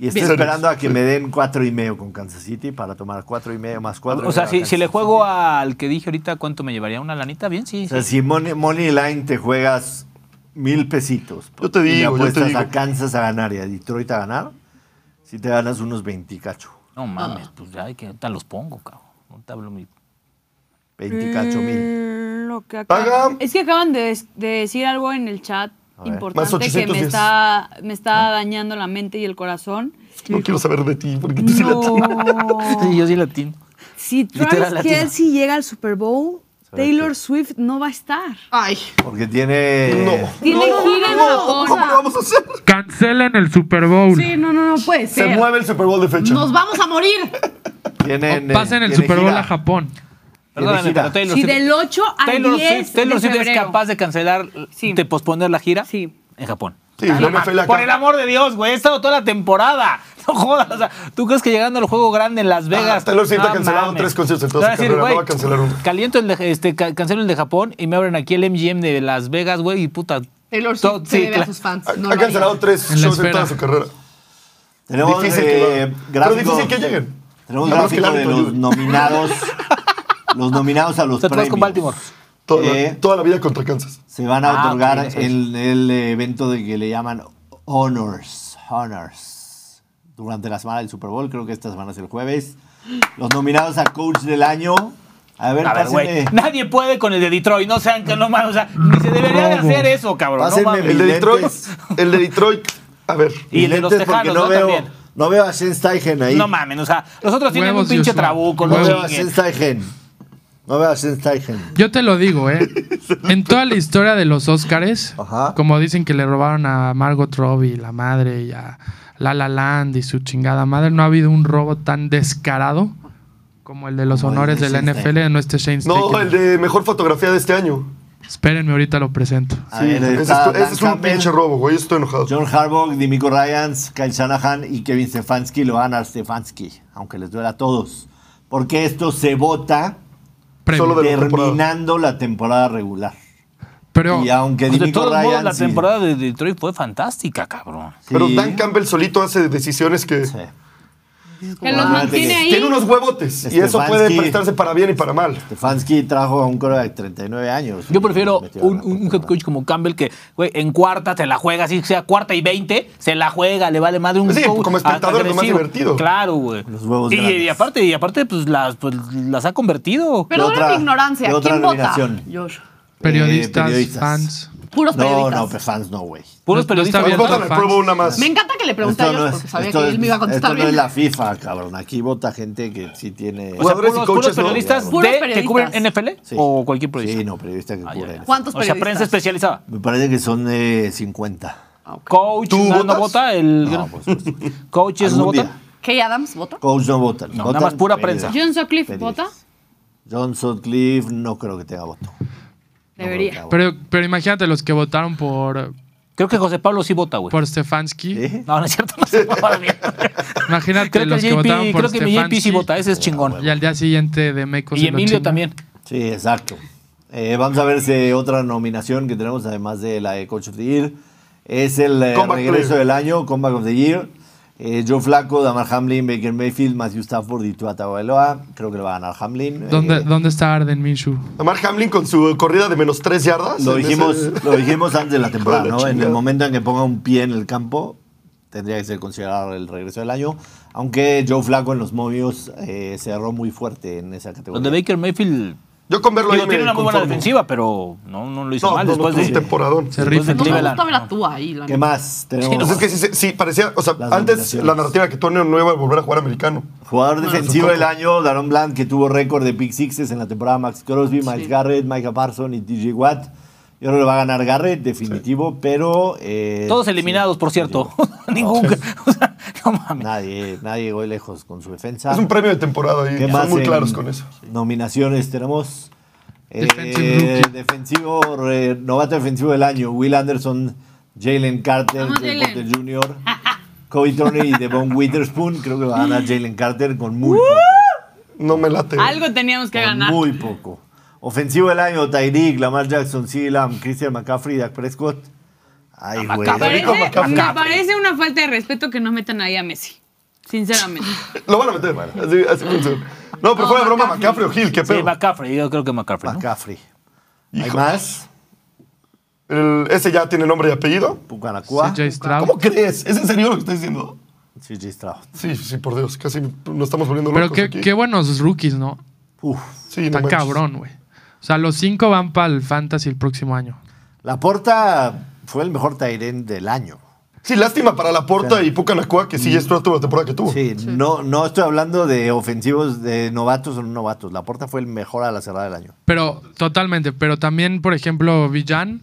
[SPEAKER 1] y estoy
[SPEAKER 2] serios.
[SPEAKER 1] esperando a que me den cuatro y medio con Kansas City para tomar cuatro y medio más cuatro.
[SPEAKER 5] O sea, si,
[SPEAKER 1] Kansas
[SPEAKER 5] si le
[SPEAKER 1] City.
[SPEAKER 5] juego al que dije ahorita, ¿cuánto me llevaría? ¿Una lanita? Bien, sí.
[SPEAKER 1] O sea, si Money, Money Line te juegas mil pesitos.
[SPEAKER 2] Yo te
[SPEAKER 1] y le
[SPEAKER 2] digo, yo te
[SPEAKER 1] apuestas
[SPEAKER 2] digo.
[SPEAKER 1] a Kansas a ganar y a Detroit a ganar, si te ganas unos 20 y cacho.
[SPEAKER 5] No
[SPEAKER 2] Ah.
[SPEAKER 5] mames, pues ya, hay que ahorita los pongo, cabrón. No te hablo mi.
[SPEAKER 1] 20 y cacho mil.
[SPEAKER 3] Mm, Lo que acá-
[SPEAKER 2] Paga.
[SPEAKER 3] Es que acaban de, de decir algo en el chat
[SPEAKER 1] A ver.
[SPEAKER 2] Más
[SPEAKER 3] importante que
[SPEAKER 2] 810.
[SPEAKER 3] me está, me está dañando la mente y el corazón.
[SPEAKER 2] No quiero saber de ti, porque tú pues, sí la
[SPEAKER 5] Sí,
[SPEAKER 3] No.
[SPEAKER 5] yo sí latino.
[SPEAKER 3] Si
[SPEAKER 5] Literal
[SPEAKER 3] Travis
[SPEAKER 5] latino.
[SPEAKER 3] Kelsey llega al Super Bowl,
[SPEAKER 1] Espérate.
[SPEAKER 3] Taylor Swift no va a estar.
[SPEAKER 4] Ay,
[SPEAKER 1] Porque tiene.
[SPEAKER 2] No.
[SPEAKER 3] Tiene
[SPEAKER 2] Ah, no,
[SPEAKER 3] gira en
[SPEAKER 2] no,
[SPEAKER 3] Japón.
[SPEAKER 2] ¿Cómo lo vamos a hacer?
[SPEAKER 6] Cancelen el Super Bowl.
[SPEAKER 4] sí, no, no, no puede
[SPEAKER 2] Se
[SPEAKER 4] ser.
[SPEAKER 2] mueve el Super Bowl de fecha.
[SPEAKER 4] Nos vamos a morir.
[SPEAKER 1] Tienen, eh,
[SPEAKER 6] Pasen el
[SPEAKER 1] tiene
[SPEAKER 6] Super Bowl
[SPEAKER 1] gira.
[SPEAKER 6] a Japón.
[SPEAKER 1] Viene
[SPEAKER 5] Perdóname,
[SPEAKER 1] gira.
[SPEAKER 5] pero Taylor
[SPEAKER 3] Si
[SPEAKER 5] Swift-
[SPEAKER 3] del 8 al
[SPEAKER 5] Taylor
[SPEAKER 3] 10
[SPEAKER 5] Swift, Taylor
[SPEAKER 3] de
[SPEAKER 5] Swift es
[SPEAKER 3] febrero.
[SPEAKER 5] capaz de cancelar,
[SPEAKER 3] Sí.
[SPEAKER 5] de posponer la gira
[SPEAKER 3] Sí.
[SPEAKER 5] en Japón.
[SPEAKER 2] Sí, la NFL acá.
[SPEAKER 5] Por el amor de Dios, güey. He estado toda la temporada. No jodas. O sea, ¿tú crees que llegando al juego grande en Las Vegas?
[SPEAKER 2] Ah, Taylor Swift
[SPEAKER 5] No
[SPEAKER 2] ha cancelado
[SPEAKER 5] mames.
[SPEAKER 2] tres conciertos en toda
[SPEAKER 5] Te van
[SPEAKER 2] su
[SPEAKER 5] a
[SPEAKER 2] carrera,
[SPEAKER 5] decir,
[SPEAKER 2] no
[SPEAKER 5] güey,
[SPEAKER 2] va a cancelar uno.
[SPEAKER 5] Caliento el de, este, ca- cancelo el de Japón y me abren aquí el MGM de Las Vegas, güey. Y puta.
[SPEAKER 4] Taylor Swift
[SPEAKER 5] todo-
[SPEAKER 4] se
[SPEAKER 5] sí,
[SPEAKER 4] debe a
[SPEAKER 5] claro.
[SPEAKER 4] sus fans.
[SPEAKER 2] Ha,
[SPEAKER 4] no
[SPEAKER 2] ha
[SPEAKER 4] lo
[SPEAKER 2] cancelado
[SPEAKER 4] haría.
[SPEAKER 2] tres
[SPEAKER 6] En la
[SPEAKER 2] shows en
[SPEAKER 6] espera.
[SPEAKER 2] toda su carrera.
[SPEAKER 1] Tenemos
[SPEAKER 2] difícil que
[SPEAKER 1] eh,
[SPEAKER 2] lo- Pero
[SPEAKER 1] gráfico,
[SPEAKER 2] difícil que lleguen.
[SPEAKER 1] tenemos
[SPEAKER 2] A menos que el
[SPEAKER 1] gráfico de
[SPEAKER 2] árbitro
[SPEAKER 1] los
[SPEAKER 2] ayude.
[SPEAKER 1] nominados. los nominados a los
[SPEAKER 5] Te vas
[SPEAKER 1] premios.
[SPEAKER 5] con Baltimore.
[SPEAKER 2] Toda, la-
[SPEAKER 1] Eh.
[SPEAKER 2] toda la vida contra Kansas.
[SPEAKER 1] Se van a
[SPEAKER 5] Ah,
[SPEAKER 1] otorgar
[SPEAKER 5] ok, no sabes.
[SPEAKER 1] en el evento de que le llaman Honors. Honors. Durante la semana del Super Bowl, creo que esta semana es el jueves. Los nominados a Coach del Año. A ver,
[SPEAKER 5] A ver, güey.
[SPEAKER 1] pásenme-
[SPEAKER 5] Nadie puede con el de Detroit. No sean que no mames. O sea, ni se debería de
[SPEAKER 6] Robo.
[SPEAKER 5] hacer eso, cabrón. No
[SPEAKER 1] Pásenme
[SPEAKER 5] mames.
[SPEAKER 2] El de
[SPEAKER 1] Mis
[SPEAKER 2] Detroit.
[SPEAKER 1] lentes.
[SPEAKER 2] El de Detroit. A ver.
[SPEAKER 5] Y el de los
[SPEAKER 1] lentes porque
[SPEAKER 5] Tejanos,
[SPEAKER 1] no,
[SPEAKER 5] ¿no?
[SPEAKER 1] veo,
[SPEAKER 5] También.
[SPEAKER 1] no veo a Shane Steichen ahí.
[SPEAKER 5] No mames, o sea, los otros tienen un
[SPEAKER 6] Huevos,
[SPEAKER 5] pinche
[SPEAKER 6] Joshua.
[SPEAKER 5] trabuco,
[SPEAKER 1] No
[SPEAKER 5] no
[SPEAKER 6] Huevos.
[SPEAKER 1] veo a Shane
[SPEAKER 5] chinguen.
[SPEAKER 1] Steichen. No veo a Shane Steichen.
[SPEAKER 6] Yo te lo digo, ¿eh? En toda la historia de los Óscares,
[SPEAKER 1] Ajá.
[SPEAKER 6] como dicen que le robaron a Margot Robbie, la madre, y a La La Land y su chingada madre, no ha habido un robo tan descarado como el de los
[SPEAKER 1] Como el
[SPEAKER 6] honores
[SPEAKER 1] de
[SPEAKER 6] de la
[SPEAKER 1] Shane
[SPEAKER 6] NFL de nuestro Shane
[SPEAKER 1] Este
[SPEAKER 2] No,
[SPEAKER 6] Steichen.
[SPEAKER 2] el de mejor fotografía de este año.
[SPEAKER 6] Espérenme, ahorita lo presento.
[SPEAKER 1] A
[SPEAKER 2] Sí,
[SPEAKER 1] ver,
[SPEAKER 2] ese,
[SPEAKER 1] está
[SPEAKER 2] es, ese
[SPEAKER 1] Dan
[SPEAKER 2] es un
[SPEAKER 1] Campbell,
[SPEAKER 2] pinche robo, güey. Estoy enojado.
[SPEAKER 1] John Harbaugh, Dimico Ryans, Kyle Shanahan y Kevin Stefanski lo van a Stefanski, aunque les duela a todos. Porque esto se vota
[SPEAKER 6] Premio.
[SPEAKER 2] Solo de- la
[SPEAKER 1] terminando la temporada regular.
[SPEAKER 6] Pero
[SPEAKER 1] Y aunque
[SPEAKER 5] Pues, de
[SPEAKER 1] Dimico
[SPEAKER 5] todos modos,
[SPEAKER 1] Ryan.
[SPEAKER 5] la
[SPEAKER 1] sí-
[SPEAKER 5] temporada de Detroit fue fantástica, cabrón.
[SPEAKER 1] sí,
[SPEAKER 2] Pero Dan Campbell solito hace decisiones que.
[SPEAKER 1] sí.
[SPEAKER 3] Que los
[SPEAKER 1] Guau,
[SPEAKER 3] mantiene ahí.
[SPEAKER 2] Tiene unos huevotes. Y eso
[SPEAKER 1] Stefanski.
[SPEAKER 2] puede prestarse para bien y para mal.
[SPEAKER 1] Stefanski trajo a un coreback de 39 años.
[SPEAKER 5] Yo prefiero
[SPEAKER 1] Metió a
[SPEAKER 5] un,
[SPEAKER 1] la
[SPEAKER 5] un- un head
[SPEAKER 1] temporada.
[SPEAKER 5] coach como Campbell que, güey, en cuarta se la juega, así sea cuarta y veinte, se la juega, le vale madre un
[SPEAKER 2] Sí,
[SPEAKER 5] coach
[SPEAKER 2] como espectador, lo más
[SPEAKER 5] agresivo.
[SPEAKER 2] divertido.
[SPEAKER 5] Claro, güey.
[SPEAKER 1] Los huevos
[SPEAKER 5] y,
[SPEAKER 1] grandes.
[SPEAKER 5] y aparte, y aparte, pues las, pues, las ha convertido.
[SPEAKER 1] De
[SPEAKER 4] Perdona
[SPEAKER 1] otra-
[SPEAKER 4] mi ignorancia.
[SPEAKER 1] de otra
[SPEAKER 4] ¿Quién vota?
[SPEAKER 1] nominación.
[SPEAKER 4] Josh.
[SPEAKER 6] periodistas,
[SPEAKER 1] Eh, periodistas.
[SPEAKER 6] fans.
[SPEAKER 4] Puros
[SPEAKER 1] No,
[SPEAKER 4] periodistas.
[SPEAKER 1] no, pues fans no, güey.
[SPEAKER 5] Puros
[SPEAKER 6] No- no
[SPEAKER 5] periodistas.
[SPEAKER 6] está bien.
[SPEAKER 2] Pues Votan al
[SPEAKER 6] fans.
[SPEAKER 2] Pro Bowl nada más.
[SPEAKER 4] Me encanta que le pregunté a
[SPEAKER 1] Esto
[SPEAKER 4] Josh
[SPEAKER 1] no es-
[SPEAKER 4] porque sabía
[SPEAKER 1] esto
[SPEAKER 4] que él
[SPEAKER 1] es-
[SPEAKER 4] me iba a contestar
[SPEAKER 1] Esto no
[SPEAKER 4] bien.
[SPEAKER 1] es la FIFA, cabrón. Aquí vota gente que sí tiene.
[SPEAKER 5] o sea,
[SPEAKER 2] jugadores y
[SPEAKER 5] puros,
[SPEAKER 2] coaches,
[SPEAKER 5] puros
[SPEAKER 2] ¿no?
[SPEAKER 5] periodistas,
[SPEAKER 4] Puros
[SPEAKER 5] de- que
[SPEAKER 4] periodistas.
[SPEAKER 5] cubren NFL
[SPEAKER 1] Sí.
[SPEAKER 5] o cualquier periodista.
[SPEAKER 1] Sí, no, periodista
[SPEAKER 5] Ah,
[SPEAKER 1] que cubre.
[SPEAKER 4] ¿Cuántos
[SPEAKER 5] O sea, prensa
[SPEAKER 4] periodistas?
[SPEAKER 5] especializada.
[SPEAKER 1] Me parece que son eh, 50.
[SPEAKER 4] pues.
[SPEAKER 5] Coach
[SPEAKER 2] ¿Tú
[SPEAKER 5] no, no pues,
[SPEAKER 2] votas? pues.
[SPEAKER 5] vota, el
[SPEAKER 1] No, por supuesto.
[SPEAKER 5] coach es no
[SPEAKER 1] Algún
[SPEAKER 5] vota.
[SPEAKER 1] día.
[SPEAKER 4] ¿Kay Adams vota?
[SPEAKER 1] Coach no votan.
[SPEAKER 5] No,
[SPEAKER 1] Votan
[SPEAKER 5] nada más pura
[SPEAKER 1] periodistas.
[SPEAKER 5] prensa.
[SPEAKER 3] John Sutcliffe
[SPEAKER 1] Periodistas.
[SPEAKER 3] vota.
[SPEAKER 1] John Sutcliffe no creo que tenga voto. No creo que
[SPEAKER 3] Debería.
[SPEAKER 1] tenga voto.
[SPEAKER 6] Pero, pero imagínate los que votaron por,
[SPEAKER 5] Creo que José Pablo sí vota, güey.
[SPEAKER 6] por Stefanski.
[SPEAKER 1] ¿Eh?
[SPEAKER 5] No, no es cierto, no se va bien.
[SPEAKER 6] Imagínate
[SPEAKER 5] Creo que,
[SPEAKER 6] los
[SPEAKER 5] el
[SPEAKER 6] que
[SPEAKER 5] JP,
[SPEAKER 6] votaron por
[SPEAKER 5] creo que mi JP sí
[SPEAKER 6] Stefanski. Pues
[SPEAKER 5] vota, ese es
[SPEAKER 2] Ah,
[SPEAKER 5] chingón.
[SPEAKER 6] Y al día siguiente de Mecos
[SPEAKER 5] Y Emilio también.
[SPEAKER 1] Sí, exacto. Eh, vamos a ver si otra nominación que tenemos, además de la de Coach of the Year, es el eh,
[SPEAKER 2] Comeback
[SPEAKER 1] regreso
[SPEAKER 2] Player.
[SPEAKER 1] del año, Comeback of the Year. Eh, Joe Flaco, Damar Hamlin, Baker Mayfield, Matthew Stafford y Tua Tagovailoa. Creo que lo va a ganar Hamlin.
[SPEAKER 6] ¿Dónde,
[SPEAKER 1] Eh,
[SPEAKER 6] ¿Dónde está Arden Minshew?
[SPEAKER 2] Amar Hamlin con su corrida de menos tres yardas.
[SPEAKER 1] lo,
[SPEAKER 2] en ese-
[SPEAKER 1] dijimos, lo dijimos antes de la temporada,
[SPEAKER 2] Hijo de la
[SPEAKER 1] ¿no? En el
[SPEAKER 2] chingada.
[SPEAKER 1] momento en que ponga un pie en el campo, tendría que ser considerado el regreso del año. Aunque Joe Flaco en los movios eh, cerró muy fuerte en esa categoría.
[SPEAKER 5] Donde Baker Mayfield
[SPEAKER 2] Yo con verlo
[SPEAKER 5] digo,
[SPEAKER 2] ahí
[SPEAKER 5] tiene
[SPEAKER 2] me
[SPEAKER 5] una muy buena
[SPEAKER 2] conformo.
[SPEAKER 5] defensiva, pero no, no lo hizo
[SPEAKER 2] No,
[SPEAKER 5] mal
[SPEAKER 2] no, no,
[SPEAKER 5] después
[SPEAKER 2] tuvo un
[SPEAKER 5] de.
[SPEAKER 2] temporadón.
[SPEAKER 6] Se
[SPEAKER 5] Después
[SPEAKER 6] rifa.
[SPEAKER 5] de
[SPEAKER 4] No me
[SPEAKER 5] Cleveland.
[SPEAKER 4] gusta ver a Tua ahí. La
[SPEAKER 1] ¿Qué
[SPEAKER 4] neta.
[SPEAKER 1] más? Tenemos
[SPEAKER 2] Pues es que sí, sí, sí, parecía, o sea,
[SPEAKER 1] Las
[SPEAKER 2] antes
[SPEAKER 1] nominaciones.
[SPEAKER 2] la narrativa que Tony no iba a volver a jugar americano.
[SPEAKER 1] Jugador defensivo
[SPEAKER 2] supongo.
[SPEAKER 1] del año, Daron Bland, que tuvo récord de pick sixes en la temporada. Max Crosby, Miles Garrett, Micah Parsons y TJ Watt. Yo creo que va a ganar Garrett, definitivo, pero... eh,
[SPEAKER 5] Todos
[SPEAKER 1] sí,
[SPEAKER 5] eliminados, por cierto. Ningún. O sea, no mames.
[SPEAKER 1] Nadie, nadie llegó lejos con su defensa.
[SPEAKER 2] Es un premio de temporada y
[SPEAKER 1] Ah. ¿Qué
[SPEAKER 2] son
[SPEAKER 1] más
[SPEAKER 2] muy
[SPEAKER 1] en
[SPEAKER 2] claros con eso.
[SPEAKER 1] Nominaciones tenemos. eh,
[SPEAKER 6] Defensive rookie.
[SPEAKER 1] defensivo, re- novato defensivo del año. Will Anderson, Jalen Carter,
[SPEAKER 3] Vamos,
[SPEAKER 1] Jalen
[SPEAKER 3] Jalen.
[SPEAKER 1] Porter Jr., Kobe Tony y Devon Witherspoon. Creo que va a ganar Jalen Carter con muy poco.
[SPEAKER 2] No me late.
[SPEAKER 3] Algo teníamos que
[SPEAKER 1] Con
[SPEAKER 3] ganar.
[SPEAKER 1] Muy poco. Ofensivo del año, Tyreek, Lamar Jackson, CeeDee Lamb, Christian McCaffrey, Dak Prescott. Ay, güey.
[SPEAKER 3] Parece-
[SPEAKER 2] Rico McCaffrey.
[SPEAKER 3] me parece una falta de respeto que no metan ahí a Messi. Sinceramente.
[SPEAKER 2] Lo van a meter. Así, así funciona. No, pero fuera de broma, McCaffrey o Gil, qué
[SPEAKER 5] Sí,
[SPEAKER 2] pedo.
[SPEAKER 5] McCaffrey, yo creo que McCaffrey. ¿no?
[SPEAKER 1] McCaffrey. ¿Hay
[SPEAKER 2] Hijo.
[SPEAKER 1] más?
[SPEAKER 2] El- ese ya tiene nombre y apellido.
[SPEAKER 1] Pucanacua.
[SPEAKER 6] CJ Stroud.
[SPEAKER 2] ¿Cómo crees? ¿Es en serio lo que estás diciendo?
[SPEAKER 1] CJ Stroud.
[SPEAKER 2] Sí, sí, por Dios, casi nos estamos volviendo
[SPEAKER 6] Pero
[SPEAKER 2] locos
[SPEAKER 6] qué,
[SPEAKER 2] aquí.
[SPEAKER 6] qué buenos rookies, ¿no?
[SPEAKER 1] Uf.
[SPEAKER 2] sí, no
[SPEAKER 6] Está
[SPEAKER 2] manches.
[SPEAKER 6] cabrón, güey. O sea, los cinco van para el Fantasy el próximo año.
[SPEAKER 1] La Porta fue el mejor Tyren del año.
[SPEAKER 2] Sí, lástima para la Porta y Pucanacua, que sí, ya estuvo la temporada que tuvo.
[SPEAKER 1] Mm. Sí, No, no estoy hablando de ofensivos de novatos o no novatos. La Porta fue el mejor a la cerrada del año.
[SPEAKER 6] Pero, totalmente. Pero también, por ejemplo, Villan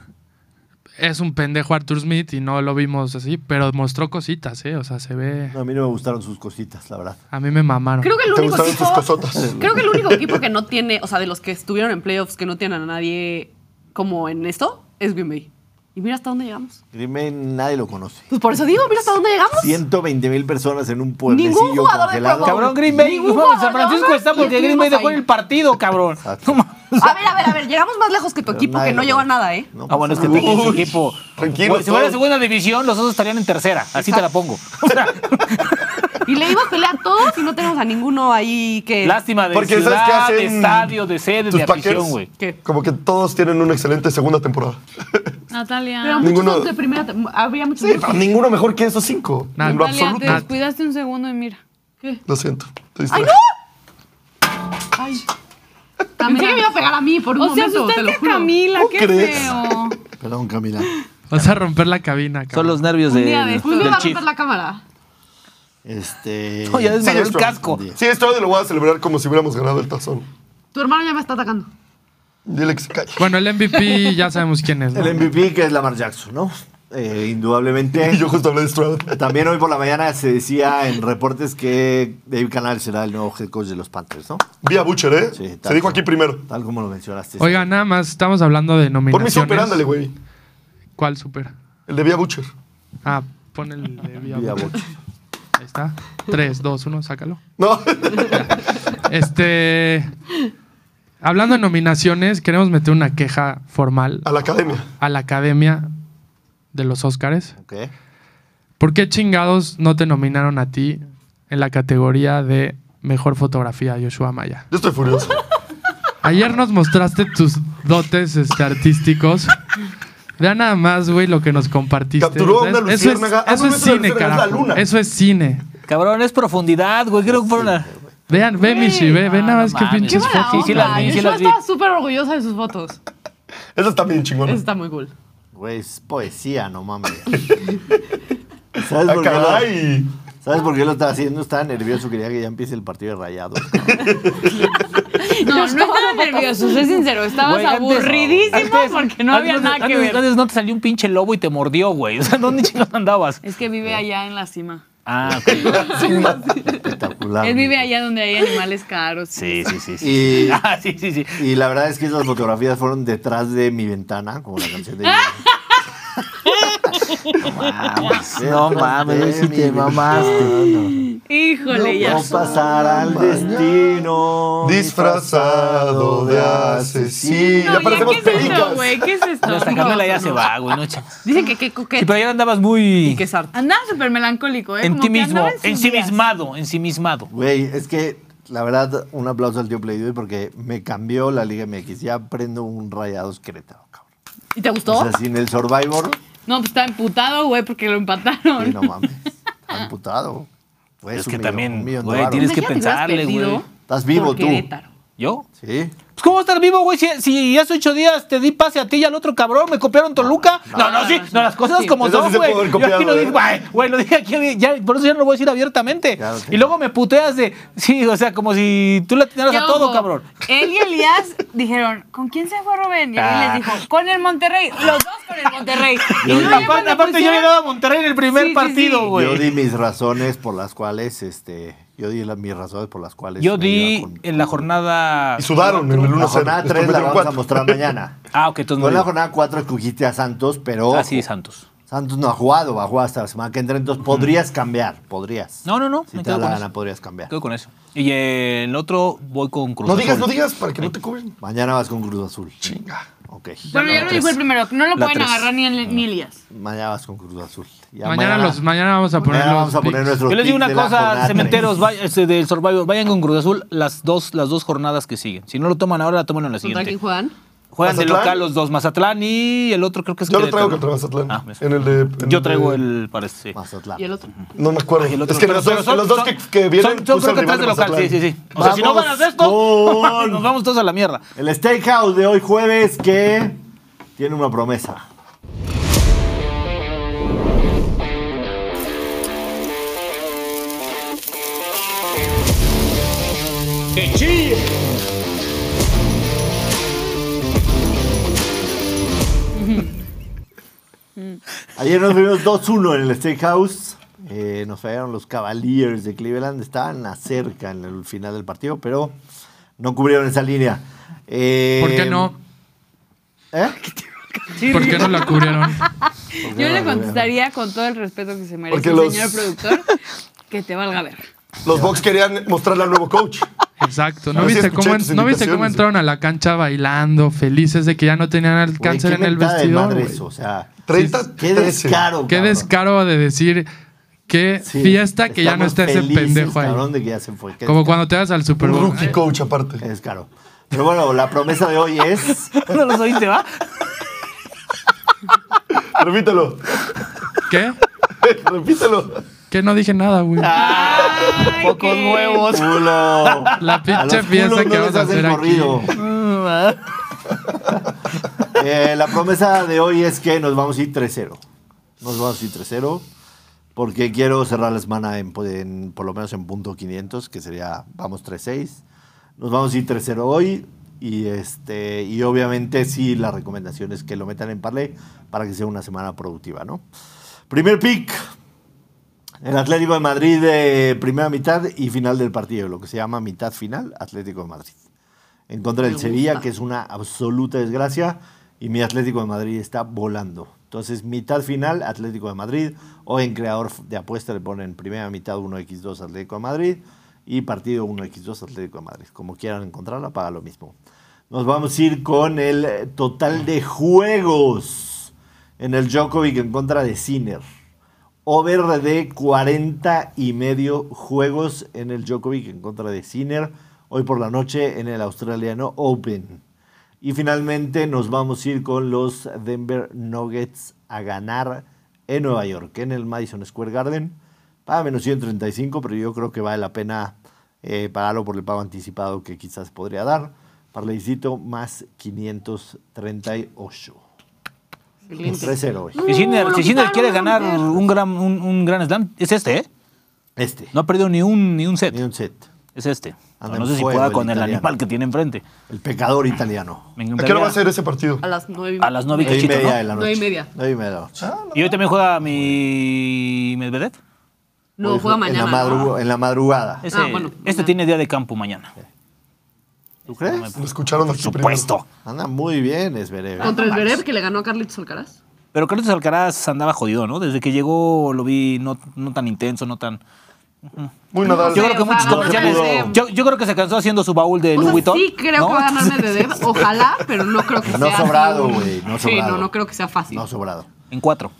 [SPEAKER 6] es un pendejo Arthur Smith y no lo vimos así, pero mostró cositas, ¿eh? O sea, se ve.
[SPEAKER 1] No, a mí no me gustaron sus cositas, la verdad.
[SPEAKER 6] A mí me mamaron.
[SPEAKER 4] Creo que el
[SPEAKER 2] Te
[SPEAKER 4] único
[SPEAKER 2] gustaron sus
[SPEAKER 4] equipo.
[SPEAKER 2] cosotas.
[SPEAKER 4] Creo que el único equipo que no tiene, o sea, de los que estuvieron en playoffs que no tienen a nadie como en esto, es Green Bay. Y mira hasta dónde llegamos.
[SPEAKER 1] Green Bay nadie lo conoce.
[SPEAKER 4] Pues por eso digo, mira hasta dónde llegamos.
[SPEAKER 1] 120 mil personas en un
[SPEAKER 4] Ningún
[SPEAKER 1] pueblecillo
[SPEAKER 4] jugador de
[SPEAKER 1] congelado.
[SPEAKER 4] Pro Bowl.
[SPEAKER 5] Cabrón, Green Bay.
[SPEAKER 4] Ningún
[SPEAKER 5] no mames, San
[SPEAKER 4] jugador,
[SPEAKER 5] Francisco
[SPEAKER 4] ¿no?
[SPEAKER 5] está
[SPEAKER 4] Y
[SPEAKER 5] porque Green
[SPEAKER 4] estuvimos
[SPEAKER 5] Bay dejó
[SPEAKER 4] ahí.
[SPEAKER 5] el partido, cabrón.
[SPEAKER 1] Exacto.
[SPEAKER 5] No mames.
[SPEAKER 4] A ver, a ver, a ver, llegamos más lejos que tu equipo que no llegó a nada, ¿eh?
[SPEAKER 1] No
[SPEAKER 5] Ah, bueno, es
[SPEAKER 1] pasa
[SPEAKER 5] que
[SPEAKER 1] nada.
[SPEAKER 5] tenía ese equipo.
[SPEAKER 2] tranquilos
[SPEAKER 5] Güey, Si fuera
[SPEAKER 2] todos.
[SPEAKER 5] segunda división, los otros estarían en tercera. Así te la pongo. O sea,
[SPEAKER 4] Y le iba a pelear a todos y no tenemos a ninguno ahí que.
[SPEAKER 5] lástima de
[SPEAKER 2] Porque ¿sabes qué
[SPEAKER 5] ciudad, de
[SPEAKER 2] hacen
[SPEAKER 5] estadio, de sede,
[SPEAKER 2] tus
[SPEAKER 5] de afición,
[SPEAKER 2] Packers?
[SPEAKER 5] güey.
[SPEAKER 4] ¿Qué?
[SPEAKER 2] Como que todos tienen una excelente segunda temporada.
[SPEAKER 3] Natalia.
[SPEAKER 4] Pero muchos
[SPEAKER 2] Ninguno-
[SPEAKER 4] son de primera. tem- Había muchos.
[SPEAKER 2] Sí, pero ninguno mejor que esos cinco.
[SPEAKER 6] Nada.
[SPEAKER 2] En lo
[SPEAKER 3] Natalia,
[SPEAKER 2] absoluto.
[SPEAKER 3] te descuidaste un segundo y mira.
[SPEAKER 2] Lo siento. te
[SPEAKER 4] ¡Ay,
[SPEAKER 2] distraje.
[SPEAKER 4] no! Ay. Pensé que me iba a pegar a mí por un
[SPEAKER 3] O sea,
[SPEAKER 4] momento, te lo
[SPEAKER 3] asustaste a
[SPEAKER 4] juro.
[SPEAKER 3] Camila, qué
[SPEAKER 2] crees?
[SPEAKER 3] feo.
[SPEAKER 1] Perdón, Camila.
[SPEAKER 6] Vas a romper la cabina, cabrón.
[SPEAKER 5] Son los nervios
[SPEAKER 3] Un
[SPEAKER 5] de,
[SPEAKER 3] día de estos.
[SPEAKER 4] Pues me va
[SPEAKER 5] del
[SPEAKER 4] a
[SPEAKER 5] chief.
[SPEAKER 4] romper la cámara.
[SPEAKER 1] Este.
[SPEAKER 5] No, ya desmadró el
[SPEAKER 2] Stroud.
[SPEAKER 5] casco.
[SPEAKER 2] Sí, esto lo voy a celebrar como si hubiéramos ganado el tazón.
[SPEAKER 4] Tu hermano ya me está atacando.
[SPEAKER 2] Dile que se calle.
[SPEAKER 6] Bueno, el MVP ya sabemos quién es, ¿no?
[SPEAKER 1] El MVP que es Lamar Jackson, ¿no? Eh, indudablemente.
[SPEAKER 2] Y yo justo hablé de Stroud.
[SPEAKER 1] También hoy por la mañana se decía en reportes que Dave Canal será el nuevo head coach de los Panthers, ¿no?
[SPEAKER 2] Vía Butcher, ¿eh?
[SPEAKER 1] Sí,
[SPEAKER 2] se
[SPEAKER 1] tal
[SPEAKER 2] dijo
[SPEAKER 1] como-
[SPEAKER 2] aquí primero.
[SPEAKER 1] Tal como lo mencionaste.
[SPEAKER 6] Oiga, nada más estamos hablando de
[SPEAKER 2] Por mi
[SPEAKER 6] nominaciones.
[SPEAKER 2] super, ándale, güey.
[SPEAKER 6] ¿Cuál super?
[SPEAKER 2] El de Vía Butcher.
[SPEAKER 6] Ah, pon el de Vía
[SPEAKER 1] Vía
[SPEAKER 6] Voz.
[SPEAKER 1] Voz.
[SPEAKER 6] Ahí está. 3, 2, 1, sácalo.
[SPEAKER 2] No.
[SPEAKER 6] Este. Hablando de nominaciones, queremos meter una queja formal
[SPEAKER 2] A la academia.
[SPEAKER 6] a la Academia de los Óscares.
[SPEAKER 1] Ok.
[SPEAKER 6] ¿Por qué chingados no te nominaron a ti en la categoría de mejor fotografía, Joshua Maya?
[SPEAKER 2] Yo estoy furioso.
[SPEAKER 6] Ayer nos mostraste tus dotes este, artísticos. Vea nada más, güey, lo que nos compartiste.
[SPEAKER 2] Capturó a una
[SPEAKER 6] Es- eso es,
[SPEAKER 2] luciérnaga. Ah,
[SPEAKER 6] eso
[SPEAKER 2] no,
[SPEAKER 6] es
[SPEAKER 2] no es una
[SPEAKER 6] cine,
[SPEAKER 2] luciérnaga, es la
[SPEAKER 6] carajo.
[SPEAKER 2] luna.
[SPEAKER 6] Eso es cine.
[SPEAKER 5] Cabrón, es profundidad, güey. Creo que fueron a-
[SPEAKER 6] Vean, ve, Michi, ve, ve
[SPEAKER 5] Ah, no
[SPEAKER 6] nada más qué
[SPEAKER 5] mames.
[SPEAKER 6] pinches
[SPEAKER 5] Qué mala
[SPEAKER 3] Ah,
[SPEAKER 6] fotos.
[SPEAKER 5] Sí, sí las vi,
[SPEAKER 4] Ay,
[SPEAKER 5] sí
[SPEAKER 4] yo
[SPEAKER 5] las vi.
[SPEAKER 4] estaba súper orgullosa de sus fotos.
[SPEAKER 2] Eso está bien chingón.
[SPEAKER 4] Eso está muy cool.
[SPEAKER 1] Güey, es poesía, no mames.
[SPEAKER 2] Ah,
[SPEAKER 1] ¿Sabes por, qué lo,
[SPEAKER 2] caray.
[SPEAKER 1] ¿Sabes por qué lo estaba haciendo? Estaba nervioso, quería que ya empiece el partido de rayado.
[SPEAKER 3] No, no estaba nervioso, sé sincero. Estabas
[SPEAKER 5] Güey, antes-
[SPEAKER 3] aburridísimo
[SPEAKER 5] antes-
[SPEAKER 3] porque no había
[SPEAKER 5] antes-
[SPEAKER 3] nada que
[SPEAKER 5] antes-
[SPEAKER 3] ver.
[SPEAKER 5] Antes no te salió un pinche lobo y te mordió, güey. O sea, ¿dónde chingados andabas?
[SPEAKER 3] Es que vive allá en la cima.
[SPEAKER 5] Ah, ok.
[SPEAKER 1] Espectacular.
[SPEAKER 3] Él vive
[SPEAKER 1] amigo.
[SPEAKER 3] allá donde hay animales caros.
[SPEAKER 5] Sí, sí, sí. sí.
[SPEAKER 1] Y,
[SPEAKER 5] Ah, sí, sí, sí.
[SPEAKER 1] y la verdad es que esas fotografías fueron detrás de mi ventana, como la canción de.
[SPEAKER 3] Ah.
[SPEAKER 5] No mames,
[SPEAKER 1] Detrás
[SPEAKER 5] sí
[SPEAKER 1] de
[SPEAKER 5] te
[SPEAKER 1] mi
[SPEAKER 5] mamaste.
[SPEAKER 1] ventana.
[SPEAKER 3] Híjole, ya.
[SPEAKER 1] No pasar al destino.
[SPEAKER 2] Disfrazado de asesino.
[SPEAKER 3] No,
[SPEAKER 2] Ya
[SPEAKER 3] ya,
[SPEAKER 2] parecemos
[SPEAKER 3] ¿Qué es esto,
[SPEAKER 2] pericas.
[SPEAKER 3] güey? ¿Qué es esto?
[SPEAKER 5] Hasta Carmela ya se va, güey. No, chingas.
[SPEAKER 4] Dicen que qué
[SPEAKER 5] sí,
[SPEAKER 4] coquete.
[SPEAKER 5] pero ayer andabas muy
[SPEAKER 4] Que es arte.
[SPEAKER 3] Andaba súper melancólico, ¿eh?
[SPEAKER 5] en
[SPEAKER 3] Como
[SPEAKER 5] ti
[SPEAKER 3] que
[SPEAKER 5] mismo,
[SPEAKER 3] andaba sus días.
[SPEAKER 5] ensimismado, ensimismado.
[SPEAKER 1] Güey, es que la verdad, un aplauso al tío Playdoy porque me cambió la Liga MX. Ya aprendo un rayados Querétaro, cabrón.
[SPEAKER 4] ¿Y te gustó?
[SPEAKER 1] O sea, sin el Survivor,
[SPEAKER 3] No, pues estaba emputado, güey, porque lo empataron.
[SPEAKER 1] sí, no mames. Está amputado. Güey,
[SPEAKER 5] Es
[SPEAKER 1] un
[SPEAKER 5] que
[SPEAKER 1] millón- un
[SPEAKER 5] también,
[SPEAKER 1] millón de
[SPEAKER 5] güey,
[SPEAKER 1] varos.
[SPEAKER 5] tienes que
[SPEAKER 4] Imagínate hubieras
[SPEAKER 5] pensarle,
[SPEAKER 4] perdido
[SPEAKER 5] güey.
[SPEAKER 1] Estás vivo
[SPEAKER 4] por
[SPEAKER 1] tú.
[SPEAKER 4] Querétaro.
[SPEAKER 5] ¿Yo?
[SPEAKER 1] Sí.
[SPEAKER 5] Pues, ¿cómo estás vivo, güey? Si, si hace ocho días te di pase a ti y al otro cabrón, me copiaron Toluca. No, no, sí, no, las cosas como
[SPEAKER 2] Eso sí
[SPEAKER 5] son,
[SPEAKER 2] se
[SPEAKER 5] güey.
[SPEAKER 2] pudo haber
[SPEAKER 5] Yo
[SPEAKER 2] copiado,
[SPEAKER 5] aquí lo dije,
[SPEAKER 2] ¿eh?
[SPEAKER 5] güey, güey, lo dije aquí, ya, por eso ya no lo voy a decir abiertamente.
[SPEAKER 1] Ya lo tengo.
[SPEAKER 5] y luego me puteas de, sí, o sea, como si tú le atinaras
[SPEAKER 3] ¿Qué
[SPEAKER 5] a todo,
[SPEAKER 3] hubo?
[SPEAKER 5] cabrón.
[SPEAKER 3] Él y Elías dijeron, ¿con quién se fue Rubén? Y él
[SPEAKER 5] Ah.
[SPEAKER 3] les dijo, con el Monterrey. Los dos con el Monterrey. Y luego ya
[SPEAKER 5] aparte,
[SPEAKER 3] cuando
[SPEAKER 5] aparte yo
[SPEAKER 3] pusieron-
[SPEAKER 5] le he dado a Monterrey en el primer
[SPEAKER 3] Sí, sí, sí.
[SPEAKER 5] partido, güey.
[SPEAKER 1] Yo di mis razones por las cuales, este, yo di las- mis razones por las cuales.
[SPEAKER 5] Yo
[SPEAKER 1] me
[SPEAKER 5] di
[SPEAKER 1] iba con-
[SPEAKER 5] en la jornada.
[SPEAKER 2] Y sudaron en el
[SPEAKER 1] La
[SPEAKER 2] 1-0.
[SPEAKER 1] jornada
[SPEAKER 2] después
[SPEAKER 1] 3 la
[SPEAKER 2] metieron
[SPEAKER 1] vamos a
[SPEAKER 2] cuatro.
[SPEAKER 1] mostrar mañana.
[SPEAKER 5] Ah, ok,
[SPEAKER 1] Con
[SPEAKER 5] entonces no.
[SPEAKER 1] la
[SPEAKER 5] digo.
[SPEAKER 1] jornada 4 escogiste a Santos, pero
[SPEAKER 5] Ah, sí, Santos.
[SPEAKER 1] Santos no ha jugado, va a jugar hasta la semana que entra, entonces podrías cambiar, podrías.
[SPEAKER 5] No, no, no,
[SPEAKER 1] Si
[SPEAKER 5] me
[SPEAKER 1] te da
[SPEAKER 5] quedo con
[SPEAKER 1] la
[SPEAKER 5] eso.
[SPEAKER 1] gana, podrías cambiar.
[SPEAKER 5] Quedo con eso. Y el otro voy con Cruz
[SPEAKER 2] No digas,
[SPEAKER 5] Azul.
[SPEAKER 2] no digas para que no te cubren.
[SPEAKER 1] Mañana vas con Cruz Azul.
[SPEAKER 2] Chinga.
[SPEAKER 1] Ok.
[SPEAKER 3] Bueno, ya lo dijo el primero, no lo
[SPEAKER 5] La
[SPEAKER 3] pueden
[SPEAKER 5] tres.
[SPEAKER 3] agarrar ni, el- ni Elías.
[SPEAKER 1] Mañana vas con Cruz Azul. Ya
[SPEAKER 6] Mañana, los, mañana vamos a poner
[SPEAKER 1] mañana
[SPEAKER 6] los
[SPEAKER 1] vamos a poner
[SPEAKER 6] pics.
[SPEAKER 1] nuestros
[SPEAKER 5] Yo les digo
[SPEAKER 1] picks
[SPEAKER 5] una
[SPEAKER 1] de la
[SPEAKER 5] cosa,
[SPEAKER 1] jornada
[SPEAKER 5] cementeros
[SPEAKER 1] tres.
[SPEAKER 5] vay- este, del Survivor, vayan con Cruz Azul las dos, las dos jornadas que siguen. Si no lo toman ahora, la toman en la
[SPEAKER 4] ¿Contra
[SPEAKER 5] siguiente.
[SPEAKER 4] quién juegan?
[SPEAKER 5] Juegan de
[SPEAKER 2] ¿Mazatlán?
[SPEAKER 5] local los dos, Mazatlán y el otro creo que es
[SPEAKER 2] Yo lo traigo contra
[SPEAKER 5] Querétaro.
[SPEAKER 2] Mazatlán.
[SPEAKER 5] Ah, ves.
[SPEAKER 2] en el de, en
[SPEAKER 5] Yo traigo
[SPEAKER 2] de-
[SPEAKER 5] el, parece, sí.
[SPEAKER 1] Mazatlán.
[SPEAKER 4] ¿Y el otro?
[SPEAKER 2] No me acuerdo.
[SPEAKER 5] Y el otro-
[SPEAKER 2] es que
[SPEAKER 5] pero-
[SPEAKER 2] los dos,
[SPEAKER 5] pero son-
[SPEAKER 2] los dos
[SPEAKER 5] son-
[SPEAKER 2] que, que vienen
[SPEAKER 5] son, son
[SPEAKER 2] puse
[SPEAKER 5] creo
[SPEAKER 2] al
[SPEAKER 5] que
[SPEAKER 2] rival
[SPEAKER 5] tres de local, sí,
[SPEAKER 2] Mazatlán.
[SPEAKER 5] sí, sí. O sea, si no
[SPEAKER 1] Vamos
[SPEAKER 5] ganas esto,
[SPEAKER 1] con-
[SPEAKER 5] nos vamos todos a la mierda.
[SPEAKER 1] El Steakhouse de hoy jueves que tiene una promesa. Ayer nos vimos 2-1 en el Steakhouse. Eh, nos fallaron los Cavaliers de Cleveland. Estaban a cerca en el final del partido, pero no cubrieron esa línea. Eh,
[SPEAKER 6] ¿Por qué no?
[SPEAKER 1] ¿Eh?
[SPEAKER 6] ¿Por qué no la cubrieron?
[SPEAKER 3] Yo le contestaría con todo el respeto que se merece,
[SPEAKER 2] Porque los-
[SPEAKER 3] señor productor, que te valga ver.
[SPEAKER 2] Los Bucks querían mostrarle al nuevo coach.
[SPEAKER 6] Exacto. ¿No
[SPEAKER 2] A ver si
[SPEAKER 6] viste,
[SPEAKER 2] escuché
[SPEAKER 6] cómo,
[SPEAKER 2] tus
[SPEAKER 6] ¿No viste cómo
[SPEAKER 2] indicaciones,
[SPEAKER 6] entraron a la cancha bailando, felices de que ya no tenían
[SPEAKER 1] Güey,
[SPEAKER 6] alcance
[SPEAKER 1] qué
[SPEAKER 6] en el
[SPEAKER 1] mentada de
[SPEAKER 6] vestidor?
[SPEAKER 1] madre
[SPEAKER 6] güey?
[SPEAKER 1] eso, o sea,
[SPEAKER 2] 30
[SPEAKER 1] qué
[SPEAKER 2] 13.
[SPEAKER 1] descaro.
[SPEAKER 6] Qué
[SPEAKER 1] cabrón.
[SPEAKER 6] descaro de decir qué
[SPEAKER 1] Sí,
[SPEAKER 6] fiesta que ya no
[SPEAKER 1] estamos
[SPEAKER 6] está ese
[SPEAKER 1] felices,
[SPEAKER 6] pendejo ahí.
[SPEAKER 1] cabrón, de que ya se fue. Qué
[SPEAKER 6] Como
[SPEAKER 1] descaro.
[SPEAKER 6] cuando te vas al Super
[SPEAKER 2] Un
[SPEAKER 6] Bowl.
[SPEAKER 2] rookie coach aparte.
[SPEAKER 1] Qué
[SPEAKER 5] Eh.
[SPEAKER 1] descaro. Pero bueno, la promesa de hoy es.
[SPEAKER 3] No los oíste, ¿va?
[SPEAKER 2] Repítelo.
[SPEAKER 6] ¿Qué?
[SPEAKER 2] Repítelo.
[SPEAKER 6] ¿Qué? No dije nada, güey.
[SPEAKER 3] Pocos
[SPEAKER 5] Pues,
[SPEAKER 3] nuevos.
[SPEAKER 1] Culo. A
[SPEAKER 6] La
[SPEAKER 1] los
[SPEAKER 6] pinche
[SPEAKER 1] culos
[SPEAKER 6] fiesta
[SPEAKER 1] no
[SPEAKER 6] que
[SPEAKER 1] les
[SPEAKER 6] vamos a
[SPEAKER 1] hacen
[SPEAKER 6] hacer aquí.
[SPEAKER 1] corrido. Eh, la promesa de hoy es que nos vamos a ir 3-0. Nos vamos a ir 3-0. Porque quiero cerrar la semana en, po- en- por lo menos en punto 500, que sería vamos 3-6. Nos vamos a ir 3-0 hoy. Y, este, y obviamente sí, la recomendación es que lo metan en parlay para que sea una semana productiva, ¿no? Primer pick. El Atlético de Madrid de primera mitad y final del partido, lo que se llama mitad final Atlético de Madrid. En contra del Sevilla, que es una absoluta desgracia, y mi Atlético de Madrid está volando. Entonces, mitad final Atlético de Madrid, o en creador de apuesta le ponen primera mitad 1x2 Atlético de Madrid y partido 1x2 Atlético de Madrid. Como quieran encontrarla, paga lo mismo. Nos vamos a ir con el eh, total de juegos en el Djokovic en contra de Sinner. Over de 40 y medio juegos en el Djokovic en contra de Sinner. Hoy por la noche en el Australiano Open. Y finalmente nos vamos a ir con los Denver Nuggets a ganar en Nueva York, en el Madison Square Garden. Paga menos 135, pero yo creo que vale la pena eh, pagarlo por el pago anticipado que quizás podría dar. Parlecito más 538. 3-0 hoy.
[SPEAKER 5] Si Sinner, si Sinner quiere ganar un gran, un, un gran slam, es este, ¿eh?
[SPEAKER 1] Este.
[SPEAKER 5] No ha perdido ni un, ni un set.
[SPEAKER 1] Ni un set.
[SPEAKER 5] Es este. O sea,
[SPEAKER 1] Anda
[SPEAKER 5] no
[SPEAKER 1] en
[SPEAKER 5] sé si
[SPEAKER 1] fuego
[SPEAKER 5] pueda
[SPEAKER 1] el
[SPEAKER 5] con el
[SPEAKER 1] italiano.
[SPEAKER 5] animal que tiene enfrente.
[SPEAKER 1] El pecador italiano.
[SPEAKER 5] Me
[SPEAKER 2] ¿A qué hora
[SPEAKER 5] encantaría.
[SPEAKER 2] va a ser ese partido?
[SPEAKER 4] A las nueve
[SPEAKER 5] A las nueve y
[SPEAKER 1] Nueve y
[SPEAKER 5] cachito,
[SPEAKER 1] media
[SPEAKER 5] ¿no?
[SPEAKER 1] de la noche.
[SPEAKER 4] Nueve y media.
[SPEAKER 1] Nueve y media de la noche.
[SPEAKER 5] Y hoy también juega mi Medvedev.
[SPEAKER 4] No,
[SPEAKER 1] Hoy
[SPEAKER 4] juega
[SPEAKER 1] ju- en
[SPEAKER 4] mañana.
[SPEAKER 1] la madruga- En la madrugada.
[SPEAKER 5] Ese,
[SPEAKER 4] Ah, bueno,
[SPEAKER 5] este
[SPEAKER 4] mañana.
[SPEAKER 5] tiene día de campo mañana.
[SPEAKER 1] ¿Tú crees?
[SPEAKER 2] Lo escucharon
[SPEAKER 5] Por
[SPEAKER 2] aquí
[SPEAKER 5] supuesto.
[SPEAKER 1] Anda muy bien, es breve.
[SPEAKER 4] Contra el Vereb que le ganó a Carlitos Alcaraz.
[SPEAKER 5] Pero Carlos Alcaraz andaba jodido, ¿no? Desde que llegó lo vi no, no tan intenso, no tan...
[SPEAKER 2] primero. Muy Nadal.
[SPEAKER 5] Yo
[SPEAKER 4] Sí,
[SPEAKER 5] creo que
[SPEAKER 4] o sea,
[SPEAKER 5] muchos
[SPEAKER 4] no
[SPEAKER 5] comerciales...
[SPEAKER 4] pudo.
[SPEAKER 5] Yo, yo creo que se cansó haciendo su baúl de
[SPEAKER 4] O
[SPEAKER 5] Louis
[SPEAKER 4] sea,
[SPEAKER 5] Vuitton.
[SPEAKER 4] sí creo que
[SPEAKER 5] ¿no?
[SPEAKER 4] va a ganar Medvedev, ojalá, pero no creo que
[SPEAKER 1] No
[SPEAKER 4] sea. así
[SPEAKER 1] sobrado,
[SPEAKER 4] un-
[SPEAKER 1] güey, no
[SPEAKER 4] Sí,
[SPEAKER 1] sobrado.
[SPEAKER 4] no, no creo que sea fácil.
[SPEAKER 1] No sobrado.
[SPEAKER 5] En cuatro.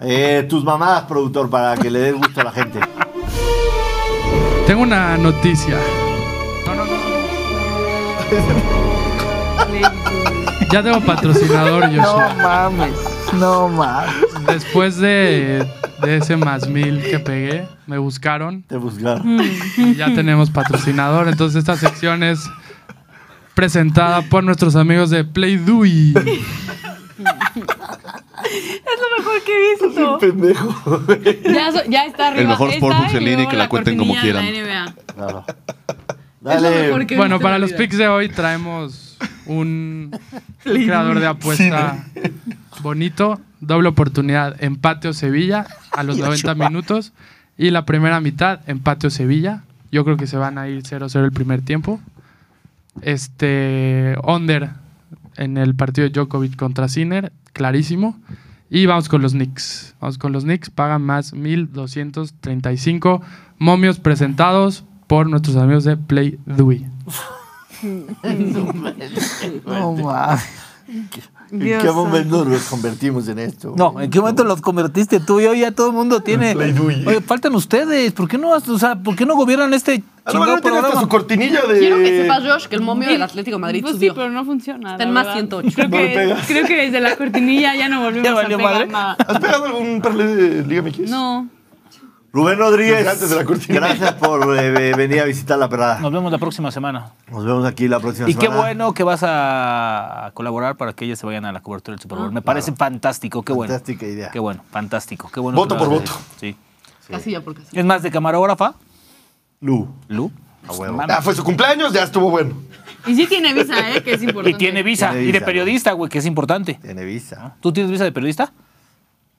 [SPEAKER 1] Eh, tus mamadas, productor, para que le des gusto a la gente.
[SPEAKER 6] Tengo una noticia. Ya tengo patrocinador, yo
[SPEAKER 8] mames, no mames.
[SPEAKER 6] Después de, de ese más mil que pegué, me buscaron
[SPEAKER 1] Te buscaron.
[SPEAKER 5] Mm.
[SPEAKER 6] y ya tenemos patrocinador. Entonces esta sección es presentada por nuestros amigos de Playdui.
[SPEAKER 3] Es lo mejor que he visto.
[SPEAKER 2] Pendejo.
[SPEAKER 3] Ya, so- ya está arriba.
[SPEAKER 7] El mejor
[SPEAKER 3] esta
[SPEAKER 7] Sportbook
[SPEAKER 3] y
[SPEAKER 7] en línea y
[SPEAKER 3] luego
[SPEAKER 7] que la cuenten como
[SPEAKER 3] cortinilla de
[SPEAKER 7] quieran.
[SPEAKER 3] la NBA.
[SPEAKER 1] Claro.
[SPEAKER 4] Es lo mejor
[SPEAKER 1] Dale.
[SPEAKER 4] que he
[SPEAKER 6] Bueno,
[SPEAKER 4] visto
[SPEAKER 6] para
[SPEAKER 4] en la
[SPEAKER 6] los
[SPEAKER 4] vida.
[SPEAKER 6] picks de hoy traemos un creador de apuesta bonito, doble oportunidad, empate o Sevilla a los 90 minutos y la primera mitad, empate o Sevilla. Yo creo que se van a ir 0-0 el primer tiempo. Este, under en el partido de Djokovic contra Sinner, clarísimo. Y vamos con los Knicks. Vamos con los Knicks, pagan más 1235 momios presentados por nuestros amigos de Play Dewey.
[SPEAKER 8] No mames.
[SPEAKER 1] ¿En qué momento nos convertimos en esto?
[SPEAKER 5] No, ¿en qué momento los convertiste tú y hoy ya todo el mundo tiene...
[SPEAKER 2] Playdui.
[SPEAKER 5] Oye, faltan ustedes. ¿Por qué no, has- o sea, ¿por qué no gobiernan este
[SPEAKER 2] A lo mejor
[SPEAKER 5] chingado
[SPEAKER 2] tiene hasta
[SPEAKER 5] programa?
[SPEAKER 2] su cortinilla de.
[SPEAKER 4] Quiero que sepas, Josh, que el momio del
[SPEAKER 3] Sí.
[SPEAKER 4] Atlético de Madrid
[SPEAKER 3] Pues
[SPEAKER 4] subió.
[SPEAKER 3] sí, pero no funciona.
[SPEAKER 4] Está
[SPEAKER 3] la
[SPEAKER 4] en más
[SPEAKER 3] verdad.
[SPEAKER 4] 108.
[SPEAKER 3] Creo
[SPEAKER 2] No le
[SPEAKER 3] que,
[SPEAKER 2] pegas.
[SPEAKER 3] creo que desde la cortinilla ya no volvimos
[SPEAKER 5] ¿Ya
[SPEAKER 3] a
[SPEAKER 5] valió
[SPEAKER 3] pegar
[SPEAKER 5] madre?
[SPEAKER 3] nada.
[SPEAKER 2] ¿Has pegado algún parlay de Liga MX?
[SPEAKER 3] No.
[SPEAKER 1] Rubén Rodríguez.
[SPEAKER 2] Desde antes de la cortina.
[SPEAKER 1] Gracias por eh, venir a visitar la perrada.
[SPEAKER 5] Nos vemos la próxima semana.
[SPEAKER 1] Nos vemos aquí la próxima
[SPEAKER 5] Y qué
[SPEAKER 1] semana.
[SPEAKER 5] bueno que vas a colaborar para que ellos se vayan a la cobertura del Super
[SPEAKER 2] Ah,
[SPEAKER 5] Bowl. Me parece fantástico, qué bueno.
[SPEAKER 1] Fantástica idea.
[SPEAKER 5] Qué bueno, fantástico, qué bueno.
[SPEAKER 2] Voto
[SPEAKER 5] que lo
[SPEAKER 2] por
[SPEAKER 5] hagas.
[SPEAKER 2] voto.
[SPEAKER 5] Sí.
[SPEAKER 4] Casilla por casilla.
[SPEAKER 5] Es más, de camarógrafa,
[SPEAKER 1] Lu.
[SPEAKER 5] Lu. pues,
[SPEAKER 1] huevo.
[SPEAKER 5] mames.
[SPEAKER 2] Ah, fue su cumpleaños, ya estuvo bueno.
[SPEAKER 3] Y sí tiene visa, ¿eh? Que es importante.
[SPEAKER 5] Y tiene visa,
[SPEAKER 1] Tiene
[SPEAKER 5] y de
[SPEAKER 1] visa,
[SPEAKER 5] periodista, güey, que es importante.
[SPEAKER 1] Televisa.
[SPEAKER 5] ¿Tú tienes visa de periodista?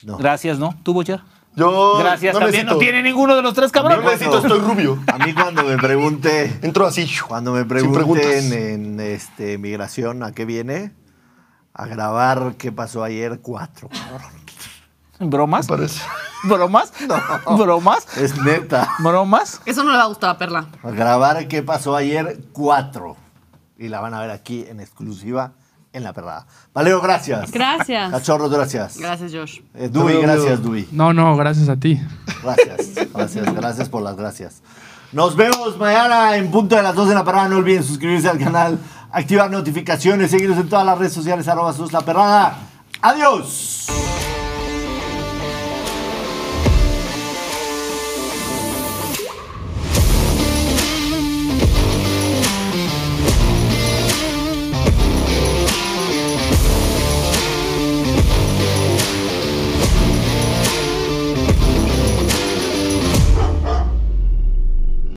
[SPEAKER 1] No.
[SPEAKER 5] Ah. Gracias, ¿no? ¿Tú, Bocher?
[SPEAKER 2] Yo
[SPEAKER 5] Gracias
[SPEAKER 2] no
[SPEAKER 5] también. No
[SPEAKER 2] necesito-
[SPEAKER 5] tiene ninguno de los tres,
[SPEAKER 2] No
[SPEAKER 5] cabrón.
[SPEAKER 2] necesito, estoy rubio.
[SPEAKER 1] A mí cuando me pregunte,
[SPEAKER 2] Entro así.
[SPEAKER 1] cuando me
[SPEAKER 2] preguntas.
[SPEAKER 1] pregunten en este, migración a qué viene, a grabar qué pasó ayer cuatro.
[SPEAKER 5] ¿Bromas?
[SPEAKER 2] Parece.
[SPEAKER 5] ¿Bromas? ¿Bromas?
[SPEAKER 1] Es neta.
[SPEAKER 5] ¿Bromas?
[SPEAKER 4] Eso no le va a gustar a Perla.
[SPEAKER 1] A grabar qué pasó ayer cuatro. Y la van a ver aquí en exclusiva en La Perrada. Valero, gracias.
[SPEAKER 3] Gracias.
[SPEAKER 1] Cachorros, gracias.
[SPEAKER 4] Gracias, Josh.
[SPEAKER 1] Eh, Dubi, gracias, Dubi.
[SPEAKER 6] No, no, gracias a ti.
[SPEAKER 1] Gracias, gracias, gracias por las gracias. Nos vemos mañana en punto de las 2 de la parada. No olviden suscribirse al canal, activar notificaciones, seguirnos en todas las redes sociales, arroba sus la perrada. Adiós.